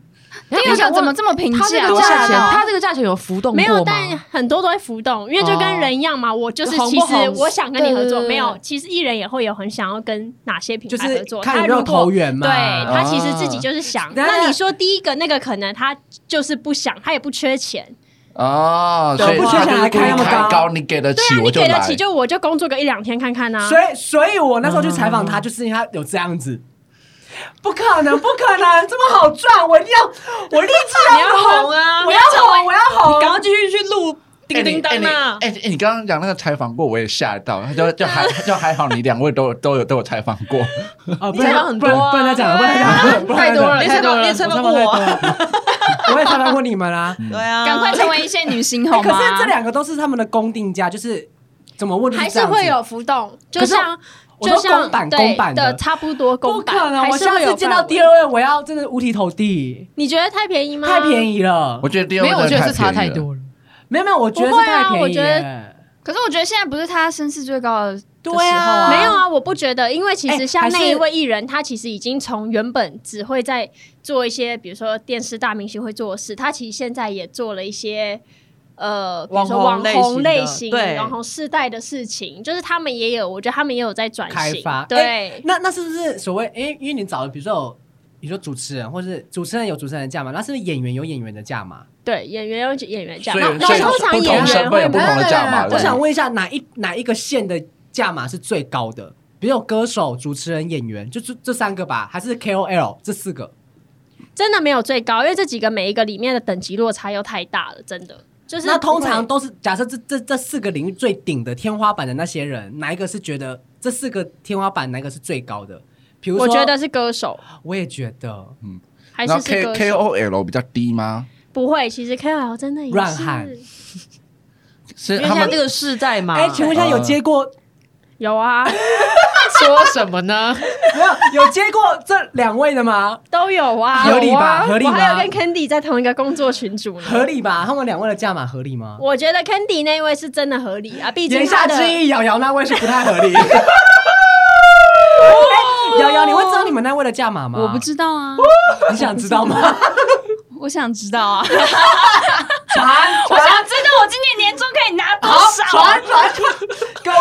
[SPEAKER 7] 第二个怎么这么平
[SPEAKER 5] 他这
[SPEAKER 7] 价？
[SPEAKER 5] 个价钱，
[SPEAKER 1] 啊
[SPEAKER 5] 他这个价钱有浮动
[SPEAKER 4] 没
[SPEAKER 5] 过
[SPEAKER 4] 有，
[SPEAKER 5] 吗
[SPEAKER 4] 但很多都会浮动，因为就跟人一样嘛。
[SPEAKER 2] 哦
[SPEAKER 4] 我就是
[SPEAKER 5] 红
[SPEAKER 4] 其
[SPEAKER 5] 不
[SPEAKER 4] 实
[SPEAKER 5] 红
[SPEAKER 4] 我想跟你合作，
[SPEAKER 5] 对对对对
[SPEAKER 4] 没有。其实艺人也会有很想要跟哪些品牌合作，
[SPEAKER 1] 就是看有没
[SPEAKER 4] 他
[SPEAKER 1] 有
[SPEAKER 4] 如果
[SPEAKER 1] 投缘嘛
[SPEAKER 4] 对
[SPEAKER 1] 啊
[SPEAKER 4] 他其实自己就是想。
[SPEAKER 1] 那
[SPEAKER 4] 那你说第一个那个可能他就是不想，他也不缺钱，
[SPEAKER 5] 啊
[SPEAKER 2] 哦，
[SPEAKER 1] 对
[SPEAKER 2] 所以
[SPEAKER 1] 不缺钱还开那么高
[SPEAKER 2] 开高，你给得
[SPEAKER 4] 对
[SPEAKER 2] 起
[SPEAKER 4] 啊，
[SPEAKER 2] 我
[SPEAKER 4] 你
[SPEAKER 2] 就
[SPEAKER 4] 给得
[SPEAKER 2] 来
[SPEAKER 4] 起。就我就工作个一两天看看啊。
[SPEAKER 1] 所以，所以我那时候去采访他，就是因为他有这样子。不可能，不可能，这么好赚！我一定要，我立志
[SPEAKER 3] 你要红啊！
[SPEAKER 1] 我要红，我要红
[SPEAKER 3] 你赶。快继续去录叮叮当啊！
[SPEAKER 2] 哎、你哎你哎哎你刚刚讲那个采访过，我也吓到，就就还就还好，你两位都有 都有都有采访过，
[SPEAKER 1] 啊，不
[SPEAKER 3] 采
[SPEAKER 1] 然
[SPEAKER 3] 访很多啊
[SPEAKER 1] 不然不然再讲了，不然再讲了，不然再讲了
[SPEAKER 3] 哎你采访，你采访过我，
[SPEAKER 1] 我也采访过你们啦。
[SPEAKER 3] 对啊，
[SPEAKER 7] 赶快成为一线女星好
[SPEAKER 1] 哎可
[SPEAKER 7] 吗？
[SPEAKER 1] 是这两个都是他们的公定价，就是怎么问就
[SPEAKER 4] 还
[SPEAKER 1] 这
[SPEAKER 4] 是
[SPEAKER 1] 样子
[SPEAKER 4] 会有浮动，就
[SPEAKER 1] 可是
[SPEAKER 4] 像
[SPEAKER 1] 我
[SPEAKER 4] 就
[SPEAKER 1] 说
[SPEAKER 4] 像
[SPEAKER 1] 公版
[SPEAKER 4] 对
[SPEAKER 1] 公版的
[SPEAKER 4] 的差不多
[SPEAKER 1] 不
[SPEAKER 4] 公版，
[SPEAKER 1] 可能！
[SPEAKER 4] 还
[SPEAKER 1] 我
[SPEAKER 4] 是
[SPEAKER 1] 下
[SPEAKER 4] 会有
[SPEAKER 1] 次见到
[SPEAKER 4] 范围
[SPEAKER 1] 第二位，我要真的五体投地，
[SPEAKER 4] 你觉得太便宜吗？
[SPEAKER 1] 太便宜了
[SPEAKER 2] 我。觉得第二
[SPEAKER 5] 没
[SPEAKER 2] 位
[SPEAKER 5] 有，我
[SPEAKER 2] 真
[SPEAKER 5] 觉
[SPEAKER 2] 的
[SPEAKER 5] 得是差太
[SPEAKER 2] 便宜了。
[SPEAKER 5] 多了。
[SPEAKER 1] 没有没有，我觉得
[SPEAKER 4] 不
[SPEAKER 1] 是
[SPEAKER 4] 会啊
[SPEAKER 1] 太便
[SPEAKER 4] 我
[SPEAKER 1] 宜
[SPEAKER 4] 觉得
[SPEAKER 1] 耶。
[SPEAKER 7] 可是我觉得现在不是他身世最高的
[SPEAKER 1] 对
[SPEAKER 7] 时候啊
[SPEAKER 4] 没有啊，我不觉得，因为其
[SPEAKER 1] 哎
[SPEAKER 4] 实像
[SPEAKER 1] 还
[SPEAKER 4] 那
[SPEAKER 1] 是
[SPEAKER 4] 一位艺人，他其实已经从原本只会在做一些，比如说电视大明星会做的事，他其实现在也做了一些。呃，比如说
[SPEAKER 3] 网
[SPEAKER 4] 网
[SPEAKER 3] 红类型
[SPEAKER 4] 红
[SPEAKER 3] 的
[SPEAKER 4] 类型、
[SPEAKER 3] 对
[SPEAKER 4] 网红世代的事情，就是他们也有，我觉得他们也有在转
[SPEAKER 1] 开
[SPEAKER 4] 型
[SPEAKER 1] 发。哎
[SPEAKER 4] 对，
[SPEAKER 1] 那那是不是所谓？哎，因为你找的，比如说有你说主持人，或是主持人有主持人的价码，那是不是演员有演员的价码？
[SPEAKER 4] 对，演员有演员这
[SPEAKER 2] 所
[SPEAKER 4] 样，
[SPEAKER 2] 以，
[SPEAKER 4] 那
[SPEAKER 2] 所以
[SPEAKER 4] 通常
[SPEAKER 2] 不
[SPEAKER 4] 演
[SPEAKER 2] 同身
[SPEAKER 4] 员
[SPEAKER 2] 份有
[SPEAKER 4] 会
[SPEAKER 2] 不同的价码。
[SPEAKER 1] 对对对
[SPEAKER 2] 啊对
[SPEAKER 1] 呃我想问一下，哪一哪一个县的价码是最高的？比如有歌手、主持人、演员，就这这三个吧，还是 KOL 这四个？
[SPEAKER 4] 真的没有最高，因为这几个每一个里面的等级落差又太大了，真的就是
[SPEAKER 1] 那通
[SPEAKER 4] 不会
[SPEAKER 1] 常都是假设这这这四个领域最顶的天花板的那些人，哪一个是觉得这四个天花板哪一个是最高的？比如说，
[SPEAKER 4] 我觉得是歌手
[SPEAKER 1] 我也觉得
[SPEAKER 4] 还
[SPEAKER 2] 然
[SPEAKER 4] 是
[SPEAKER 2] 后
[SPEAKER 4] 是
[SPEAKER 2] K
[SPEAKER 4] 歌
[SPEAKER 2] K
[SPEAKER 4] 手
[SPEAKER 2] O L 比较低吗？
[SPEAKER 4] 不会，其实 KOL 真的也
[SPEAKER 1] 软汉
[SPEAKER 2] 是
[SPEAKER 4] 是
[SPEAKER 3] 因为
[SPEAKER 2] 他
[SPEAKER 3] 像
[SPEAKER 2] 们
[SPEAKER 3] 这个世代嘛，
[SPEAKER 1] 哎，请问一下，有接过
[SPEAKER 4] 有啊，
[SPEAKER 5] 说什么呢？
[SPEAKER 1] 没有有接过这两位的吗？
[SPEAKER 4] 都有啊，
[SPEAKER 1] 合理吧
[SPEAKER 4] 有啊
[SPEAKER 1] 合理吧
[SPEAKER 4] 我还有跟 Candy 在同一个工作群组呢。
[SPEAKER 1] 合理吧？他们两位的价码合理吗？
[SPEAKER 4] 我觉得 Candy 那一位是真的合理啊，毕
[SPEAKER 1] 言
[SPEAKER 4] 竟
[SPEAKER 1] 下
[SPEAKER 4] 他的
[SPEAKER 1] 之意，瑶瑶那位是不太合 理。哎瑶瑶，你会知道你们那位的价码吗？
[SPEAKER 7] 我不知道啊，
[SPEAKER 1] 你想知道吗？
[SPEAKER 7] 我想知道 啊，
[SPEAKER 1] 传
[SPEAKER 7] 我想知道我今年年终可以拿多
[SPEAKER 1] 好
[SPEAKER 7] 少。
[SPEAKER 1] 传传，各位，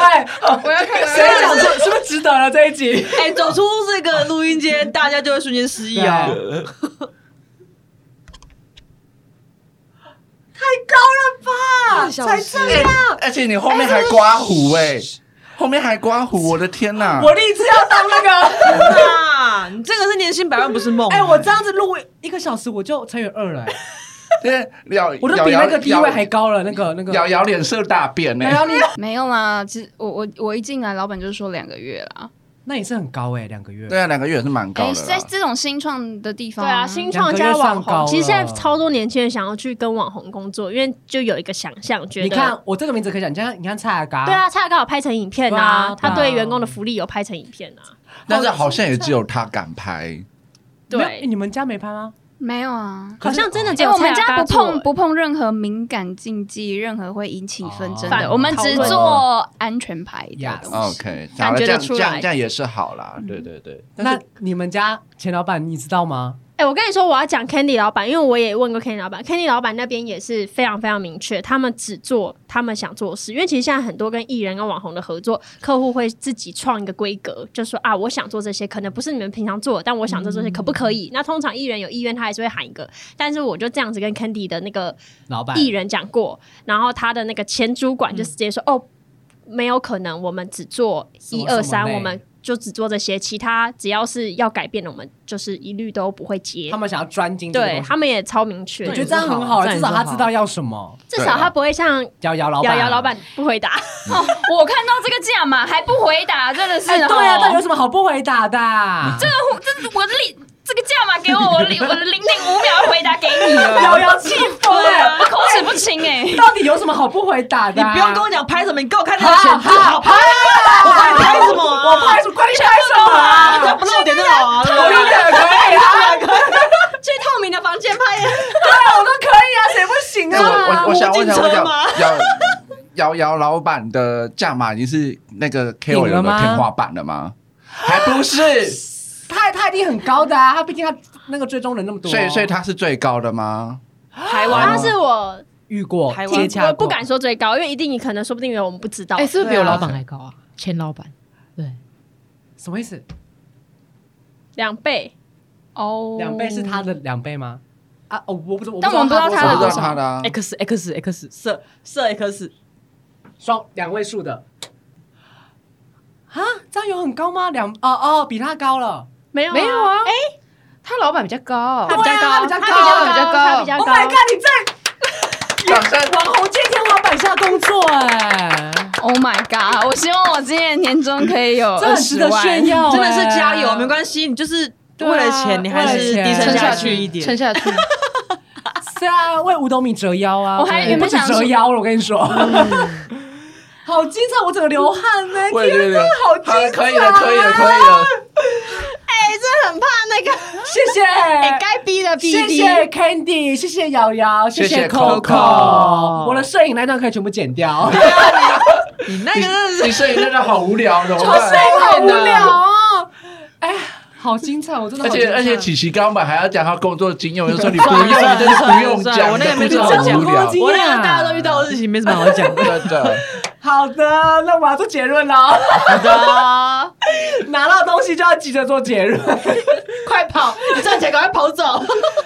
[SPEAKER 5] 我要看
[SPEAKER 1] 谁讲这是不是值得了这一集？
[SPEAKER 3] 哎，走出这个录音间，大家就会瞬间失忆啊！
[SPEAKER 2] 太
[SPEAKER 5] 小
[SPEAKER 2] 高了吧？才
[SPEAKER 5] 时
[SPEAKER 2] 这样，哎而且你后面还刮胡哎，后面还刮胡，我的天哪！
[SPEAKER 1] 我立志要当那个。
[SPEAKER 3] 啊，你这个是年薪百万不是梦。
[SPEAKER 1] 哎，我这样子录一个小时，我就乘以二了，哎
[SPEAKER 2] 对咬，
[SPEAKER 1] 我都
[SPEAKER 2] 咬
[SPEAKER 1] 比那个
[SPEAKER 2] 咬
[SPEAKER 1] 第一位还高了。那个那个，
[SPEAKER 2] 咬咬脸色大变哎呢
[SPEAKER 1] 然。后你
[SPEAKER 7] 没有啦，其实我我我一进来，老板就说两个月啦。
[SPEAKER 1] 那也是很高哎，两个月。
[SPEAKER 2] 对啊，两个月也是蛮高
[SPEAKER 7] 哎，
[SPEAKER 2] 的啦。
[SPEAKER 7] 在这种新创的地方，
[SPEAKER 4] 对啊，新创
[SPEAKER 1] 两
[SPEAKER 4] 加
[SPEAKER 1] 个
[SPEAKER 4] 网
[SPEAKER 1] 月上高了
[SPEAKER 4] 红，其实现在超多年轻人想要去跟网红工作，因为就有一个想象，觉得
[SPEAKER 1] 你看啊我这个名字可以讲，你看你看蔡阿嘎，
[SPEAKER 4] 对，啊，蔡刚好拍成影片
[SPEAKER 1] 对啊
[SPEAKER 4] 啊，他
[SPEAKER 1] 对啊
[SPEAKER 4] 对员工的福利有拍成影片啊，
[SPEAKER 2] 但是好像也只有他敢拍，
[SPEAKER 4] 对，
[SPEAKER 1] 你们家没拍吗？
[SPEAKER 7] 没有啊。
[SPEAKER 4] 好像真的
[SPEAKER 7] 哎，
[SPEAKER 4] 只有
[SPEAKER 7] 我们
[SPEAKER 4] 蔡
[SPEAKER 1] 啊
[SPEAKER 4] 阿
[SPEAKER 7] 家
[SPEAKER 4] 嘎
[SPEAKER 7] 不碰
[SPEAKER 4] 做
[SPEAKER 7] 不碰任何敏感禁忌，任何会引起纷争的，
[SPEAKER 4] 哦
[SPEAKER 7] 我们只做安全牌的
[SPEAKER 1] Yes
[SPEAKER 7] 东西。
[SPEAKER 2] OK，
[SPEAKER 7] 感
[SPEAKER 2] 好了
[SPEAKER 7] 觉
[SPEAKER 2] 这
[SPEAKER 7] 得
[SPEAKER 2] 样
[SPEAKER 7] 出
[SPEAKER 2] 这样
[SPEAKER 7] 来
[SPEAKER 2] 这样也是好啦，对对对。
[SPEAKER 1] 那你们家钱老板你知道吗？
[SPEAKER 4] 哎、我跟你说，我要讲 Candy 老板，因为我也问过 Candy 老板，Candy 老板那边也是非常非常明确，他们只做他们想做的事。因为其实现在很多跟艺人跟网红的合作，客户会自己创一个规格，就说啊，我想做这些，可能不是你们平常做的，但我想做
[SPEAKER 1] 嗯
[SPEAKER 4] 这些，可不可以？那通常艺人有意愿，他还是会喊一个。但是我就这样子跟 Candy 的那个
[SPEAKER 1] 老板
[SPEAKER 4] 艺人讲过，然后他的那个前主管
[SPEAKER 1] 嗯
[SPEAKER 4] 就直接说：“哦，没有可能，我们只做
[SPEAKER 1] 什
[SPEAKER 4] 一
[SPEAKER 1] 么什
[SPEAKER 4] 二
[SPEAKER 1] 么
[SPEAKER 4] 三，
[SPEAKER 1] 类
[SPEAKER 4] 我们就只做这些，其他只要是要改变的，我们就是一律都不会接
[SPEAKER 1] 他。们想要专精这个
[SPEAKER 4] 对
[SPEAKER 1] 东西，
[SPEAKER 4] 他们也超明确
[SPEAKER 1] 我
[SPEAKER 4] 的，
[SPEAKER 1] 觉得这样很好，
[SPEAKER 3] 这
[SPEAKER 1] 至
[SPEAKER 3] 样也
[SPEAKER 1] 少他
[SPEAKER 3] 很好
[SPEAKER 1] 知道要什么。
[SPEAKER 4] 至少他不会像
[SPEAKER 1] 瑶瑶老板，
[SPEAKER 4] 瑶瑶老板不回答。
[SPEAKER 7] 哦我看到这个价码还不回答，真的是
[SPEAKER 1] 哦哎，
[SPEAKER 7] 哦。
[SPEAKER 1] 对啊，到底有什么好不回答的啊？
[SPEAKER 7] 这个这我立这个价码给我，我零我零点五秒回答给你了。
[SPEAKER 1] 瑶瑶气疯
[SPEAKER 7] 对啊，
[SPEAKER 1] 了，
[SPEAKER 7] 我口齿不清哎、
[SPEAKER 1] 到底有什么好不回答的
[SPEAKER 3] 你
[SPEAKER 1] 啊？
[SPEAKER 3] 不用跟我讲拍什么，你给我看那个
[SPEAKER 1] 好
[SPEAKER 3] 钱就
[SPEAKER 1] 好
[SPEAKER 3] 好
[SPEAKER 1] 拍
[SPEAKER 3] 拍，我管你拍什么啊，
[SPEAKER 1] 我拍什么？关你拍什么
[SPEAKER 3] 啊，这
[SPEAKER 1] 啊？
[SPEAKER 3] 不露点就好啊，对不
[SPEAKER 1] 我
[SPEAKER 3] 对
[SPEAKER 1] 有点可以啊，
[SPEAKER 4] 最透明的房间拍，
[SPEAKER 1] 我都可以啊，谁不行
[SPEAKER 2] 哎我我
[SPEAKER 1] 啊？
[SPEAKER 2] 我想
[SPEAKER 3] 无
[SPEAKER 2] 我
[SPEAKER 3] 尽
[SPEAKER 2] 想我
[SPEAKER 3] 车
[SPEAKER 2] 想
[SPEAKER 3] 吗
[SPEAKER 2] 姚姚姚老板的价码已经是那个 K O
[SPEAKER 1] 了
[SPEAKER 2] 的
[SPEAKER 1] 吗
[SPEAKER 2] 天花板了吗？还不是，
[SPEAKER 1] 他他一定很高的啊，他毕竟他那个追踪人那么多，
[SPEAKER 2] 所以所以他是最高的吗？
[SPEAKER 3] 台湾
[SPEAKER 4] 他是我
[SPEAKER 1] 遇过
[SPEAKER 3] 台湾
[SPEAKER 1] 接洽
[SPEAKER 4] 我
[SPEAKER 1] 过，
[SPEAKER 4] 不敢说最高，因为一定你可能说不定有我们不知道。
[SPEAKER 5] 哎，是不是比我
[SPEAKER 3] 对啊
[SPEAKER 5] 老板还高啊？前老板，对，
[SPEAKER 1] 什么意思？
[SPEAKER 4] 两倍，
[SPEAKER 7] 哦
[SPEAKER 1] 两倍是他的两倍吗？啊，哦，我不知，
[SPEAKER 7] 但我们不知道
[SPEAKER 1] 他
[SPEAKER 7] 他
[SPEAKER 2] 我不
[SPEAKER 7] 的
[SPEAKER 2] 知
[SPEAKER 1] 多
[SPEAKER 2] 道
[SPEAKER 1] 少
[SPEAKER 2] 他的啊，
[SPEAKER 3] X X X 射射 X，
[SPEAKER 1] 双两位数的。啊，这样有很高吗？两哦哦，比他高了。
[SPEAKER 4] 没有
[SPEAKER 5] 没有啊
[SPEAKER 4] 哎，
[SPEAKER 5] 他老板比较高，
[SPEAKER 1] 对啊，比较
[SPEAKER 4] 他比较
[SPEAKER 5] 比
[SPEAKER 1] 高。
[SPEAKER 5] 较
[SPEAKER 4] 高，
[SPEAKER 5] 高
[SPEAKER 4] 他比较
[SPEAKER 1] Oh
[SPEAKER 4] 高。
[SPEAKER 1] my god！你在
[SPEAKER 2] 掌声！
[SPEAKER 1] 网红界天花板下工作哎，
[SPEAKER 7] ，Oh my god！我希望我今年年终可以 有
[SPEAKER 1] 这很值得炫耀，
[SPEAKER 3] 真的是加
[SPEAKER 7] 哎
[SPEAKER 3] 油，没关系，你就是
[SPEAKER 1] 对啊
[SPEAKER 3] 为了钱，你还是
[SPEAKER 1] 为了
[SPEAKER 3] 低
[SPEAKER 1] 钱
[SPEAKER 3] 声
[SPEAKER 5] 撑
[SPEAKER 3] 下
[SPEAKER 5] 下
[SPEAKER 3] 去
[SPEAKER 5] 去
[SPEAKER 3] 一点。
[SPEAKER 5] 撑下去。
[SPEAKER 1] 系。是啊，为五斗米折腰啊！
[SPEAKER 7] 我还
[SPEAKER 1] 对
[SPEAKER 7] 原
[SPEAKER 1] 不
[SPEAKER 7] 本
[SPEAKER 1] 止
[SPEAKER 7] 想说嗯
[SPEAKER 1] 折腰了，我跟你说， 好精彩，我整个流汗呢。
[SPEAKER 2] 我也觉得
[SPEAKER 1] 好精
[SPEAKER 2] 好
[SPEAKER 1] 彩，
[SPEAKER 2] 了，
[SPEAKER 1] 啊
[SPEAKER 2] 可以了，可以了，可以了。
[SPEAKER 1] 谢谢，哎
[SPEAKER 7] 哎
[SPEAKER 4] 该逼的逼
[SPEAKER 1] 谢
[SPEAKER 4] 逼
[SPEAKER 1] 谢 Candy，谢谢瑶瑶，谢
[SPEAKER 2] 谢谢
[SPEAKER 1] Coco。
[SPEAKER 2] Coco
[SPEAKER 1] 我的摄影那段可以全部剪掉，
[SPEAKER 3] 你那个真 的
[SPEAKER 2] 你
[SPEAKER 3] 是
[SPEAKER 2] 摄影真的好无聊，怎么
[SPEAKER 1] 我摄
[SPEAKER 2] 办？
[SPEAKER 1] 影好无聊哦。哎呀，好精彩，我真的
[SPEAKER 2] 而
[SPEAKER 1] 好精彩。
[SPEAKER 2] 且而且，琪琪刚本还要讲他工作经验，我就说你不
[SPEAKER 3] 算
[SPEAKER 2] 用，
[SPEAKER 3] 了算了
[SPEAKER 2] 你真的不用
[SPEAKER 3] 算了
[SPEAKER 2] 讲，
[SPEAKER 3] 啊我那个没
[SPEAKER 2] 真的
[SPEAKER 1] 什么
[SPEAKER 2] 很
[SPEAKER 1] 工
[SPEAKER 2] 无
[SPEAKER 1] 作
[SPEAKER 2] 聊
[SPEAKER 1] 经，
[SPEAKER 3] 我那个大家都遇到的事情没什么好讲的。
[SPEAKER 2] 真的。
[SPEAKER 1] 好的，那我要做结论了。
[SPEAKER 3] 好的，
[SPEAKER 1] 拿到东西就要急着做结 论。
[SPEAKER 3] 快跑！你站起来，赶快跑走。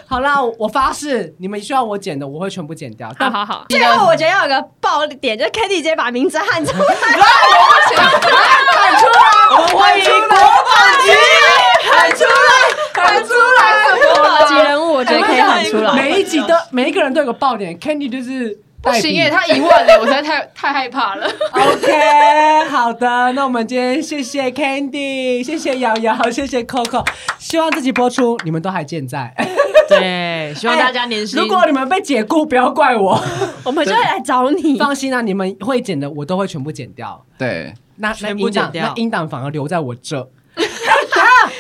[SPEAKER 1] 好啦，我我发誓，你们需要我剪的，我会全部剪掉。
[SPEAKER 4] 好
[SPEAKER 1] 但
[SPEAKER 4] 好好，最后我觉得要有个爆点，就是 k a t t y 直接把名字喊出来。
[SPEAKER 1] 喊出来，我们欢迎国宝级，喊出来，喊出来，
[SPEAKER 4] 国宝级人物，我觉得可以喊出来。
[SPEAKER 1] 每一集都每一个人都有个爆点，Candy 就是
[SPEAKER 5] 不
[SPEAKER 1] 代
[SPEAKER 5] 行
[SPEAKER 1] 笔
[SPEAKER 5] 耶，他一万嘞，我实在太太害怕了。
[SPEAKER 1] OK，好的，那我们今天谢谢 Candy，谢谢瑶瑶，谢谢 Coco，希望自己播出你们都还健在。
[SPEAKER 3] 对，希望大家年薪。
[SPEAKER 1] 如果你们被解雇，不要怪我，
[SPEAKER 4] 我们就会来找你。
[SPEAKER 1] 放心啊，你们会剪的我都会全部剪掉。
[SPEAKER 2] 对，
[SPEAKER 1] 那那
[SPEAKER 3] 全部
[SPEAKER 1] 音档
[SPEAKER 3] 剪掉
[SPEAKER 1] 那音档反而留在我这。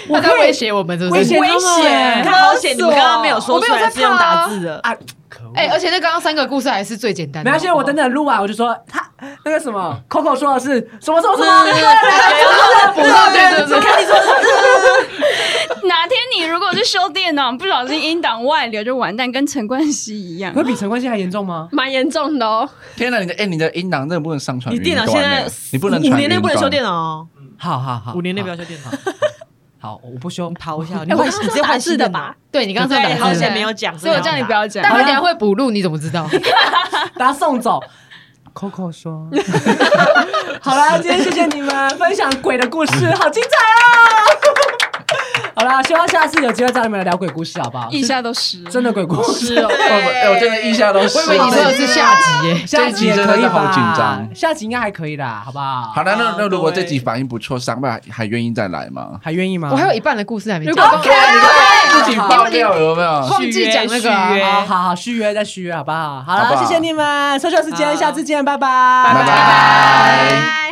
[SPEAKER 5] 他在威胁我们，是不
[SPEAKER 1] 威胁
[SPEAKER 5] 是？
[SPEAKER 1] 威
[SPEAKER 3] 险，
[SPEAKER 1] 胁
[SPEAKER 3] 看好险！你们刚刚没有说出
[SPEAKER 5] 我没有
[SPEAKER 3] 来
[SPEAKER 5] 在
[SPEAKER 3] 是用
[SPEAKER 5] 怕啊
[SPEAKER 3] 打字的，
[SPEAKER 1] 啊！可恶！
[SPEAKER 5] 哎，而且那刚刚三个故事还是最简单的。
[SPEAKER 1] 没关系，
[SPEAKER 5] 好不
[SPEAKER 1] 我
[SPEAKER 5] 好
[SPEAKER 1] 等等录完我就说他那个什么 Coco 说的是什么什么什么。
[SPEAKER 3] 对
[SPEAKER 5] 哦补上去，是不是？
[SPEAKER 7] 哪天你如果我去修电脑，不小心音档外流就完蛋，跟陈冠希 一样。
[SPEAKER 1] 会比陈冠希还严重吗？
[SPEAKER 4] 蛮严重的哦。
[SPEAKER 2] 天哪，你的哎，你的音档真的不能上传
[SPEAKER 3] 你
[SPEAKER 2] 云端
[SPEAKER 3] 电
[SPEAKER 2] 欸。
[SPEAKER 3] 啊脑现在
[SPEAKER 2] 你不能
[SPEAKER 3] 五
[SPEAKER 2] 传
[SPEAKER 3] 年内不能修电
[SPEAKER 2] 脑。
[SPEAKER 3] 脑哦，
[SPEAKER 1] 好好好，
[SPEAKER 3] 五年内不要修电脑。
[SPEAKER 1] 好，我不修。
[SPEAKER 3] 跑一下，你
[SPEAKER 4] 哎，我
[SPEAKER 3] 换
[SPEAKER 4] 刚刚
[SPEAKER 3] 直接
[SPEAKER 4] 说打
[SPEAKER 3] 换新
[SPEAKER 4] 字
[SPEAKER 3] 的
[SPEAKER 4] 的
[SPEAKER 3] 吧
[SPEAKER 4] 吧。？
[SPEAKER 5] 对你刚刚说
[SPEAKER 3] 对，
[SPEAKER 5] 打
[SPEAKER 3] 哎好
[SPEAKER 5] 字
[SPEAKER 3] 险
[SPEAKER 5] 的
[SPEAKER 3] 没有讲，
[SPEAKER 7] 所以我叫你不要讲
[SPEAKER 5] 但。他等一下会补录，你怎么 知道？
[SPEAKER 1] 把他送走。Coco 说：“好啦，今天谢谢你们分享鬼的故事，好精彩啊！好啦，希望下次有机会找你们来聊鬼故事，好不好？
[SPEAKER 7] 一下都湿了
[SPEAKER 1] 是。真的鬼故事，
[SPEAKER 2] 哦，哎，我真的一下都湿
[SPEAKER 5] 我以为你说的是下集耶，
[SPEAKER 1] 下集也可
[SPEAKER 2] 这一集真
[SPEAKER 1] 以
[SPEAKER 2] 的好
[SPEAKER 1] 吧？
[SPEAKER 2] 紧张
[SPEAKER 1] 下集应该还可以啦，好不好？
[SPEAKER 2] 好了，那那如果
[SPEAKER 3] 啊对
[SPEAKER 2] 这集反应不错，三爸还愿意再来吗？
[SPEAKER 1] 还愿意吗？
[SPEAKER 5] 我还有一半的故事还没
[SPEAKER 4] 如
[SPEAKER 5] 讲
[SPEAKER 4] 果。
[SPEAKER 2] OK，你看自己爆料有没有？
[SPEAKER 5] 忘记讲那个啊
[SPEAKER 3] 续约续约
[SPEAKER 1] 好好好续约再续约，好不好？好
[SPEAKER 2] 好不
[SPEAKER 1] 了，
[SPEAKER 2] 好
[SPEAKER 1] 谢谢你们，收秀时间，
[SPEAKER 3] 好
[SPEAKER 1] 下次见，拜
[SPEAKER 2] 拜拜。
[SPEAKER 3] 拜
[SPEAKER 4] 拜。